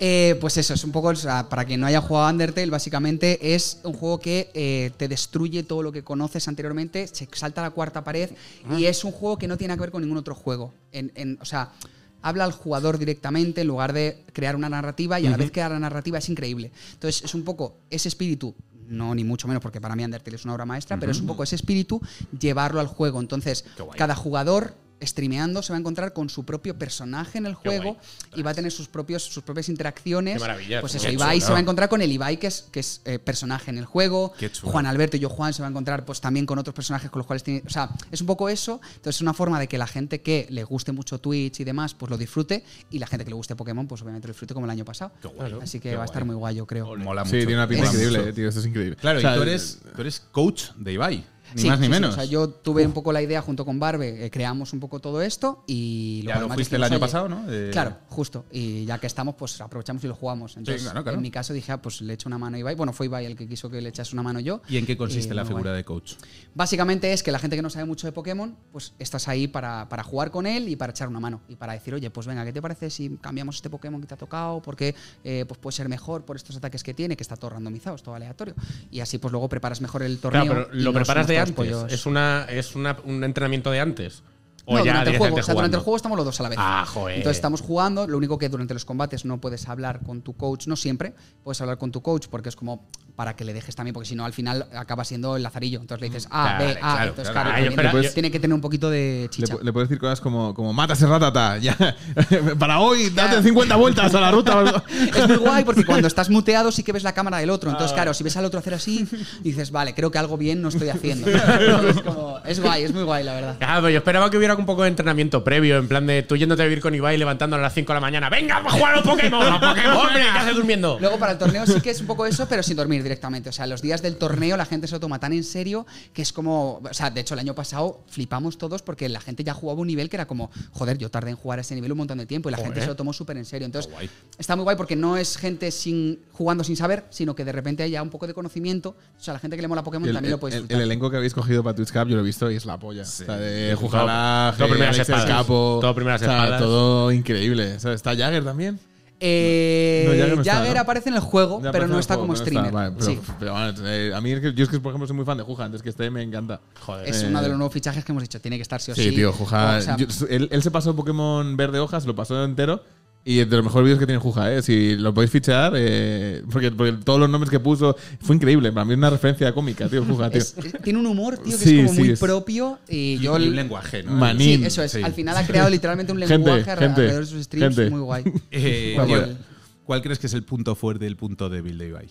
Speaker 9: eh, pues eso, es un poco, o sea, para quien no haya jugado a Undertale, básicamente es un juego que eh, te destruye todo lo que conoces anteriormente, se salta la cuarta pared y es un juego que no tiene que ver con ningún otro juego. En- en- o sea, habla al jugador directamente en lugar de crear una narrativa y a la vez que la narrativa es increíble. Entonces es un poco ese espíritu, no ni mucho menos porque para mí Undertale es una obra maestra, pero es un poco ese espíritu llevarlo al juego. Entonces cada jugador streameando se va a encontntrar con su propio personaje en el juego y va a tener sus propios sus propias interacciones
Speaker 3: Qué maravilla,
Speaker 9: pues
Speaker 3: qué
Speaker 9: eso
Speaker 3: chulo.
Speaker 9: Ibai se va a encontrar con el Ibai que es que es eh, personaje en el juego
Speaker 2: Qué chulo.
Speaker 9: Juan Alberto y yo Juan se va a encontrar pues también con otros personajes con los cuales tiene o sea es un poco eso entonces es una forma de que la gente que le guste mucho Twitch y demás pues lo disfrute y la gente que le guste Pokémon pues obviamente lo disfrute como el año pasado así que va a estar muy guay yo creo
Speaker 2: mola
Speaker 4: Sí,
Speaker 2: mucho.
Speaker 4: tiene una pinta
Speaker 2: Mola
Speaker 4: increíble,
Speaker 2: mucho.
Speaker 4: eh, tío. Esto es increíble.
Speaker 2: Claro,
Speaker 4: O sea,
Speaker 2: y tú eres, tú eres coach de Ibai. Ni
Speaker 9: Sí,
Speaker 2: más ni
Speaker 9: sí, sí.
Speaker 2: menos.
Speaker 9: O sea, yo tuve un poco la idea junto con Barbe, eh, creamos un poco todo esto y
Speaker 2: Ya lo
Speaker 9: además
Speaker 2: fuiste el
Speaker 9: dijimos,
Speaker 2: año pasado,
Speaker 9: "Oye,
Speaker 2: ¿no? Eh,
Speaker 9: Claro, justo. Y ya que estamos, pues aprovechamos y lo jugamos. Entonces,
Speaker 2: claro, claro.
Speaker 9: en mi caso dije, ah, pues le echo una mano a Ibai. Bueno, fue Ibai el que quiso que le echase una mano yo.
Speaker 2: ¿Y en qué consiste
Speaker 9: Eh,
Speaker 2: la
Speaker 9: muy
Speaker 2: figura
Speaker 9: guay.
Speaker 2: de coach?
Speaker 9: Básicamente es que la gente que no sabe mucho de Pokémon, pues estás ahí para, para jugar con él y para echar una mano. Y para decir, oye, pues venga, ¿qué te parece si cambiamos este Pokémon que te ha tocado? Porque eh, pues puede ser mejor por estos ataques que tiene, que está todo randomizado, es todo aleatorio. Y así pues luego preparas mejor el torneo.
Speaker 3: Claro, pero
Speaker 9: y
Speaker 3: lo
Speaker 9: no
Speaker 3: preparas
Speaker 9: somos
Speaker 3: de
Speaker 9: todos
Speaker 3: antes.
Speaker 9: pollos.
Speaker 3: Es una, es una, un entrenamiento de antes. O
Speaker 9: no,
Speaker 3: ya
Speaker 9: durante el juego.
Speaker 3: directamente
Speaker 9: O sea, durante el
Speaker 3: jugando.
Speaker 9: juego estamos los dos a la vez.
Speaker 3: Ah, joder.
Speaker 9: Entonces estamos jugando. Lo único que durante los combates no puedes hablar con tu coach, no siempre. Puedes hablar con tu coach porque es como para que le dejes también, porque si no al final acaba siendo el lazarillo. Entonces le dices, ah,
Speaker 3: Claro,
Speaker 9: ve, ah.
Speaker 3: claro,
Speaker 9: Entonces,
Speaker 3: claro.
Speaker 9: claro,
Speaker 3: Ah, yo
Speaker 9: también
Speaker 3: espera,
Speaker 9: tiene-
Speaker 3: yo-
Speaker 9: tiene que tener un poquito de
Speaker 4: Le,
Speaker 9: chicha.
Speaker 4: pu- le puedes decir cosas como, como mata ese ratata. Ya. Para hoy, date
Speaker 9: Claro.
Speaker 4: 50 vueltas a la ruta. o algo.
Speaker 9: Es muy guay porque cuando estás muteado sí que ves la cámara del otro.
Speaker 3: Ah.
Speaker 9: Entonces, claro, si ves al otro hacer así, dices, vale, creo que algo bien no estoy haciendo. Es, como- es guay, es muy guay, la verdad.
Speaker 3: Ah, pero yo esperaba que hubiera un poco de entrenamiento previo, en plan de tú yéndote a vivir con Ibai levantándonos a las 5 de la mañana. ¡Venga, a jugar a los Pokémon! ¡A Pokémon! hombre, ¿Qué haces durmiendo?
Speaker 9: Luego para el torneo sí que es un poco eso, pero sin dormir directamente. O sea, los días del torneo la gente se lo toma tan en serio que es como. O sea, de hecho, el año pasado flipamos todos porque la gente ya jugaba un nivel que era como, joder, yo tardé en jugar a ese nivel un montón de tiempo y la gente se lo tomó súper en serio. Entonces, está muy guay porque no es gente sin jugando sin saber, sino que de repente haya un poco de conocimiento. O sea, la gente que le mola Pokémon
Speaker 4: El,
Speaker 9: también lo puede
Speaker 4: el- el
Speaker 9: disfrutar.
Speaker 4: elenco que habéis cogido para Twitch Cup, yo lo he visto y es la polla. O sea, de
Speaker 3: Todo-
Speaker 4: Jujalaje,
Speaker 3: todo primeras
Speaker 4: Alex
Speaker 3: espadas.
Speaker 4: Escapo.
Speaker 3: Todo primeras
Speaker 4: o sea,
Speaker 3: espadas.
Speaker 4: todo increíble. O sea, está Jagger también.
Speaker 9: Eh,
Speaker 4: No, Jagger no está,
Speaker 9: Jagger
Speaker 4: ¿no?
Speaker 9: aparece en el juego,
Speaker 4: Ya
Speaker 9: pero
Speaker 4: aparece en
Speaker 9: no
Speaker 4: el
Speaker 9: está
Speaker 4: juego,
Speaker 9: como
Speaker 4: pero no
Speaker 9: streamer.
Speaker 4: está. Vale, pero-
Speaker 9: sí.
Speaker 4: pero bueno, eh, a mí es que, yo es que, por ejemplo, soy muy fan de Juja, antes que este me encanta. Joder.
Speaker 9: Es uno de los nuevos fichajes que hemos dicho. Tiene que estar sí o sí.
Speaker 4: Eh. Sí, tío, Juja.
Speaker 9: O sea,
Speaker 4: yo- él, él se pasó Pokémon Verde Hojas, lo pasó entero. Y de los mejores vídeos que tiene Juja, ¿eh? Si lo podéis fichar, eh, porque, porque todos los nombres que puso fue increíble. Para mí es una referencia cómica, tío, Juja, tío.
Speaker 9: es- es- tiene un humor, tío, que
Speaker 4: Sí,
Speaker 9: es como
Speaker 4: sí,
Speaker 9: muy
Speaker 4: es-
Speaker 9: propio. Y yo.
Speaker 2: y un lenguaje, ¿no?
Speaker 4: Manín.
Speaker 9: Sí, eso es.
Speaker 2: Sí.
Speaker 9: Al final ha creado literalmente un
Speaker 4: Gente,
Speaker 9: lenguaje alre-
Speaker 4: gente,
Speaker 9: alrededor de sus streams.
Speaker 4: gente.
Speaker 9: Muy guay.
Speaker 2: Eh,
Speaker 9: Muy
Speaker 2: tío,
Speaker 9: guay.
Speaker 2: ¿Cuál crees que es el punto fuerte y el punto débil de Ibai?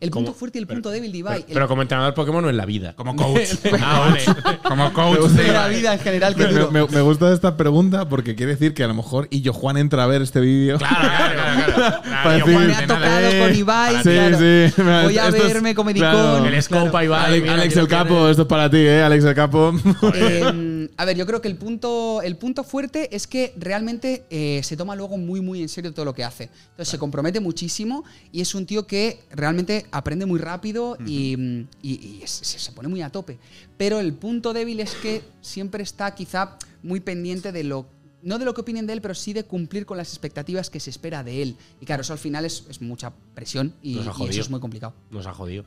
Speaker 9: El punto fuerte y el punto débil de Ibai.
Speaker 3: Pero, pero como entrenador Pokémon no en la vida.
Speaker 2: Como coach.
Speaker 3: Ah, vale.
Speaker 2: como coach.
Speaker 9: el de la vida en general que
Speaker 4: Me,
Speaker 9: duro.
Speaker 4: me- me gusta esta pregunta porque quiere decir que a lo mejor y yo Juan entra a ver este vídeo.
Speaker 3: Claro, claro, claro, claro.
Speaker 4: Para
Speaker 3: Claro,
Speaker 4: decir-
Speaker 3: Juan,
Speaker 9: Me ha
Speaker 3: de nada.
Speaker 9: tocado
Speaker 4: eh,
Speaker 9: con Ibai.
Speaker 4: sí,
Speaker 9: claro.
Speaker 4: sí.
Speaker 9: Voy a
Speaker 4: Esto es-
Speaker 9: verme
Speaker 4: claro.
Speaker 9: comedicón.
Speaker 3: El Scope ahí va.
Speaker 4: Alex,
Speaker 3: mira,
Speaker 4: Alex
Speaker 3: aquí lo
Speaker 4: el Capo,
Speaker 3: tienes.
Speaker 4: esto es para ti, ¿eh? Alex el Capo.
Speaker 9: Eh, a ver, yo creo que el punto, el punto fuerte es que realmente eh, se toma luego muy, muy en serio todo lo que hace. Entonces se compromete muchísimo y es un tío que realmente aprende muy rápido y, mm, y- y es- se, se pone muy a tope. Pero el punto débil es que siempre está quizá muy pendiente de lo no de lo que opinen de él, pero sí de cumplir con las expectativas que se espera de él. Y claro, eso al final es, es mucha presión y-
Speaker 2: Pues
Speaker 3: Nos ha
Speaker 9: y
Speaker 3: jodido.
Speaker 9: eso es muy complicado.
Speaker 3: Nos ha jodido.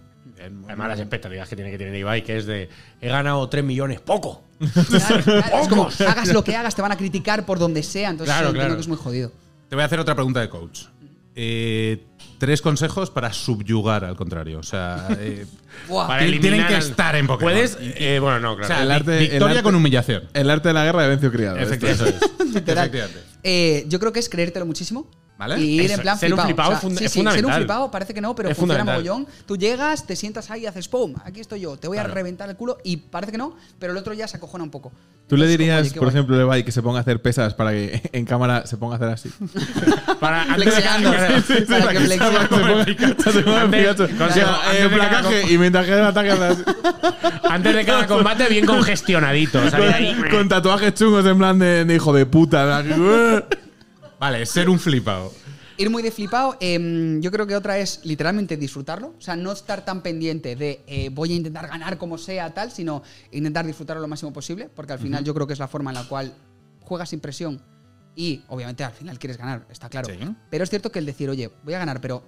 Speaker 3: Además, las expectativas que tiene que tener Ibai, que es de he ganado 3 millones, poco.
Speaker 9: Claro, claro, es como, hagas lo que hagas, te van a criticar por donde sea. Entonces,
Speaker 2: Claro,
Speaker 9: yo entiendo
Speaker 2: claro.
Speaker 9: que es muy jodido.
Speaker 2: Te voy a hacer otra pregunta de coach. Eh, tres consejos para subyugar al contrario. O sea, eh,
Speaker 9: Buah.
Speaker 3: Para
Speaker 2: tienen
Speaker 3: eliminar
Speaker 2: que
Speaker 3: al-
Speaker 2: estar en Pokémon.
Speaker 3: Puedes. Eh, bueno, no,
Speaker 2: o
Speaker 3: claro.
Speaker 2: sea,
Speaker 4: El arte-
Speaker 2: victoria
Speaker 4: el arte-
Speaker 2: con humillación.
Speaker 4: El arte de la guerra de Vencio Criado. ¿eh?
Speaker 2: Efectivamente.
Speaker 4: Esto es.
Speaker 2: Eso es.
Speaker 9: Literal.
Speaker 2: Efectivamente.
Speaker 9: Eh, yo creo que es creértelo muchísimo.
Speaker 2: ¿Vale?
Speaker 9: Y ir
Speaker 3: Eso,
Speaker 9: en plan
Speaker 3: ser un flipado es
Speaker 9: O sea,
Speaker 3: fun-
Speaker 9: sí,
Speaker 3: es
Speaker 9: sí, ser un
Speaker 3: fundamental.
Speaker 9: flipado parece que no, pero
Speaker 3: Es
Speaker 9: funciona
Speaker 3: fundamental.
Speaker 9: mogollón. Tú llegas, te sientas ahí, haces ¡pum! Aquí estoy yo, te voy a reventar el culo y parece que no, pero el otro ya se acojona un poco.
Speaker 4: ¿Tú le
Speaker 9: Entonces, como,
Speaker 4: dirías,
Speaker 9: oye, qué
Speaker 4: por
Speaker 9: guay.
Speaker 4: ejemplo, a Ibai que se ponga a hacer pesas para que en cámara se ponga a hacer así?
Speaker 3: Para antes de
Speaker 9: Flexionando. Para que flexione.
Speaker 4: Se ponga en
Speaker 3: Antes-
Speaker 4: Pikachu.
Speaker 3: consejo,
Speaker 4: Llega,
Speaker 3: antes
Speaker 4: eh,
Speaker 3: de que haga
Speaker 4: placaje y mientras que el ataque hace así.
Speaker 3: Antes de cada combate, bien congestionadito. O sea, de ahí-
Speaker 4: con, con tatuajes chungos en plan de, de hijo de puta. ¿no?
Speaker 2: Vale, ser un flipado.
Speaker 9: Ir muy de flipado. em, yo creo que otra es literalmente disfrutarlo. O sea, no estar tan pendiente de eh, voy a intentar ganar como sea, tal, sino intentar disfrutarlo lo máximo posible, porque al final yo creo que es la forma en la cual juegas sin presión y obviamente al final quieres ganar, está claro.
Speaker 2: Sí.
Speaker 9: Pero es cierto que el decir, oye, voy a ganar, pero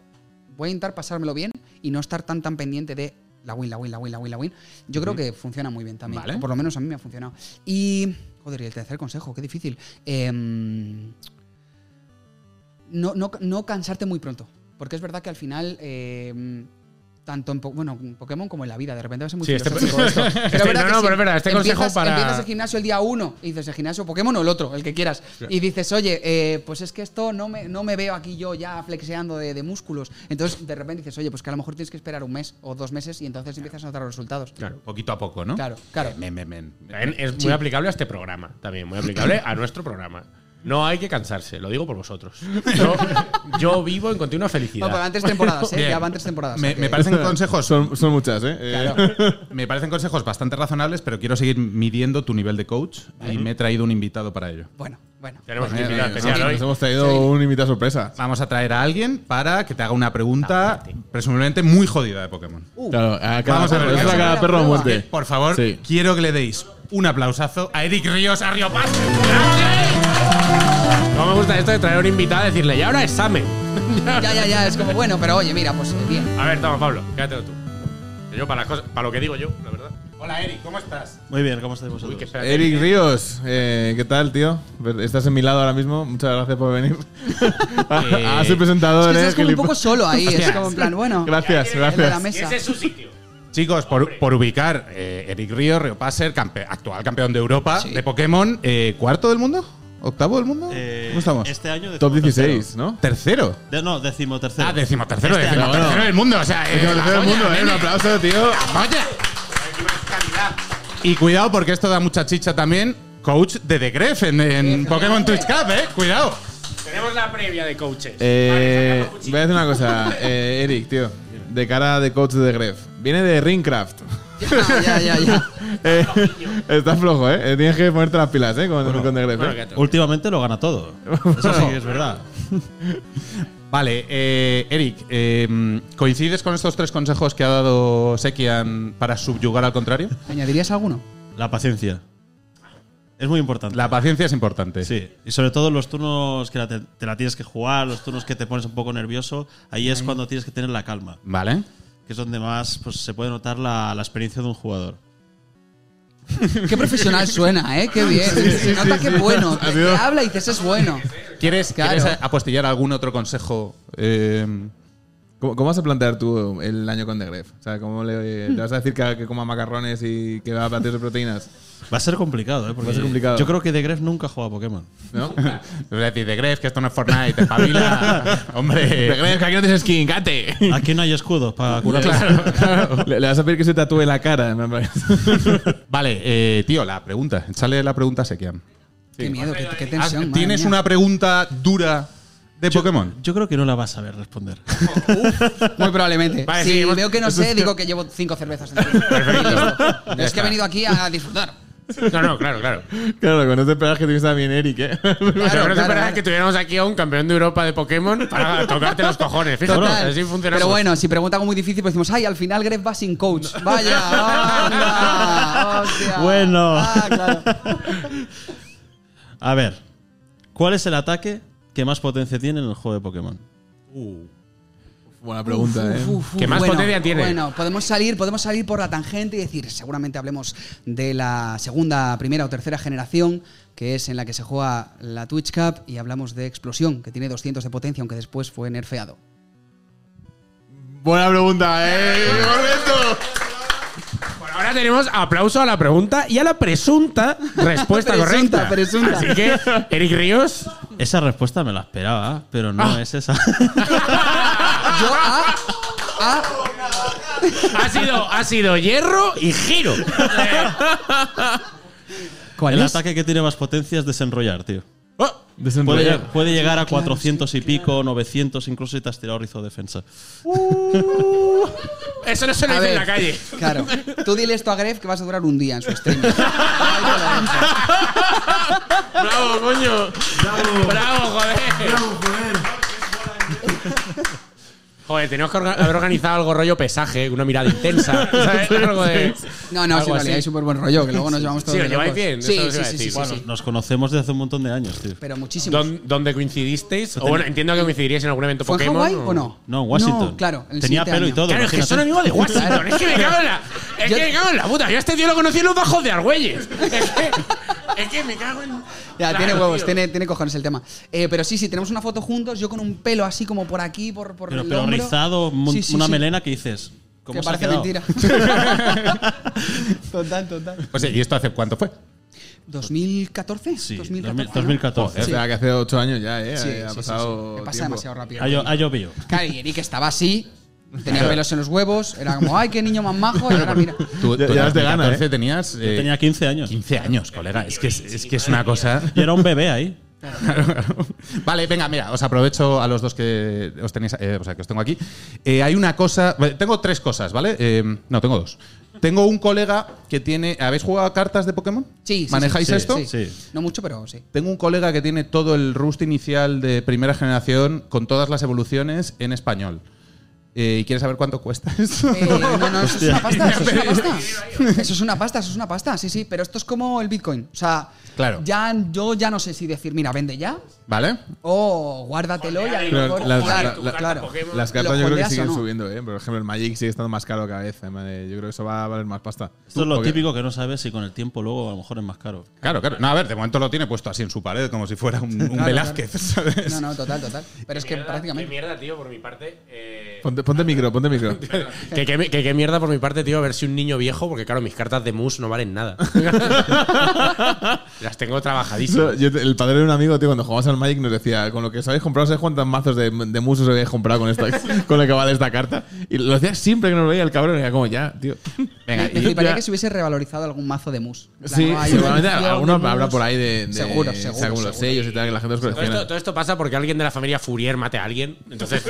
Speaker 9: voy a intentar pasármelo bien y no estar tan tan pendiente de la win, la win, la win, la win, la win. Yo creo que funciona muy bien también.
Speaker 2: Vale.
Speaker 9: O por lo menos a mí me ha funcionado. Y, joder, y el tercer consejo, qué difícil. Em, no, no, no cansarte muy pronto. Porque es verdad que al final, eh, tanto en, po- bueno, en Pokémon como en la vida, de repente va a ser muy
Speaker 3: Sí, este-
Speaker 9: filosófico esto. Pero
Speaker 3: este-
Speaker 9: es verdad
Speaker 3: no,
Speaker 9: que
Speaker 3: no,
Speaker 9: si
Speaker 3: pero espera, este consejo
Speaker 9: empiezas-
Speaker 3: para-
Speaker 9: Empiezas el gimnasio el día uno y dices el gimnasio Pokémon o el otro, el que quieras. Y dices, oye, eh, pues es que esto no me, no me veo aquí yo ya flexeando de, de músculos. Entonces de repente dices, oye, pues que a lo mejor tienes que esperar un mes o dos meses y entonces empiezas a notar los resultados.
Speaker 2: Poquito a poco, ¿no?
Speaker 9: Claro, claro.
Speaker 2: Men, men, men.
Speaker 3: También es muy aplicable a este programa, también muy aplicable a nuestro programa. No hay que cansarse, lo digo por vosotros. Yo, yo vivo en continua
Speaker 9: Bueno, pues van
Speaker 3: felicidad.
Speaker 9: tres temporadas, ¿eh?
Speaker 2: Bien.
Speaker 9: Ya van tres temporadas.
Speaker 2: Me,
Speaker 9: o sea
Speaker 2: me
Speaker 9: que-
Speaker 2: parecen consejos.
Speaker 4: Son, son muchas, ¿eh? Eh,
Speaker 2: Me parecen consejos bastante razonables, pero quiero seguir midiendo tu nivel de coach y me he traído un invitado para ello.
Speaker 9: Bueno, bueno.
Speaker 3: Tenemos un
Speaker 4: eh,
Speaker 3: invitado
Speaker 4: nos-
Speaker 3: especial
Speaker 4: nos,
Speaker 3: hoy.
Speaker 4: hemos traído
Speaker 9: Sí.
Speaker 4: un invitado sorpresa.
Speaker 2: Vamos a traer a alguien para que te haga una pregunta presumiblemente muy jodida de Pokémon.
Speaker 9: Uh,
Speaker 4: Claro, a cada,
Speaker 2: Vamos a ver,
Speaker 4: eso es
Speaker 2: vamos
Speaker 4: a
Speaker 2: a
Speaker 4: cada
Speaker 9: ver la
Speaker 4: perro a
Speaker 9: prueba.
Speaker 4: muerte.
Speaker 2: Por favor,
Speaker 4: Sí.
Speaker 2: quiero que le deis un aplausazo a Eric Ríos Arriopas.
Speaker 3: No me gusta esto de traer un invitado y decirle, y ahora examen.
Speaker 9: ya, ya, ya. Es como, bueno, pero oye, mira, pues eh, bien.
Speaker 3: A ver, toma, Pablo, quédatelo tú. Que Yo, para, las cosas, para lo que digo yo, la verdad.
Speaker 2: Hola Eric, ¿cómo estás?
Speaker 10: Muy bien, ¿cómo estáis vosotros?
Speaker 3: Uy, que espérate.
Speaker 4: Eric Ríos, eh, ¿qué tal, tío? Estás en mi lado ahora mismo. Muchas gracias por venir. a, a ser
Speaker 9: Es
Speaker 4: presentador,
Speaker 9: que
Speaker 4: ¿eh?
Speaker 9: estás como un poco
Speaker 4: gilipollas.
Speaker 9: solo ahí. Es como en plan, bueno.
Speaker 4: Gracias,
Speaker 3: El de la
Speaker 9: El de la
Speaker 4: gracias.
Speaker 9: mesa.
Speaker 3: Ese es su sitio.
Speaker 2: Chicos, por, por ubicar, eh, Eric Ríos, Riopaser, campe- actual campeón de Europa de Pokémon, eh, ¿cuarto del mundo? ¿Octavo del mundo?
Speaker 10: Eh,
Speaker 2: ¿Cómo estamos?
Speaker 10: Este año
Speaker 4: Top
Speaker 10: decimotercero.
Speaker 4: 16, ¿no?
Speaker 2: ¿Tercero?
Speaker 10: De- no, decimotercero.
Speaker 2: Ah, decimotercero,
Speaker 10: Este año.
Speaker 2: decimotercero del mundo. O sea, eh, la
Speaker 4: Tercero del
Speaker 2: joya,
Speaker 4: mundo, ¿eh? Un
Speaker 2: nene.
Speaker 4: aplauso, tío.
Speaker 2: ¡Vaya! Y cuidado porque esto da mucha chicha también. Coach de The Gref en, en Pokémon Twitch Cup, eh. Cuidado.
Speaker 3: Tenemos la previa de coaches.
Speaker 4: Eh, voy a decir una cosa, eh, Eric, tío. De cara de coach de Gref. Viene de Ringcraft.
Speaker 9: Ya, ya, ya. ya.
Speaker 4: Eh, está flojo, ¿eh? Eh, Tienes que ponerte las pilas, ¿eh? Con, con de Gref.
Speaker 3: Bueno,
Speaker 4: ¿eh?
Speaker 3: quédatelo.
Speaker 10: Últimamente lo gana todo. Eso sí que es verdad.
Speaker 2: Vale, eh, Eric, eh, ¿coincides con estos tres consejos que ha dado Sekian para subyugar al contrario?
Speaker 9: ¿Añadirías alguno?
Speaker 10: La paciencia. Es muy importante.
Speaker 2: La paciencia es importante.
Speaker 10: Sí, y sobre todo los turnos que la te, te la tienes que jugar, los turnos que te pones un poco nervioso, ahí es cuando tienes que tener la calma,
Speaker 2: ¿Vale?
Speaker 10: que es donde más pues, se puede notar la, la experiencia de un jugador.
Speaker 9: Qué profesional suena, ¿eh? Qué bien. Se nota que bueno. Que, que habla y dices, es bueno.
Speaker 2: ¿Quieres,
Speaker 9: Claro.
Speaker 2: quieres apostillar algún otro consejo? Eh,
Speaker 4: ¿Cómo, cómo vas a plantear tú el año con The Gref? O sea, ¿cómo le, le vas a decir que, que coma macarrones y que va a platillos de proteínas?
Speaker 10: Va a ser complicado, ¿eh? Porque
Speaker 4: Va a ser complicado.
Speaker 10: Yo creo que The Gref nunca juega a Pokémon.
Speaker 4: ¿No?
Speaker 2: Es decir, de Gref, que esto no es Fortnite, te espabila.
Speaker 4: The
Speaker 2: Hombre,
Speaker 4: Gref, que aquí no tienes skin, cate.
Speaker 10: Aquí no hay escudos para curar.
Speaker 4: Claro, claro. Le, le vas a pedir que se tatúe la cara. ¿no?
Speaker 2: vale, eh, tío, la pregunta. Échale la pregunta a Sekian. Ah,
Speaker 9: Qué miedo, qué, qué tensión. madre
Speaker 2: ¿Tienes
Speaker 9: mía.
Speaker 2: una pregunta dura de Pokémon?
Speaker 10: Yo creo que no la vas a saber responder.
Speaker 9: Muy probablemente.
Speaker 2: Vale,
Speaker 9: si
Speaker 2: sí, hemos-
Speaker 9: veo que no sé, digo que llevo cinco cervezas. encima. Perfecto. Es que he venido aquí a disfrutar.
Speaker 3: No, no, claro, claro.
Speaker 4: claro, con este esperaje que tuviste también Eric, ¿eh?
Speaker 3: Pero
Speaker 9: Claro,
Speaker 3: no te
Speaker 9: claro,
Speaker 3: esperabas
Speaker 9: claro.
Speaker 3: que tuviéramos aquí a un campeón de Europa de Pokémon para tocarte los cojones. Fíjate,
Speaker 9: Total.
Speaker 3: así funciona.
Speaker 9: Pero bueno, si pregunta algo muy difícil, pues decimos, ay, al final Gref va sin coach. Vaya, anda, hostia.
Speaker 10: Bueno.
Speaker 9: Ah, claro.
Speaker 10: A ver, ¿cuál es el ataque que más potencia tiene en el juego de Pokémon?
Speaker 4: Buena pregunta, ¿eh?
Speaker 9: Uf, uf,
Speaker 3: ¿Qué más
Speaker 9: bueno,
Speaker 3: potencia tiene?
Speaker 9: Bueno, podemos salir, podemos salir por la tangente y decir, seguramente hablemos de la segunda, primera o tercera generación, que es en la que se juega la Twitch Cup, y hablamos de explosión, que tiene 200 de potencia, aunque después fue nerfeado.
Speaker 4: Buena pregunta, ¿eh? Correcto.
Speaker 3: Por ahora tenemos aplauso a la pregunta y a la presunta respuesta correcta.
Speaker 9: Presunta, presunta.
Speaker 3: Así que, Eric Ríos,
Speaker 10: Esa respuesta me la esperaba, pero no es esa.
Speaker 9: Yo, ah, ah,
Speaker 3: ha sido, ha sido hierro y giro.
Speaker 9: ¿Cuál
Speaker 10: el
Speaker 9: es?
Speaker 10: ataque que tiene más potencia es desenrollar, tío.
Speaker 3: Oh,
Speaker 10: Puede,
Speaker 4: Desenrollar.
Speaker 10: lle- puede llegar a 400 y pico, 900 incluso si te has tirado rizo defensa.
Speaker 3: eso no se lo dice
Speaker 9: A
Speaker 3: en
Speaker 9: ver,
Speaker 3: la calle.
Speaker 9: Claro. Tú dile esto a Gref que vas a durar un día en su stream.
Speaker 3: Bravo, coño. Bravo, joder. Joder, tenemos que orga- haber organizado algo rollo pesaje, una mirada intensa. ¿sabes? Algo de-
Speaker 9: No, no, sí,
Speaker 3: algo
Speaker 9: en realidad
Speaker 3: así.
Speaker 9: es súper buen rollo, que luego nos llevamos todos.
Speaker 3: Sí, lo
Speaker 9: de
Speaker 3: lleváis
Speaker 9: locos.
Speaker 3: bien,
Speaker 9: Sí,
Speaker 3: eso os
Speaker 9: sí,
Speaker 3: iba a
Speaker 9: sí, sí,
Speaker 3: decir.
Speaker 9: sí,
Speaker 10: Bueno,
Speaker 9: sí.
Speaker 10: nos conocemos desde hace un montón de años, tío.
Speaker 9: Pero muchísimo.
Speaker 3: ¿Dón- ¿Dónde coincidisteis? O bueno, entiendo que coincidiríais en algún evento
Speaker 9: ¿Fue en
Speaker 3: Pokémon.
Speaker 9: Hawái o no?
Speaker 10: No, en Washington.
Speaker 9: No, claro. en el
Speaker 10: Tenía
Speaker 9: siguiente
Speaker 10: pelo y
Speaker 9: año.
Speaker 10: todo.
Speaker 3: Claro, es que
Speaker 10: imagínate.
Speaker 3: son amigos de Washington. Es que me cago en la. Es
Speaker 9: Yo-
Speaker 3: que me cago en la puta. Yo a este tío lo conocí en los bajos de Argüelles. Es que, es que me cago en.
Speaker 9: Ya,
Speaker 3: Claro,
Speaker 9: tiene huevos,
Speaker 3: tío.
Speaker 9: tiene, tiene cojones el tema. Eh, pero sí, sí, tenemos una foto juntos, yo con un pelo así como por aquí, por, por
Speaker 10: Pero,
Speaker 9: el
Speaker 10: pero
Speaker 9: hombro.
Speaker 10: rizado, mon-
Speaker 9: Sí, sí,
Speaker 10: una
Speaker 9: sí.
Speaker 10: melena que dices. ¿Cómo
Speaker 9: Que
Speaker 10: se ha
Speaker 9: parece
Speaker 10: quedado?
Speaker 9: mentira. total, total.
Speaker 2: Pues, ¿Y esto hace cuánto fue?
Speaker 9: ¿2014?
Speaker 10: Sí,
Speaker 9: 2014.
Speaker 10: 2014.
Speaker 4: O sea, que hace ocho años ya, ¿eh?
Speaker 9: Sí, sí,
Speaker 4: ha
Speaker 9: sí,
Speaker 4: pasado.
Speaker 9: sí, sí. Que pasa
Speaker 4: tiempo.
Speaker 9: demasiado rápido.
Speaker 10: Ha llo- ha llovido.
Speaker 9: Claro, y Eric estaba así, tenía pelos en los huevos, era como, ay, qué niño más majo, y ahora mira.
Speaker 2: Tú,
Speaker 4: Ya-
Speaker 2: tú
Speaker 4: ya
Speaker 2: en
Speaker 4: vas de gana,
Speaker 2: 2014 tenías eh,
Speaker 10: Tenía 15 años.
Speaker 2: 15 años, colega. Es que es, es que es una cosa.
Speaker 10: Y era un bebé ahí.
Speaker 2: vale, venga, mira, os aprovecho a los dos que os tenéis, eh, o sea, que os tengo aquí. Eh, hay una cosa, bueno, tengo tres cosas, ¿vale? Eh, no, tengo dos. Tengo un colega que tiene, ¿habéis jugado a cartas de Pokémon?
Speaker 9: Sí, sí,
Speaker 2: ¿Manejáis
Speaker 9: sí, sí,
Speaker 2: esto?
Speaker 9: Sí,
Speaker 10: Sí.
Speaker 9: No mucho, pero sí.
Speaker 2: Tengo un colega que tiene todo el Rust inicial de primera generación con todas las evoluciones en español. Eh, ¿Y quieres saber cuánto cuesta esto?
Speaker 9: Eh, no, no, eso es una pasta, eso es una pasta. Eso es una pasta, eso es una pasta, sí, sí, pero esto es como el Bitcoin. O sea,
Speaker 2: Claro.
Speaker 9: ya, yo ya no sé si decir, mira, vende ya
Speaker 2: ¿Vale?
Speaker 9: o guárdatelo y a lo
Speaker 4: Pero
Speaker 9: mejor-
Speaker 4: las-
Speaker 9: claro,
Speaker 4: la- la-
Speaker 9: claro.
Speaker 4: Las cartas
Speaker 9: ¿Lo
Speaker 4: yo creo que
Speaker 9: holdeas o
Speaker 4: siguen
Speaker 9: no?
Speaker 4: subiendo, ¿eh? Por ejemplo, el Magic sigue estando más caro cada vez. además de- Yo creo que eso va a valer más pasta.
Speaker 10: Esto es lo
Speaker 4: Porque-
Speaker 10: típico que no sabes si con el tiempo luego a lo mejor es más caro.
Speaker 2: Claro, claro. No, a ver, de momento lo tiene puesto así en su pared, como si fuera un, un Velázquez, ¿sabes?
Speaker 9: No, no, total, total. Pero es que prácticamente.
Speaker 3: mierda, tío, por mi parte. eh,
Speaker 4: Ponte, ponte micro, ponte micro.
Speaker 3: que, que- que- que mierda por mi parte, tío, a ver si un niño viejo, porque claro, mis cartas de mus no valen nada. Las tengo
Speaker 4: Eso,
Speaker 3: trabajadísimas.
Speaker 4: yo te- el padre de un amigo, tío, cuando jugamos al Magic nos decía, con lo que os habéis comprado, ¿sabéis cuántos mazos de, de musos os habéis comprado con esta con la que va de esta carta? Y lo decía siempre que nos veía el cabrón, era como, ya, tío.
Speaker 2: Venga,
Speaker 9: Me
Speaker 2: y-
Speaker 9: fliparía
Speaker 4: ya-
Speaker 9: que se hubiese revalorizado algún mazo de mus. En plan,
Speaker 4: Sí,
Speaker 9: no, hay
Speaker 4: seguramente
Speaker 9: una edición
Speaker 4: alguno
Speaker 9: de mus.
Speaker 4: habrá por ahí de, de-
Speaker 9: Seguro,
Speaker 4: o sea,
Speaker 9: seguro,
Speaker 4: con los
Speaker 9: seguro.
Speaker 4: sellos y tal, que la gente los
Speaker 3: Todo esto,
Speaker 4: colecciona.
Speaker 3: todo esto pasa porque alguien de la familia Fourier mate a alguien. Entonces,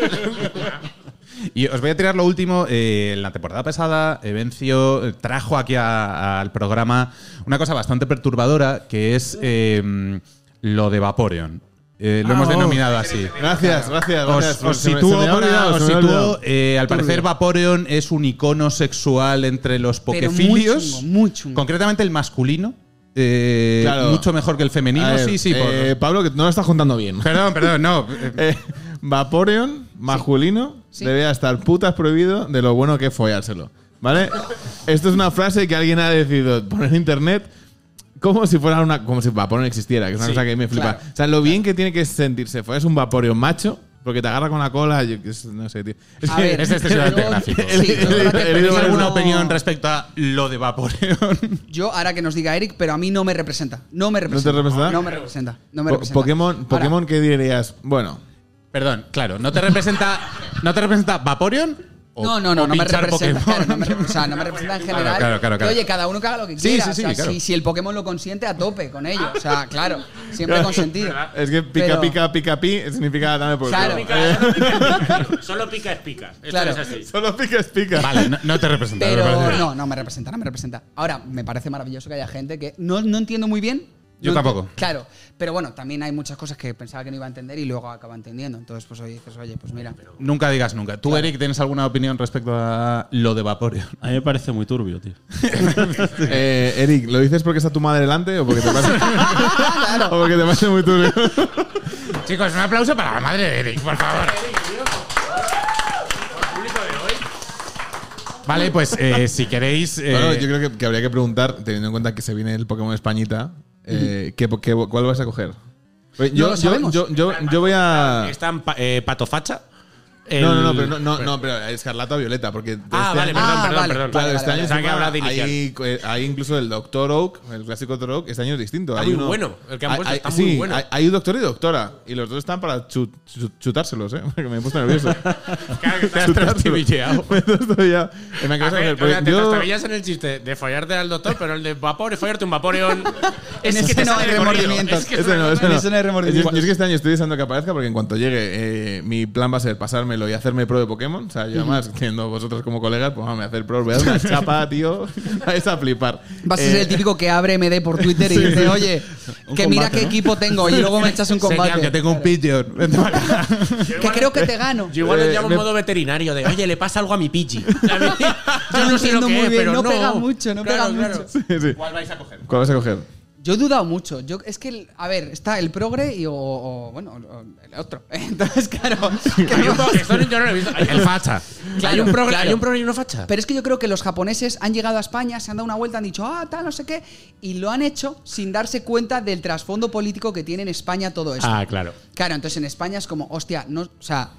Speaker 2: Y os voy a tirar lo último. Eh, en la temporada pasada, Evencio eh, trajo aquí a- al programa una cosa bastante perturbadora, que es eh, lo de Vaporeon. Eh, lo hemos
Speaker 9: Ah, oh.
Speaker 2: denominado así.
Speaker 4: Gracias, gracias, gracias.
Speaker 2: Os, os
Speaker 4: Se me-
Speaker 2: sitúo,
Speaker 4: se me había
Speaker 2: para-
Speaker 4: olvidado,
Speaker 2: os
Speaker 4: se me había
Speaker 2: sitúo,
Speaker 4: olvidado.
Speaker 2: eh, al parecer Vaporeon es un icono sexual entre los
Speaker 9: Pero muy
Speaker 2: pokefilios.
Speaker 9: chungo, muy chungo.
Speaker 2: Concretamente el masculino.
Speaker 4: Eh,
Speaker 2: Claro. Mucho mejor que el femenino,
Speaker 4: A ver,
Speaker 2: sí, sí. por-
Speaker 4: eh, Pablo, que no lo estás contando bien.
Speaker 2: Perdón, perdón, no. eh,
Speaker 4: Eh, Vaporeon, masculino,
Speaker 9: Sí.
Speaker 4: debe estar putas prohibido de lo bueno que es follárselo. ¿Vale? Esto es una frase que alguien ha decidido poner en internet como si fuera una. como si Vaporeon existiera, que es una cosa que a mí me flipa.
Speaker 9: claro.
Speaker 4: o sea, lo bien que tiene que sentirse. Follas un Vaporeon macho, porque te agarra con la cola. Yo, que es- no sé, tío. Es
Speaker 9: A
Speaker 4: que-
Speaker 9: ver,
Speaker 2: es excesivamente
Speaker 9: yo-
Speaker 2: gráfico.
Speaker 9: sí, yo creo que-
Speaker 4: ¿Tenéis
Speaker 2: ¿Tenéis alguna
Speaker 9: no-
Speaker 2: opinión respecto a lo de Vaporeon?
Speaker 9: Yo, ahora que nos diga Eric, pero a mí no me representa. No me representa.
Speaker 4: representa?
Speaker 9: No me representa. No me
Speaker 4: Po-
Speaker 9: representa.
Speaker 4: Pokémon,
Speaker 9: Ahora,
Speaker 4: Pokémon ¿qué dirías? Bueno.
Speaker 2: Perdón, claro, no te representa. ¿No te representa Vaporeon? O-
Speaker 9: no, no,
Speaker 2: o
Speaker 9: no, no me
Speaker 2: pinchar
Speaker 9: representa.
Speaker 2: Pokémon.
Speaker 9: claro, no me repre- o sea, no me representa en general.
Speaker 2: claro, claro, claro.
Speaker 9: Oye, cada uno que haga lo que
Speaker 2: Sí,
Speaker 9: quiera.
Speaker 2: sí, sí,
Speaker 9: o sea,
Speaker 2: claro.
Speaker 9: si, si el Pokémon lo consiente, a tope con ello. O sea, claro, siempre consentido.
Speaker 4: Es que pica,
Speaker 9: Pero-
Speaker 4: pica, pica, pi significa dame por
Speaker 9: Claro.
Speaker 4: culo.
Speaker 3: Solo pica es pica. Esto
Speaker 9: Claro.
Speaker 3: es así.
Speaker 4: Solo pica es pica.
Speaker 2: Vale, no, no te representa. me
Speaker 9: Pero
Speaker 2: parece.
Speaker 9: no, no me representa, no me representa. Ahora, me parece maravilloso que haya gente que no, no entiendo muy bien.
Speaker 2: Yo
Speaker 9: No
Speaker 2: tampoco.
Speaker 9: enti- Claro, pero bueno, también hay muchas cosas que pensaba que no iba a entender y luego acaba entendiendo. Entonces, pues oye, dices, oye, pues mira.
Speaker 2: Nunca digas nunca. ¿Tú, Eric, tienes alguna opinión respecto a lo de Vaporeon?
Speaker 10: A mí me parece muy turbio, tío.
Speaker 4: Eh, Eric, ¿lo dices porque está tu madre delante o porque te parece, o porque te parece muy turbio?
Speaker 2: Chicos, un aplauso para la madre de Eric, por favor. Vale, pues eh, si queréis. eh,
Speaker 4: Bueno, yo creo que, que habría que preguntar, teniendo en cuenta que se viene el Pokémon Españita, eh, ¿qué po- qué- ¿cuál vas a coger? Oye,
Speaker 9: lo
Speaker 4: Yo, yo,
Speaker 9: sabemos.
Speaker 4: yo, yo, yo voy a.
Speaker 3: Está en pa- eh, patofacha.
Speaker 4: No, no, no,
Speaker 3: El-
Speaker 4: pero, no, no, no, pero escarlata o violeta, porque.
Speaker 3: Ah,
Speaker 4: este
Speaker 3: vale,
Speaker 4: año-
Speaker 3: perdón,
Speaker 9: Ah,
Speaker 3: perdón,
Speaker 9: vale.
Speaker 3: perdón.
Speaker 4: Claro, este año
Speaker 3: Pensaba
Speaker 4: encima
Speaker 3: que hablaba de inicial.
Speaker 4: hay, eh, hay incluso el Doctor Oak, el clásico Doctor Oak, este año es distinto.
Speaker 3: Está
Speaker 4: hay
Speaker 3: muy
Speaker 4: uno-
Speaker 3: bueno, el que han
Speaker 4: hay-
Speaker 3: puesto
Speaker 4: hay-
Speaker 3: está
Speaker 4: sí,
Speaker 3: muy bueno.
Speaker 4: Hay, hay un doctor y doctora, y los dos están para chu- chu- chutárselos, ¿eh? Porque me he puesto nervioso.
Speaker 3: Claro que te has
Speaker 4: Chutárselos.
Speaker 3: trastibilleado.
Speaker 4: Me he trastibillado. Eh, me
Speaker 3: A
Speaker 4: acabas de
Speaker 3: ver,
Speaker 4: coger, porque
Speaker 3: o sea, te
Speaker 4: yo-
Speaker 3: trastabillas en el chiste de follarte al doctor, pero el de vapor, follarte un vaporeón. es
Speaker 9: Ese
Speaker 3: que te
Speaker 9: no
Speaker 3: sale
Speaker 9: hay
Speaker 3: corrido.
Speaker 9: remordimientos.
Speaker 3: Es que es
Speaker 4: Ese
Speaker 3: una
Speaker 4: no,
Speaker 3: cosa-
Speaker 4: ese no.
Speaker 9: Ese no hay remordimientos.
Speaker 4: Yo- yo es que este año estoy deseando que aparezca porque en cuanto llegue, eh, mi plan va a ser pasármelo y hacerme pro de Pokémon. O sea, yo además, teniendo vosotros como colegas, pues vamos a hacer pro, voy a dar una chapa, tío. Vais a flipar.
Speaker 9: Vas a
Speaker 4: Eh,
Speaker 9: ser el típico que abre MD por Twitter y
Speaker 4: Sí, sí.
Speaker 9: dice, oye,
Speaker 10: Un
Speaker 9: que mira
Speaker 10: combate,
Speaker 9: qué
Speaker 10: ¿no?
Speaker 9: equipo tengo y luego me echas un combate.
Speaker 2: Señal, que tengo un Pidgeot. Vente para acá.
Speaker 9: Que creo que te gano.
Speaker 3: Yo igual
Speaker 4: Eh,
Speaker 3: lo llamo
Speaker 4: me-
Speaker 3: en modo veterinario de, oye, le pasa algo a mi Pidgey. Yo no sé lo
Speaker 9: entiendo
Speaker 3: que
Speaker 9: muy
Speaker 3: es,
Speaker 9: bien,
Speaker 3: pero
Speaker 9: no
Speaker 3: no.
Speaker 9: pega mucho, no
Speaker 3: Claro,
Speaker 9: pega
Speaker 3: claro.
Speaker 9: mucho.
Speaker 4: Eh, Sí, sí.
Speaker 3: ¿Cuál vais a coger?
Speaker 4: ¿Cuál vas a coger?
Speaker 9: Yo he dudado mucho. Yo, es que, el- a ver, está el progre y o, o, bueno, o- el otro. Entonces, claro. que
Speaker 3: Hay
Speaker 9: no-
Speaker 3: un que son- yo no lo he visto. Hay-
Speaker 2: El facha.
Speaker 9: Claro,
Speaker 3: hay un programa
Speaker 9: claro.
Speaker 3: hay un programa y una facha.
Speaker 9: Pero es que yo creo que los japoneses han llegado a España, se han dado una vuelta, han dicho, ah, tal, no sé qué, y lo han hecho sin darse cuenta del trasfondo político que tiene en España todo esto.
Speaker 3: ah, claro.
Speaker 9: Claro, entonces en España es como, hostia, no, o sea,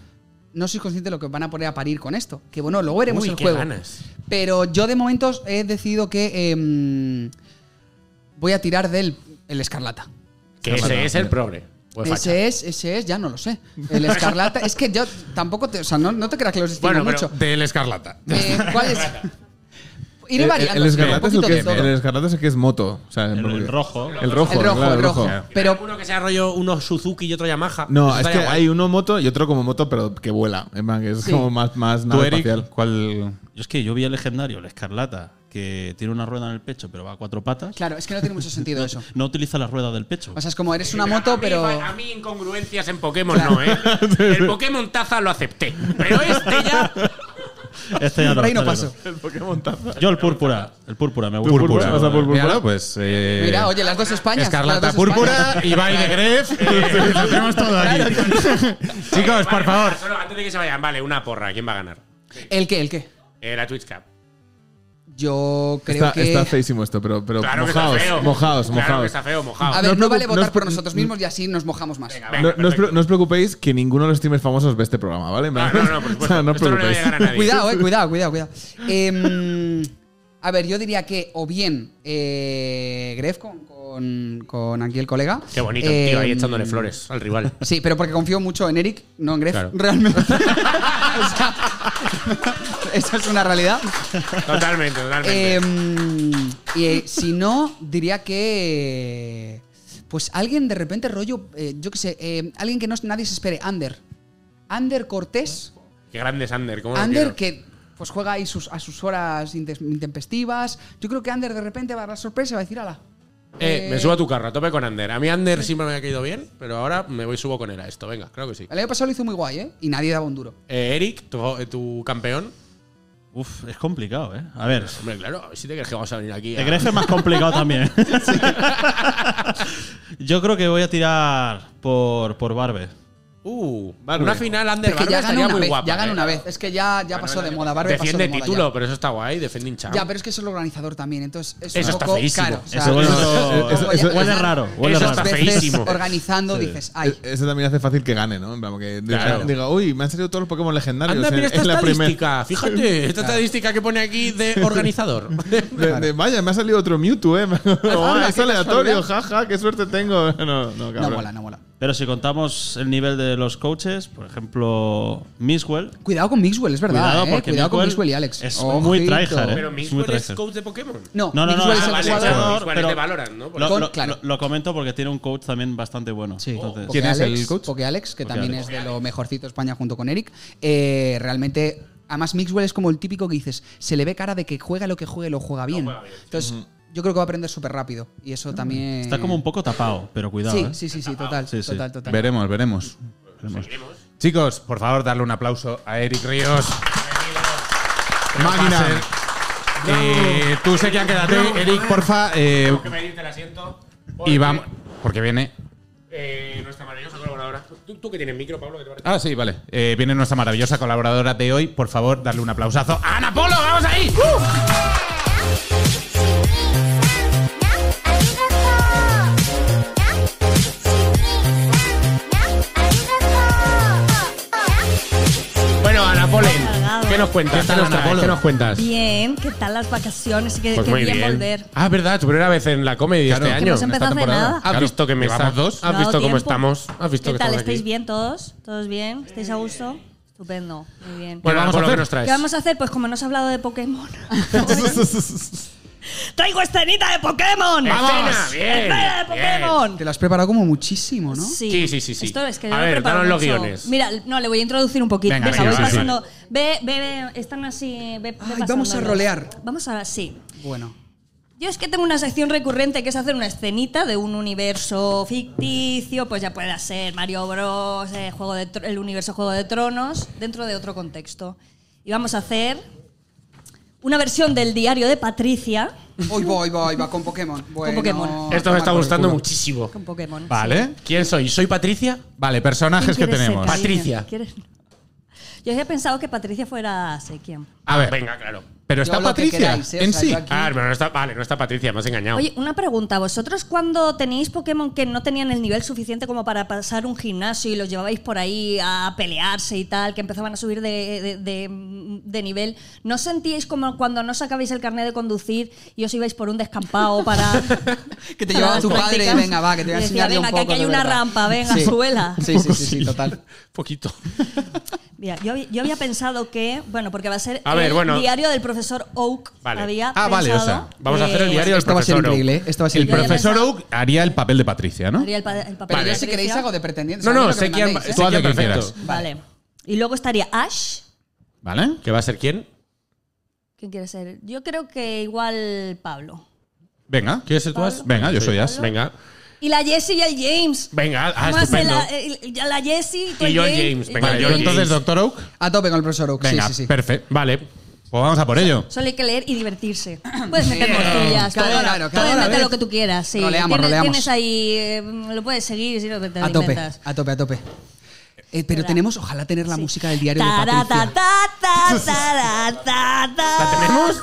Speaker 9: no sois consciente de lo que van a poner a parir con esto. Que bueno, luego veremos
Speaker 3: Uy,
Speaker 9: el
Speaker 3: qué
Speaker 9: juego.
Speaker 3: ganas.
Speaker 9: Pero yo de momento he decidido que em, voy a tirar del el escarlata.
Speaker 3: Que ese es el progre. o el facha.
Speaker 9: Ese es, ese es, ya no lo sé. El escarlata, es que yo tampoco te, o sea, no, no te creas que los distingo
Speaker 3: Bueno, pero
Speaker 9: mucho.
Speaker 2: Del Escarlata.
Speaker 9: Eh, ¿Cuál es?
Speaker 4: El-
Speaker 9: Iré
Speaker 4: el-
Speaker 9: variando.
Speaker 4: Eh, El
Speaker 9: sí, un
Speaker 4: escarlata es el
Speaker 9: poquito
Speaker 4: que,
Speaker 9: de todo.
Speaker 4: el escarlata es el que es moto. O sea,
Speaker 10: El,
Speaker 4: porque-
Speaker 10: el rojo.
Speaker 4: El rojo,
Speaker 9: El rojo,
Speaker 4: claro,
Speaker 9: el rojo. Pero
Speaker 3: Uno que sea rollo uno Suzuki y otro Yamaha.
Speaker 4: No,
Speaker 3: Eso
Speaker 4: es que
Speaker 3: estaría guay.
Speaker 4: hay uno moto y otro como moto, pero que vuela. En plan, que es
Speaker 9: Sí.
Speaker 4: como más, más
Speaker 2: ¿Tú,
Speaker 4: nave
Speaker 2: Eric?
Speaker 4: espacial.
Speaker 2: ¿Cuál?
Speaker 10: Yo es que yo vi el legendario, el escarlata, que tiene una rueda en el pecho, pero va a cuatro patas.
Speaker 9: claro, es que no tiene mucho sentido eso.
Speaker 10: No utiliza la rueda del pecho.
Speaker 9: O sea, es como eres una moto, pero
Speaker 3: A mí, a mí incongruencias en Pokémon no, ¿eh? El Pokémon Taza lo acepté. Pero este ya.
Speaker 10: Este ya
Speaker 9: por ahí no
Speaker 10: este ya
Speaker 9: paso.
Speaker 10: Yo el púrpura. El púrpura, me gusta.
Speaker 4: Púrpura. ¿Vas a por púrpura?
Speaker 2: Mira, pues. eh,
Speaker 9: Mira, oye, las dos Españas.
Speaker 2: Escarlata
Speaker 9: las dos Españas.
Speaker 2: Púrpura, Ibai de Gref. eh, Lo tenemos todo aquí. Chicos, por favor.
Speaker 3: Solo antes de que se vayan, vale, una porra. ¿Quién va a ganar?
Speaker 9: ¿El qué? ¿El qué?
Speaker 3: Eh, la Twitch Cup.
Speaker 9: Yo creo
Speaker 4: Está,
Speaker 9: que.
Speaker 4: está feísimo esto, pero, pero
Speaker 3: Claro que
Speaker 4: mojaos,
Speaker 3: está feo. Claro
Speaker 4: mojaos,
Speaker 3: que
Speaker 4: mojaos.
Speaker 3: está feo, mojado.
Speaker 9: a ver,
Speaker 4: os
Speaker 9: no vale
Speaker 4: preocup- no
Speaker 9: votar
Speaker 4: os
Speaker 9: por
Speaker 4: pre-
Speaker 9: nosotros mismos y así nos mojamos más.
Speaker 3: Venga,
Speaker 4: No, no os, pre-
Speaker 3: perfecto. Ah,
Speaker 4: no os preocupéis que ninguno de los streamers famosos ve este programa, ¿vale?
Speaker 3: No, no, no, por
Speaker 4: O
Speaker 3: supuesto.
Speaker 4: sea, no os
Speaker 3: Esto no le va a
Speaker 4: preocupéis.
Speaker 3: llegar a nadie.
Speaker 9: Cuidado, eh, cuidado, cuidado, cuidado. Em, a ver, yo diría que o bien eh, Gref con, con, con aquí el colega.
Speaker 3: Qué bonito, el tío, ahí
Speaker 9: Em,
Speaker 3: echándole flores al rival.
Speaker 9: Sí, pero porque confío mucho en Eric, no en Gref,
Speaker 3: Claro.
Speaker 9: realmente. O sea, esa es una realidad.
Speaker 3: Totalmente, totalmente.
Speaker 9: Em, y eh, si no, diría que. Pues alguien de repente, rollo, eh, yo qué sé, eh, alguien que no, nadie se espere, Ander. Ander Cortés.
Speaker 3: Qué grande es Ander. ¿cómo lo
Speaker 9: Ander
Speaker 3: quiero?
Speaker 9: que pues juega ahí sus, a sus horas intes- intempestivas. Yo creo que Ander de repente va a dar sorpresa y va a decir, ala.
Speaker 3: Eh, me subo a tu carro, a tope con Ander. A mí Ander siempre me ha caído bien, pero ahora me voy y subo con él a esto. Venga, claro que sí.
Speaker 9: El año pasado lo hizo muy guay, ¿eh? Y nadie daba un duro.
Speaker 3: Eh, Eric, tu, eh, tu campeón.
Speaker 10: Uf, es complicado, ¿eh? A ver.
Speaker 11: Hombre, claro, a ver si te crees que vamos a venir aquí.
Speaker 10: Te
Speaker 11: a-
Speaker 10: crees que es más complicado también. Yo creo que voy a tirar por, por Barbe.
Speaker 11: Uh,
Speaker 12: Una
Speaker 11: Barbe.
Speaker 12: final under
Speaker 9: Es que
Speaker 12: Barber
Speaker 9: ya ganó
Speaker 12: estaría
Speaker 9: una
Speaker 12: muy
Speaker 9: vez,
Speaker 12: guapa.
Speaker 9: ya ganó
Speaker 12: eh.
Speaker 9: una vez. Es que ya, ya pasó de moda. Barber pasó
Speaker 11: Defiende
Speaker 9: de moda
Speaker 11: título,
Speaker 9: ya.
Speaker 11: pero eso está guay, defending champ.
Speaker 9: Ya, pero es que es el organizador también, entonces es
Speaker 11: Eso
Speaker 9: un
Speaker 11: está
Speaker 9: poco
Speaker 11: feísimo.
Speaker 9: caro. O sea,
Speaker 10: Eso,
Speaker 9: es-
Speaker 10: eso-
Speaker 9: luego
Speaker 4: eso-
Speaker 9: ya
Speaker 10: huele
Speaker 9: ganar
Speaker 10: raro, huele
Speaker 9: dos
Speaker 10: raro.
Speaker 9: veces
Speaker 11: Feísimo.
Speaker 9: organizando dices, ay,
Speaker 4: Eso también hace fácil que gane, ¿no? En plan, Porque
Speaker 11: Claro.
Speaker 4: diga, uy, me han salido todos los Pokémon legendarios.
Speaker 11: Anda,
Speaker 4: en-
Speaker 11: mira esta
Speaker 4: en la primera.
Speaker 11: estadística. Fíjate, esta estadística que pone aquí de organizador.
Speaker 4: De- de, vaya, me ha salido otro Mewtwo, ¿eh? Oh,
Speaker 9: anda,
Speaker 4: es
Speaker 9: qué
Speaker 4: aleatorio,
Speaker 9: casualidad.
Speaker 4: jaja, qué suerte tengo. No, no,
Speaker 9: no
Speaker 4: cabrón.
Speaker 9: mola, no mola.
Speaker 10: Pero si contamos el nivel de los coaches, por ejemplo, Miswell.
Speaker 9: Cuidado con Mixwell, es verdad.
Speaker 10: Cuidado,
Speaker 9: eh.
Speaker 10: porque
Speaker 9: Cuidado con Mixwell
Speaker 10: Mixwell
Speaker 9: y Alex.
Speaker 10: es muy tryhard, ¿eh?
Speaker 12: Pero
Speaker 10: Es
Speaker 12: Mixwell
Speaker 10: muy
Speaker 12: es
Speaker 10: traicionero.
Speaker 12: coach de Pokémon.
Speaker 9: No,
Speaker 10: No, no, no.
Speaker 9: Mixwell es
Speaker 10: ah,
Speaker 9: el
Speaker 10: vale,
Speaker 9: jugador.
Speaker 10: claro.
Speaker 12: Mixwell es de Valorant, ¿no? Por
Speaker 10: Lo,
Speaker 9: Con-
Speaker 10: lo-
Speaker 9: claro.
Speaker 10: lo- lo comento porque tiene un coach también bastante bueno.
Speaker 9: Sí. Oh,
Speaker 10: Entonces-
Speaker 9: Porque
Speaker 4: ¿Quién es
Speaker 9: Alex-
Speaker 4: el coach?
Speaker 9: Porque Alex, que
Speaker 10: Porque
Speaker 9: también
Speaker 10: Alex.
Speaker 9: es de lo mejorcito de España junto con Eric, eh, realmente. Además, Mixwell es como el típico que dices, se le ve cara de que juega lo que juegue, lo juega bien. Entonces, yo creo que va a aprender súper rápido. Y eso también.
Speaker 10: Ah, Está como un poco tapado, pero cuidado.
Speaker 9: Sí,
Speaker 10: ¿eh?
Speaker 9: sí, sí, sí, total.
Speaker 10: Sí, sí.
Speaker 9: Total, total.
Speaker 2: Veremos, veremos. Chicos, por favor, darle un aplauso a Eric Ríos. Máquina. Eh, tú sé que han quedado. Eric, porfa. eh,
Speaker 12: Que me diste el asiento.
Speaker 2: y vamos. Porque viene.
Speaker 12: Eh, nuestra maravillosa colaboradora. Tú, tú que tienes micro, Pablo, que te parece.
Speaker 2: Ah, sí, vale. Eh, viene nuestra maravillosa colaboradora de hoy. Por favor, darle un aplausazo a Ah, Ana Polo. ¡Vamos ahí! ¡Uh! Bueno, Ana Polen, ¿qué nos cuentas? ¿Qué, nos traes? ¿Qué nos cuentas?
Speaker 13: Bien, ¿qué tal las vacaciones? Qué,
Speaker 12: Pues
Speaker 13: qué
Speaker 12: muy
Speaker 13: bien,
Speaker 12: bien.
Speaker 13: volver.
Speaker 12: Ah, verdad, tu primera vez en la comedy
Speaker 2: Claro.
Speaker 12: este
Speaker 2: Que
Speaker 12: año.
Speaker 13: hemos empezado
Speaker 12: esta
Speaker 13: hace
Speaker 12: temporada.
Speaker 13: nada.
Speaker 12: ¿Has visto que me
Speaker 2: Llevamos
Speaker 12: saca-
Speaker 2: dos.
Speaker 12: ¿Has
Speaker 13: No,
Speaker 12: visto cómo
Speaker 13: tiempo.
Speaker 12: estamos? ¿Has visto
Speaker 13: ¿Qué
Speaker 12: que
Speaker 13: tal?
Speaker 12: estamos
Speaker 13: ¿Estáis
Speaker 12: aquí?
Speaker 13: bien todos? ¿Todos bien? ¿Estáis a gusto? Estupendo, muy bien.
Speaker 12: Bueno, vamos
Speaker 2: vamos a
Speaker 12: a ver
Speaker 2: hacer?
Speaker 12: nos traes.
Speaker 13: ¿Qué vamos a hacer? Pues como no has hablado de Pokémon. ¡Traigo escenita de Pokémon!
Speaker 12: ¡Escena! ¡Bien!
Speaker 13: ¡Escena de
Speaker 12: bien.
Speaker 13: Pokémon!
Speaker 9: Te lo has preparado como muchísimo, ¿no?
Speaker 12: Sí, sí, sí, sí.
Speaker 13: Esto es que
Speaker 12: A
Speaker 13: yo lo he
Speaker 12: ver,
Speaker 13: preparado
Speaker 12: danos los
Speaker 13: mucho.
Speaker 12: guiones.
Speaker 13: Mira, no, le voy a introducir un poquito.
Speaker 2: Venga,
Speaker 13: Venga,
Speaker 2: venga, sí, sí.
Speaker 13: pasando. Ve, ve, ve, están así. Ve, ve
Speaker 9: Ay, vamos a
Speaker 13: pasándolos.
Speaker 9: rolear.
Speaker 13: Vamos a, sí.
Speaker 9: Bueno.
Speaker 13: Yo es que tengo una sección recurrente que es hacer una escenita de un universo ficticio, pues ya pueda ser Mario Bros, eh, Juego de Tro- el universo Juego de Tronos, dentro de otro contexto. Y vamos a hacer una versión del diario de Patricia
Speaker 9: Hoy va, hoy va, hoy va, con Pokémon. Bueno,
Speaker 13: Pokémon.
Speaker 12: Esto me está
Speaker 9: toma por
Speaker 12: gustando
Speaker 9: culo.
Speaker 12: muchísimo.
Speaker 13: con Pokémon.
Speaker 2: Vale.
Speaker 12: ¿Quién soy? ¿Soy Patricia?
Speaker 2: Vale,
Speaker 13: ¿Quién
Speaker 2: personajes que
Speaker 13: quieres ser,
Speaker 2: tenemos.
Speaker 13: cariño?
Speaker 12: Patricia.
Speaker 13: ¿Quieres? Yo había pensado que Patricia fuera Sekiam.
Speaker 2: A ver,
Speaker 12: Ah, Venga, claro.
Speaker 2: pero
Speaker 9: Yo
Speaker 2: está
Speaker 9: lo que
Speaker 2: Patricia
Speaker 9: queráis, ¿eh? O
Speaker 2: en
Speaker 9: sea,
Speaker 2: sí.
Speaker 9: yo aquí-
Speaker 12: Ah, pero no está, vale, no está Patricia, me has engañado.
Speaker 13: Oye, una pregunta. ¿Vosotros cuando teníais Pokémon que no tenían el nivel suficiente como para pasar un gimnasio y los llevabais por ahí a pelearse y tal, que empezaban a subir de, de- de- de nivel, ¿no sentíais como cuando no sacabais el carnet de conducir y os ibais por un descampado para...
Speaker 9: Que te
Speaker 13: para
Speaker 9: llevaba
Speaker 13: las
Speaker 9: tu padre y
Speaker 13: prácticas?
Speaker 9: venga, va, que te voy a
Speaker 13: Y decía,
Speaker 9: enseñar yo un
Speaker 13: venga, que
Speaker 9: poco.
Speaker 13: aquí
Speaker 9: de
Speaker 13: hay una
Speaker 9: verdad".
Speaker 13: rampa, venga,
Speaker 9: Sí.
Speaker 13: suela.
Speaker 9: Sí, sí, sí, sí, total.
Speaker 12: poquito.
Speaker 13: Mira, yo, había- yo había pensado que, bueno, porque va a ser
Speaker 12: A ver,
Speaker 13: el
Speaker 12: bueno.
Speaker 13: diario del profesor Oak.
Speaker 12: Vale.
Speaker 13: Había
Speaker 2: Ah, vale, o sea,
Speaker 13: pensado
Speaker 12: Vamos a hacer el
Speaker 13: que-
Speaker 12: diario del
Speaker 9: Esto va a ser
Speaker 12: profesor. Oak.
Speaker 9: increíble, ¿eh? esto va a ser
Speaker 2: El
Speaker 13: Yo ya
Speaker 9: increíble.
Speaker 2: profesor
Speaker 13: pensaba-
Speaker 2: Oak haría el papel de Patricia, ¿no?
Speaker 13: Haría el, pa- el papel
Speaker 9: Pero yo
Speaker 13: de
Speaker 9: si
Speaker 13: Patricia.
Speaker 9: queréis hago de pretendientes.
Speaker 12: No,
Speaker 9: a mí
Speaker 12: no,
Speaker 9: lo que
Speaker 12: sé
Speaker 9: me
Speaker 12: quién va-
Speaker 9: mandéis, ¿eh?
Speaker 2: Tú haz lo que
Speaker 12: perfecto.
Speaker 2: quieras.
Speaker 13: Vale. Y luego estaría Ash.
Speaker 2: ¿Vale?
Speaker 12: ¿Qué va a ser quién?
Speaker 13: ¿Quién quiere ser? Yo creo que igual Pablo.
Speaker 2: Venga.
Speaker 12: ¿Quieres ser tú? As?
Speaker 2: Venga, yo soy As.
Speaker 12: Pues Venga.
Speaker 13: Y la Jessie y el James.
Speaker 12: Venga, ah,
Speaker 13: Vamos a hacer
Speaker 12: estupendo.
Speaker 13: la, el- ya la Jessie tú
Speaker 12: Y
Speaker 13: el
Speaker 12: yo el
Speaker 13: James.
Speaker 12: James,
Speaker 13: Y
Speaker 12: venga,
Speaker 13: el
Speaker 12: yo
Speaker 2: Yo
Speaker 12: el
Speaker 13: James.
Speaker 2: entonces, Doctor Oak.
Speaker 9: A tope con el profesor Oak.
Speaker 2: Venga,
Speaker 9: sí,
Speaker 13: eh,
Speaker 9: sí, sí.
Speaker 2: perfecto.
Speaker 12: Vale.
Speaker 2: Pues vamos a por ello.
Speaker 13: Solo hay que leer y divertirse. Puedes meter
Speaker 9: Sí. Claro,
Speaker 13: costillas, puedes-
Speaker 9: claro,
Speaker 13: puedes
Speaker 9: claro, a
Speaker 13: meter
Speaker 9: ver.
Speaker 13: lo que tú quieras. Sí.
Speaker 9: Roleamos,
Speaker 13: tienes,
Speaker 9: roleamos.
Speaker 13: tienes ahí, eh, lo puedes seguir si no te, te lo
Speaker 9: A tope,
Speaker 13: inventas.
Speaker 9: a tope, a tope. Eh, pero
Speaker 13: Espera.
Speaker 9: tenemos, ojalá tener la
Speaker 13: Sí.
Speaker 9: música del diario de
Speaker 13: Tará, ta,
Speaker 9: Patricia.
Speaker 13: ta, ta, tará, ta, ta.
Speaker 12: ¿La tenemos?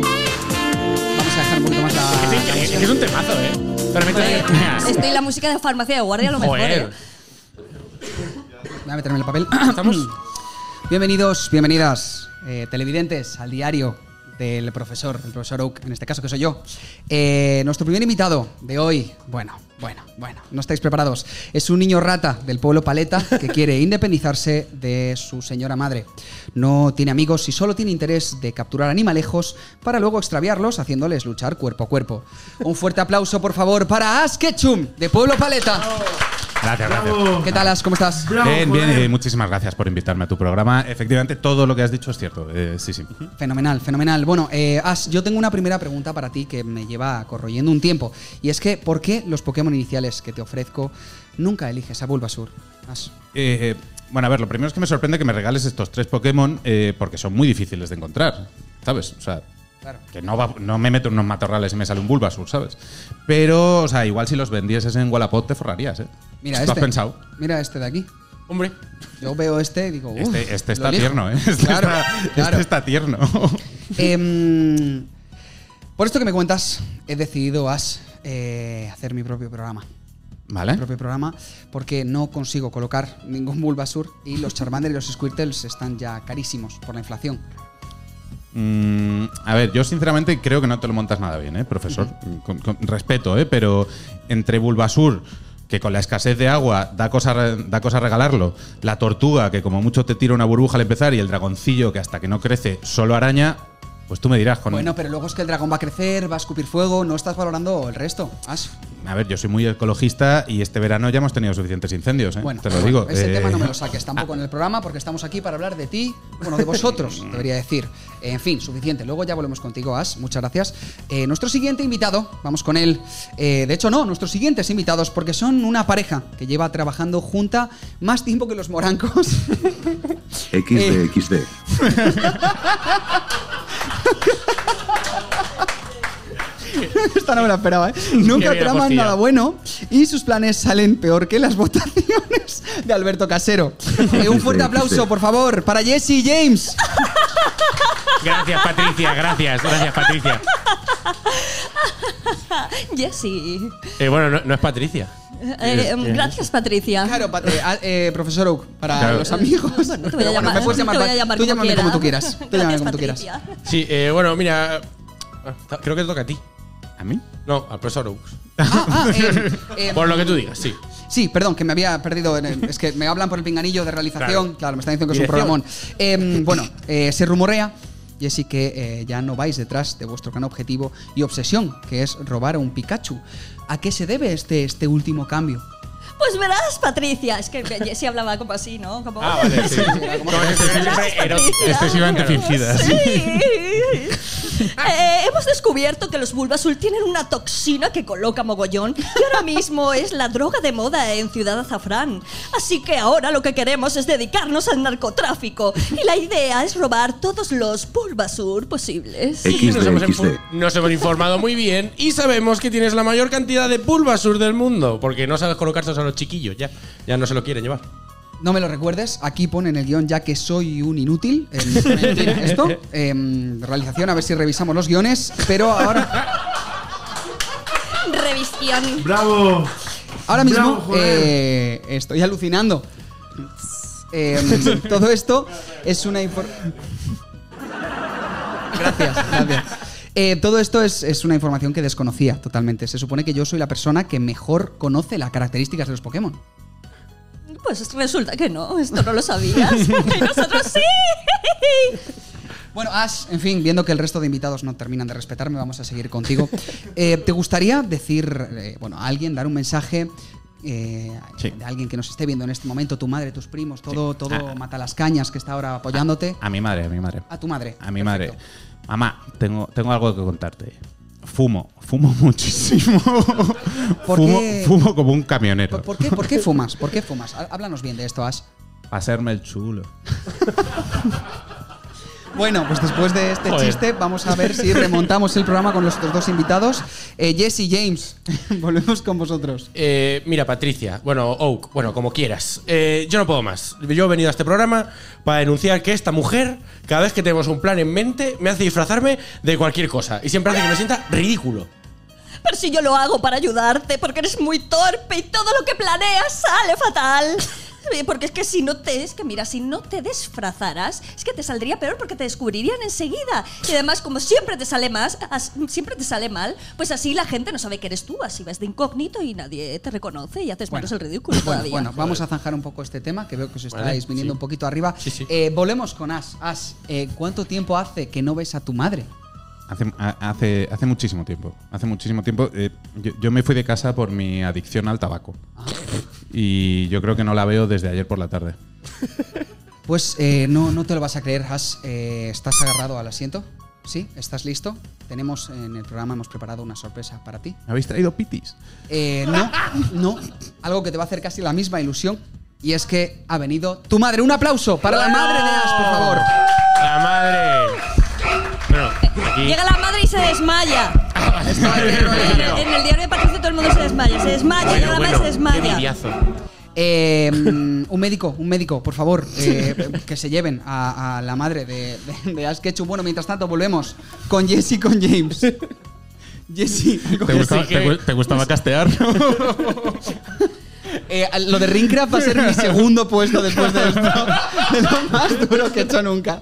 Speaker 9: Vamos a dejar un poquito más
Speaker 12: Es,
Speaker 9: la.
Speaker 12: increíble, es que es un temazo, ¿eh? Solamente
Speaker 13: Joder,
Speaker 12: te-
Speaker 13: Estoy la música de farmacia de guardia a lo mejor.
Speaker 12: Joder.
Speaker 13: ¿eh?
Speaker 9: Voy a meterme en el papel. Estamos. Bienvenidos, bienvenidas, eh, televidentes, al diario del profesor, el profesor Oak, en este caso que soy yo. Eh, nuestro primer invitado de hoy, bueno, bueno, bueno, no estáis preparados. Es un niño rata del pueblo Paleta que quiere independizarse de su señora madre. No tiene amigos y solo tiene interés de capturar animalejos para luego extraviarlos haciéndoles luchar cuerpo a cuerpo. Un fuerte aplauso, por favor, para Askechum de Pueblo Paleta.
Speaker 2: Gracias, gracias.
Speaker 9: ¿Qué tal, Ash? ¿Cómo estás?
Speaker 2: Bien, bien, eh, muchísimas gracias por invitarme a tu programa. Efectivamente, todo lo que has dicho es cierto. eh, sí, sí.
Speaker 9: Fenomenal, fenomenal. Bueno, eh, Ash, yo tengo una primera pregunta para ti que me lleva corroyendo un tiempo. Y es que, ¿por qué los Pokémon iniciales que te ofrezco nunca eliges a Bulbasur? Ash.
Speaker 2: Eh, eh, bueno, a ver, lo primero es que me sorprende que me regales estos tres Pokémon eh, porque son muy difíciles de encontrar, ¿sabes? O sea,
Speaker 9: Claro.
Speaker 2: que no, va- no me meto en unos matorrales y me sale un Bulbasur, ¿sabes? Pero, o sea, igual si los vendieses en Wallapop te forrarías, ¿eh?
Speaker 9: Mira
Speaker 2: ¿Lo
Speaker 9: este.
Speaker 2: has pensado?
Speaker 9: Mira este de aquí.
Speaker 11: Hombre,
Speaker 9: Yo veo este y digo, "Uf,
Speaker 2: Este, este
Speaker 9: lo
Speaker 2: está
Speaker 9: elijo".
Speaker 2: tierno, ¿eh? Este,
Speaker 9: Claro,
Speaker 2: está, este
Speaker 9: claro.
Speaker 2: está tierno.
Speaker 9: Em, por esto que me cuentas, he decidido, Ash, eh, hacer mi propio programa.
Speaker 2: ¿Vale?
Speaker 9: mi propio programa porque no consigo colocar ningún Bulbasur y los Charmander y los Squirtles están ya carísimos por la inflación.
Speaker 2: Mm, a ver, yo sinceramente creo que no te lo montas nada bien, ¿eh, profesor? Con, con respeto, ¿eh? Pero entre Bulbasur, que con la escasez de agua da cosa, re- da cosa regalarlo, la tortuga, que como mucho te tira una burbuja al empezar, y el dragoncillo, que hasta que no crece solo araña, pues tú me dirás con...
Speaker 9: Bueno, pero luego es que el dragón va a crecer, va a escupir fuego, no estás valorando el resto. Ash.
Speaker 2: A ver, yo soy muy ecologista y este verano ya hemos tenido suficientes incendios, ¿eh?
Speaker 9: Bueno,
Speaker 2: te lo digo.
Speaker 9: ese
Speaker 2: Eh,
Speaker 9: tema no me lo saques tampoco en el programa porque estamos aquí para hablar de ti, bueno, de vosotros, debería decir. En fin, suficiente. Luego ya volvemos contigo, Ash. Muchas gracias. Eh, nuestro siguiente invitado, vamos con él. Eh, de hecho, no, nuestros siguientes invitados porque son una pareja que lleva trabajando junta más tiempo que los morancos. Eh.
Speaker 14: XD, XD.
Speaker 9: Esta no me la esperaba, ¿eh? Nunca
Speaker 11: bien,
Speaker 9: traman
Speaker 11: postilla.
Speaker 9: nada bueno y sus planes salen peor que las votaciones de Alberto Casero. Eh, un fuerte aplauso, por favor, para Jesse James.
Speaker 11: gracias Patricia, gracias, gracias Patricia.
Speaker 13: Jessy.
Speaker 11: Eh, bueno, no, no es Patricia.
Speaker 13: Eh, eh, gracias, Patricia.
Speaker 9: Claro, pat- eh, a- eh, profesor Oak, para
Speaker 2: Claro.
Speaker 9: los amigos.
Speaker 13: Ah. Bueno, te voy
Speaker 9: Pero bueno,
Speaker 13: a llamar,
Speaker 9: me puedes
Speaker 13: te
Speaker 9: llamar,
Speaker 13: voy a
Speaker 9: pa-
Speaker 13: llamar
Speaker 9: tú llámame como tú quieras. Tú llámame
Speaker 13: Gracias,
Speaker 9: como tú quieras.
Speaker 13: Patricia.
Speaker 11: Sí, eh, bueno, mira. ah, ta- Creo que te toca a ti.
Speaker 2: ¿A mí?
Speaker 11: No, al profesor Oaks.
Speaker 9: Ah, ah, eh, eh,
Speaker 11: Por lo que tú digas, sí.
Speaker 9: Sí, perdón, que me había perdido. en el- es que me hablan por el pinganillo de realización. Claro, me están diciendo que es un programón.
Speaker 11: Dirección.
Speaker 9: Eh, bueno, eh, se rumorea, Jessy, que eh, ya no vais detrás de vuestro gran objetivo y obsesión, que es robar a un Pikachu. ¿A qué se debe este, este último cambio?
Speaker 13: Pues verás, Patricia. Es que Jessy hablaba como así, ¿no? Como,
Speaker 11: Ah, vale, Este sí. Como es excesivamente
Speaker 13: Gracias,
Speaker 11: erótico.
Speaker 13: Patricia.
Speaker 2: excesivamente
Speaker 13: Claro.
Speaker 2: fingidas.
Speaker 13: Sí. Eh, hemos descubierto que los Bulbasaur tienen una toxina que coloca mogollón y ahora mismo es la droga de moda en Ciudad Azafrán. Así que ahora lo que queremos es dedicarnos al narcotráfico y la idea es robar todos los Bulbasaur posibles.
Speaker 11: Y nos hemos,
Speaker 14: XD, XD.
Speaker 11: infor- nos hemos informado muy bien y sabemos que tienes la mayor cantidad de Bulbasur del mundo, porque no sabes colocarse a los chiquillos, ya, ya no se lo quieren llevar.
Speaker 9: No me lo recuerdes, aquí pone en el guión ya que soy un inútil. Eh, mentira, esto. Em, realización, a ver si revisamos los guiones. Pero ahora,
Speaker 13: Revisión.
Speaker 1: ¡Bravo!
Speaker 9: ahora mismo
Speaker 1: Bravo, joder.
Speaker 9: eh, estoy alucinando. Em, todo esto es una información. Gracias, gracias. Eh, todo esto es, es una información que desconocía totalmente. Se supone que yo soy la persona que mejor conoce las características de los Pokémon.
Speaker 13: Pues resulta que no, esto no lo sabías. y nosotros sí.
Speaker 9: Bueno, Ash, en fin, viendo que el resto de invitados no terminan de respetarme, vamos a seguir contigo. Eh, ¿Te gustaría decir, eh, bueno, a alguien, dar un mensaje eh,
Speaker 10: Sí.
Speaker 9: de alguien que nos esté viendo en este momento, tu madre, tus primos, todo,
Speaker 2: Ah,
Speaker 9: todo mata las cañas que está ahora apoyándote?
Speaker 2: A mi madre, a mi madre.
Speaker 9: A, tu madre.
Speaker 2: Ah, A mi
Speaker 9: Perfecto.
Speaker 2: madre. Mamá, tengo, tengo algo que contarte. Fumo, fumo muchísimo.
Speaker 9: ¿Por
Speaker 2: fumo,
Speaker 9: qué?
Speaker 2: fumo como un camionero.
Speaker 9: ¿Por, por qué, por qué fumas? ¿Por qué fumas? Há- Háblanos bien de esto, Ash.
Speaker 2: Hacerme el chulo.
Speaker 9: Bueno, pues después de este chiste, vamos a ver si remontamos el programa con los otros dos invitados. Eh, Jesse James, volvemos con vosotros.
Speaker 11: Eh, mira, Patricia, bueno, Oak, bueno, como quieras. Eh, yo no puedo más. Yo he venido a este programa para denunciar que esta mujer, cada vez que tenemos un plan en mente, me hace disfrazarme de cualquier cosa y siempre hace que me sienta ridículo.
Speaker 13: Pero si yo lo hago para ayudarte, porque eres muy torpe y todo lo que planeas sale fatal. Eh, Porque es que si no te. Es que mira, si no te disfrazaras, es que te saldría peor porque te descubrirían enseguida. Y además, como siempre te sale más, as- siempre te sale mal, pues así la gente no sabe que eres tú. Así vas de incógnito y nadie te reconoce y haces menos el ridículo
Speaker 9: Bueno,
Speaker 13: todavía.
Speaker 9: bueno, vamos a zanjar un poco este tema, que veo que os estáis
Speaker 11: Vale,
Speaker 9: viniendo
Speaker 11: sí.
Speaker 9: un poquito arriba.
Speaker 11: Sí, sí.
Speaker 9: Eh, volvemos con As. As, eh, ¿cuánto tiempo hace que no ves a tu madre?
Speaker 2: Hace, ha- hace, hace
Speaker 9: Ah.
Speaker 2: muchísimo tiempo. Hace muchísimo tiempo. eh, yo, yo me fui de casa por mi adicción al tabaco. Y yo creo que no la veo desde ayer por la tarde.
Speaker 9: Pues eh, no, no te lo vas a creer, Has. Eh, ¿Estás agarrado al asiento? ¿Sí? ¿Estás listo? Tenemos en el programa, hemos preparado una sorpresa para ti.
Speaker 2: ¿Me habéis traído pitis?
Speaker 9: Eh, no, no. Algo que te va a hacer casi la misma ilusión. Y es que ha venido tu madre. Un aplauso para la madre de Ash, por favor.
Speaker 3: La madre. Bueno, aquí.
Speaker 13: Llega la madre y se desmaya. en, el, en el diario de Patricio todo el mundo se desmaya. Se desmaya, llega la madre y se
Speaker 15: qué
Speaker 13: desmaya.
Speaker 15: vidiazo.
Speaker 9: Eh, mm, un médico, un médico, por favor, eh, que se lleven a, a la madre de, de, de Ash Ketchum. Bueno, mientras tanto, volvemos con Jesse y con James. Jesse,
Speaker 16: ¿Te, gustaba, te gu- te gustaba castear?
Speaker 9: Eh, lo de Ringcraft va a ser mi segundo puesto después de esto. De lo más duro que he hecho nunca.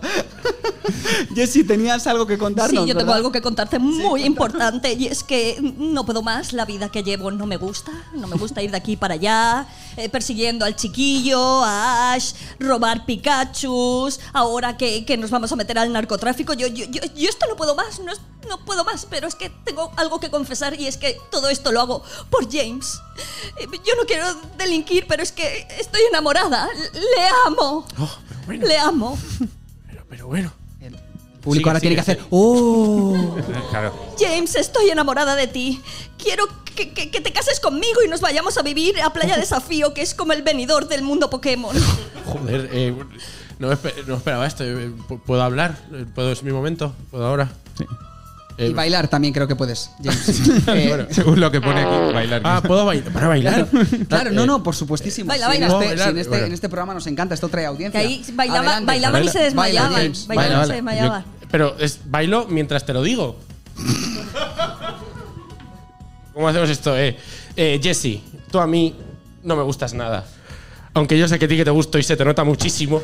Speaker 9: Jessy, tenías algo que
Speaker 13: Sí,
Speaker 9: contarnos.
Speaker 13: yo tengo
Speaker 9: ¿verdad?
Speaker 13: algo que contarte muy importante y es que no puedo más, la vida que llevo no me gusta, no me gusta ir de aquí para allá, eh, persiguiendo al chiquillo, a Ash, robar Pikachus, ahora que, que nos vamos a meter al narcotráfico, yo, yo, yo, yo esto no puedo más, no, es- no puedo más, pero es que tengo algo que confesar y es que todo esto lo hago por James. Eh, Yo no quiero delinquir, pero es que estoy enamorada, le amo, le amo.
Speaker 9: El público ahora tiene que hacer. ¡Oh!
Speaker 13: James, estoy enamorada de ti. Quiero que, que- que te cases conmigo y nos vayamos a vivir a Playa Desafío, que es como el venidor del mundo Pokémon.
Speaker 3: Joder, eh, no, me espe- no esperaba esto. Eh, pu- ¿Puedo hablar? Eh, ¿Puedo, es mi momento? ¿Puedo ahora? Eh,
Speaker 9: Y bailar también creo que puedes, James. Eh,
Speaker 16: Según lo que pone aquí, bailar.
Speaker 3: Ah, ¿puedo bailar? ¿Para bailar?
Speaker 9: claro, eh, no, no, por supuestísimo.
Speaker 13: Baila,
Speaker 9: Sí,
Speaker 13: baila.
Speaker 9: En este,
Speaker 3: Puedo bailar,
Speaker 9: sí, en este-
Speaker 3: bueno.
Speaker 9: en este programa nos encanta, esto trae audiencia.
Speaker 13: Que ahí bailaba-
Speaker 9: Adelante.
Speaker 13: bailaban y se desmayaban.
Speaker 9: Baila, James.
Speaker 13: Bailaban
Speaker 3: Baila,
Speaker 13: y se
Speaker 3: baila.
Speaker 13: desmayaban.
Speaker 3: Pero es, bailo mientras te lo digo. ¿Cómo hacemos esto? Eh, eh, Jesse, tú a mí no me gustas nada. Aunque yo sé que a ti que te gusto y se te nota muchísimo,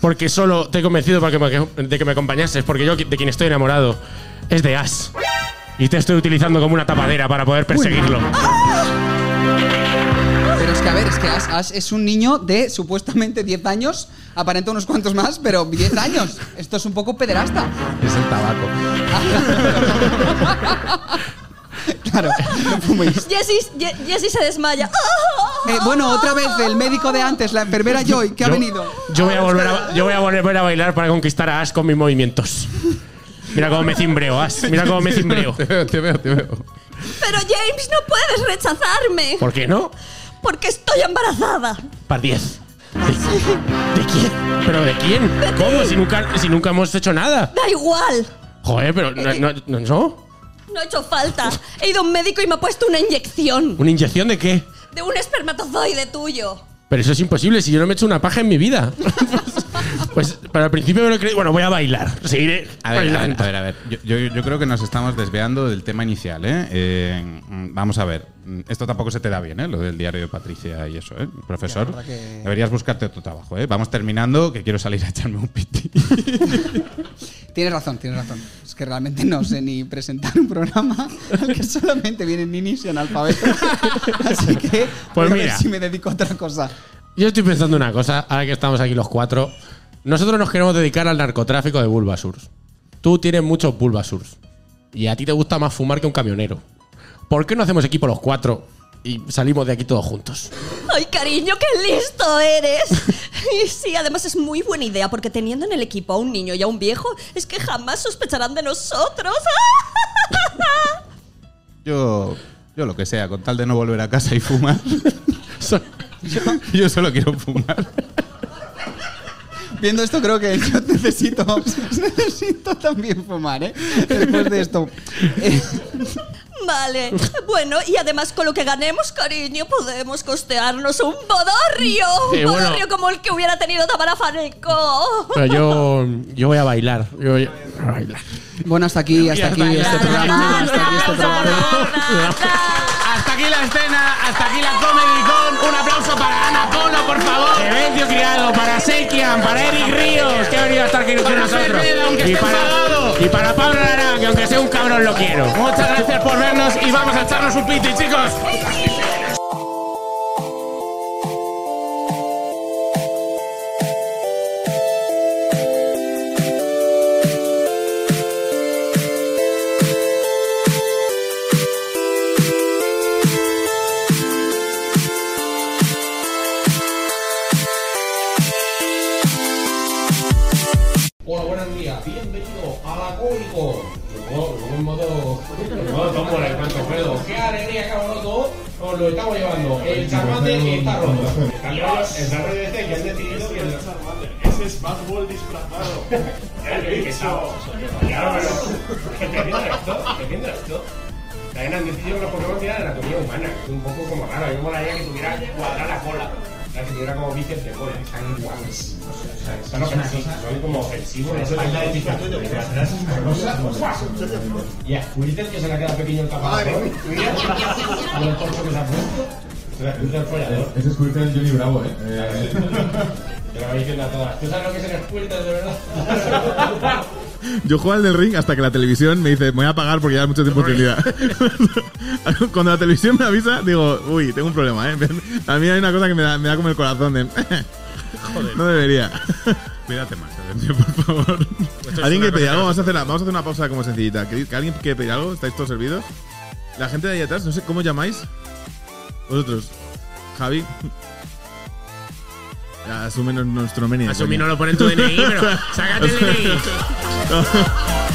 Speaker 3: porque solo te he convencido para que me- de que me acompañases, porque yo de quien estoy enamorado es de As. Y te estoy utilizando como una tapadera para poder perseguirlo.
Speaker 9: Pero es que, a ver, es que Ash, Ash es un niño de supuestamente 10 años. Aparenta unos cuantos más, pero 10 años. Esto es un poco pederasta.
Speaker 2: Es el tabaco.
Speaker 9: Claro, no fuméis.
Speaker 13: Jessie Ye- Jessie se desmaya.
Speaker 9: Eh, bueno, otra vez el médico de antes, la enfermera Joy, que ha
Speaker 3: Yo-
Speaker 9: venido. Ah,
Speaker 3: Yo voy, a volver a, yo voy a volver a bailar para conquistar a Ash con mis movimientos. Mira cómo me cimbreo, Ash. Mira cómo me cimbreo.
Speaker 2: Te veo, te veo, te veo.
Speaker 13: Pero James, no puedes rechazarme,
Speaker 3: ¿Por qué no?
Speaker 13: porque estoy embarazada.
Speaker 3: Par 10. ¿De, de quién? ¿Pero de quién? ¿Cómo? Si nunca, si nunca hemos hecho nada.
Speaker 13: Da igual,
Speaker 3: Joder, pero no, no, no, no.
Speaker 13: no he hecho falta. He ido a un médico y me ha puesto una inyección
Speaker 3: ¿Una inyección de qué?
Speaker 13: de un espermatozoide tuyo.
Speaker 3: Pero eso es imposible si yo no me he hecho una paja en mi vida. pues, para al principio me lo creí. Bueno, voy a bailar. Seguiré
Speaker 2: A ver, a ver,
Speaker 3: bailando.
Speaker 2: a ver, a ver. Yo, yo- yo creo que nos estamos desviando del tema inicial, ¿eh? Eh, mm, Vamos a ver. Mm, Esto tampoco se te da bien, ¿eh? Lo del diario de Patricia y eso, ¿eh? Profesor, deberías buscarte otro trabajo, ¿eh? Vamos terminando, que quiero salir a echarme un piti.
Speaker 9: Tienes razón, tienes razón. Es que realmente no sé ni presentar un programa al que solamente vienen ninis y analfabetos. Así que
Speaker 3: Pues
Speaker 9: voy a ver
Speaker 3: mira.
Speaker 9: si me dedico a otra cosa.
Speaker 3: Yo estoy pensando una cosa, ahora que estamos aquí los cuatro. Nosotros nos queremos dedicar al narcotráfico de Bulbasurs. Tú tienes muchos Bulbasurs. Y a ti te gusta más fumar que un camionero. ¿Por qué no hacemos equipo los cuatro y salimos de aquí todos juntos?
Speaker 13: Ay, cariño, qué listo eres. Y sí, además es muy buena idea, porque teniendo en el equipo a un niño y a un viejo, es que jamás sospecharán de nosotros.
Speaker 2: Yo, yo lo que sea, con tal de no volver a casa y fumar. so- yo, yo solo quiero fumar.
Speaker 9: Viendo esto creo que yo necesito, necesito también fumar, ¿eh? Después de esto. Eh,
Speaker 13: Vale, bueno, y además con lo que ganemos, cariño, podemos costearnos un bodorrio. Un
Speaker 3: Eh, bueno.
Speaker 13: bodorrio como el que hubiera tenido Tamara Faneco.
Speaker 3: Pero yo, yo voy a bailar. Yo voy a bailar.
Speaker 9: bueno, hasta aquí, hasta aquí este programa. Hasta aquí este programa.
Speaker 15: Hasta aquí la escena, hasta aquí la Comedy Con. Un aplauso para Ana Polo, por favor.
Speaker 3: Evencio Criado, para Sekian, para Eric Ríos, que ha venido a estar aquí con
Speaker 15: Para
Speaker 3: nosotros.
Speaker 15: Ferreda, aunque esté enfadado.
Speaker 3: y para Pablo Larán, que aunque sea un cabrón lo quiero.
Speaker 15: Muchas gracias por vernos y vamos a echarnos un piti, chicos.
Speaker 11: qué alegría que ha roto os lo estamos llevando. El charmante está roto. Está el rollo- está el rollo este que han decidido que...
Speaker 14: Ese es Bad Ball disfrazado.
Speaker 11: Claro, pero... Entiendo esto, entiendo esto. También han decidido que los Pokémon tienen anatomía humana. Es un poco como raro. Yo molaría que tuviera cuadrada la cola. ¿sabes? Que tuviera como bíceps de cola. Están guapos. O sea, están ofensivos. Son como ofensivos. No se les da de Y a Twitter que se le ha quedado pequeño el caparazón. Y el torso que se ha puesto. Se le ha puesto el follador.
Speaker 17: Ese es el Johnny Bravo, eh. Eh,
Speaker 11: Te lo habéis viendo a todas. ¿Tú sabes lo que se les cuenta de verdad?
Speaker 4: Yo jugaba al del ring hasta que la televisión me dice, me voy a apagar porque ya hay mucho tiempo de utilidad. Cuando la televisión me avisa, digo, uy, tengo un problema, ¿eh? A mí hay una cosa que me da, me da como el corazón de... Joder. No debería.
Speaker 2: Cuídate más,
Speaker 4: Atencio, por favor.
Speaker 2: es
Speaker 4: ¿Alguien
Speaker 2: una
Speaker 4: que pedir
Speaker 2: cosa
Speaker 4: algo?
Speaker 2: que-
Speaker 4: Vamos a, hacer la- vamos a hacer una pausa como sencillita. ¿Que, que ¿Alguien que pedir algo? ¿Estáis todos servidos? La gente de ahí atrás, no sé, ¿cómo llamáis? Vosotros. Javi. Asúmenos nuestro menú.
Speaker 8: Asumí, no lo pone en tu DNI, pero sácate el DNI.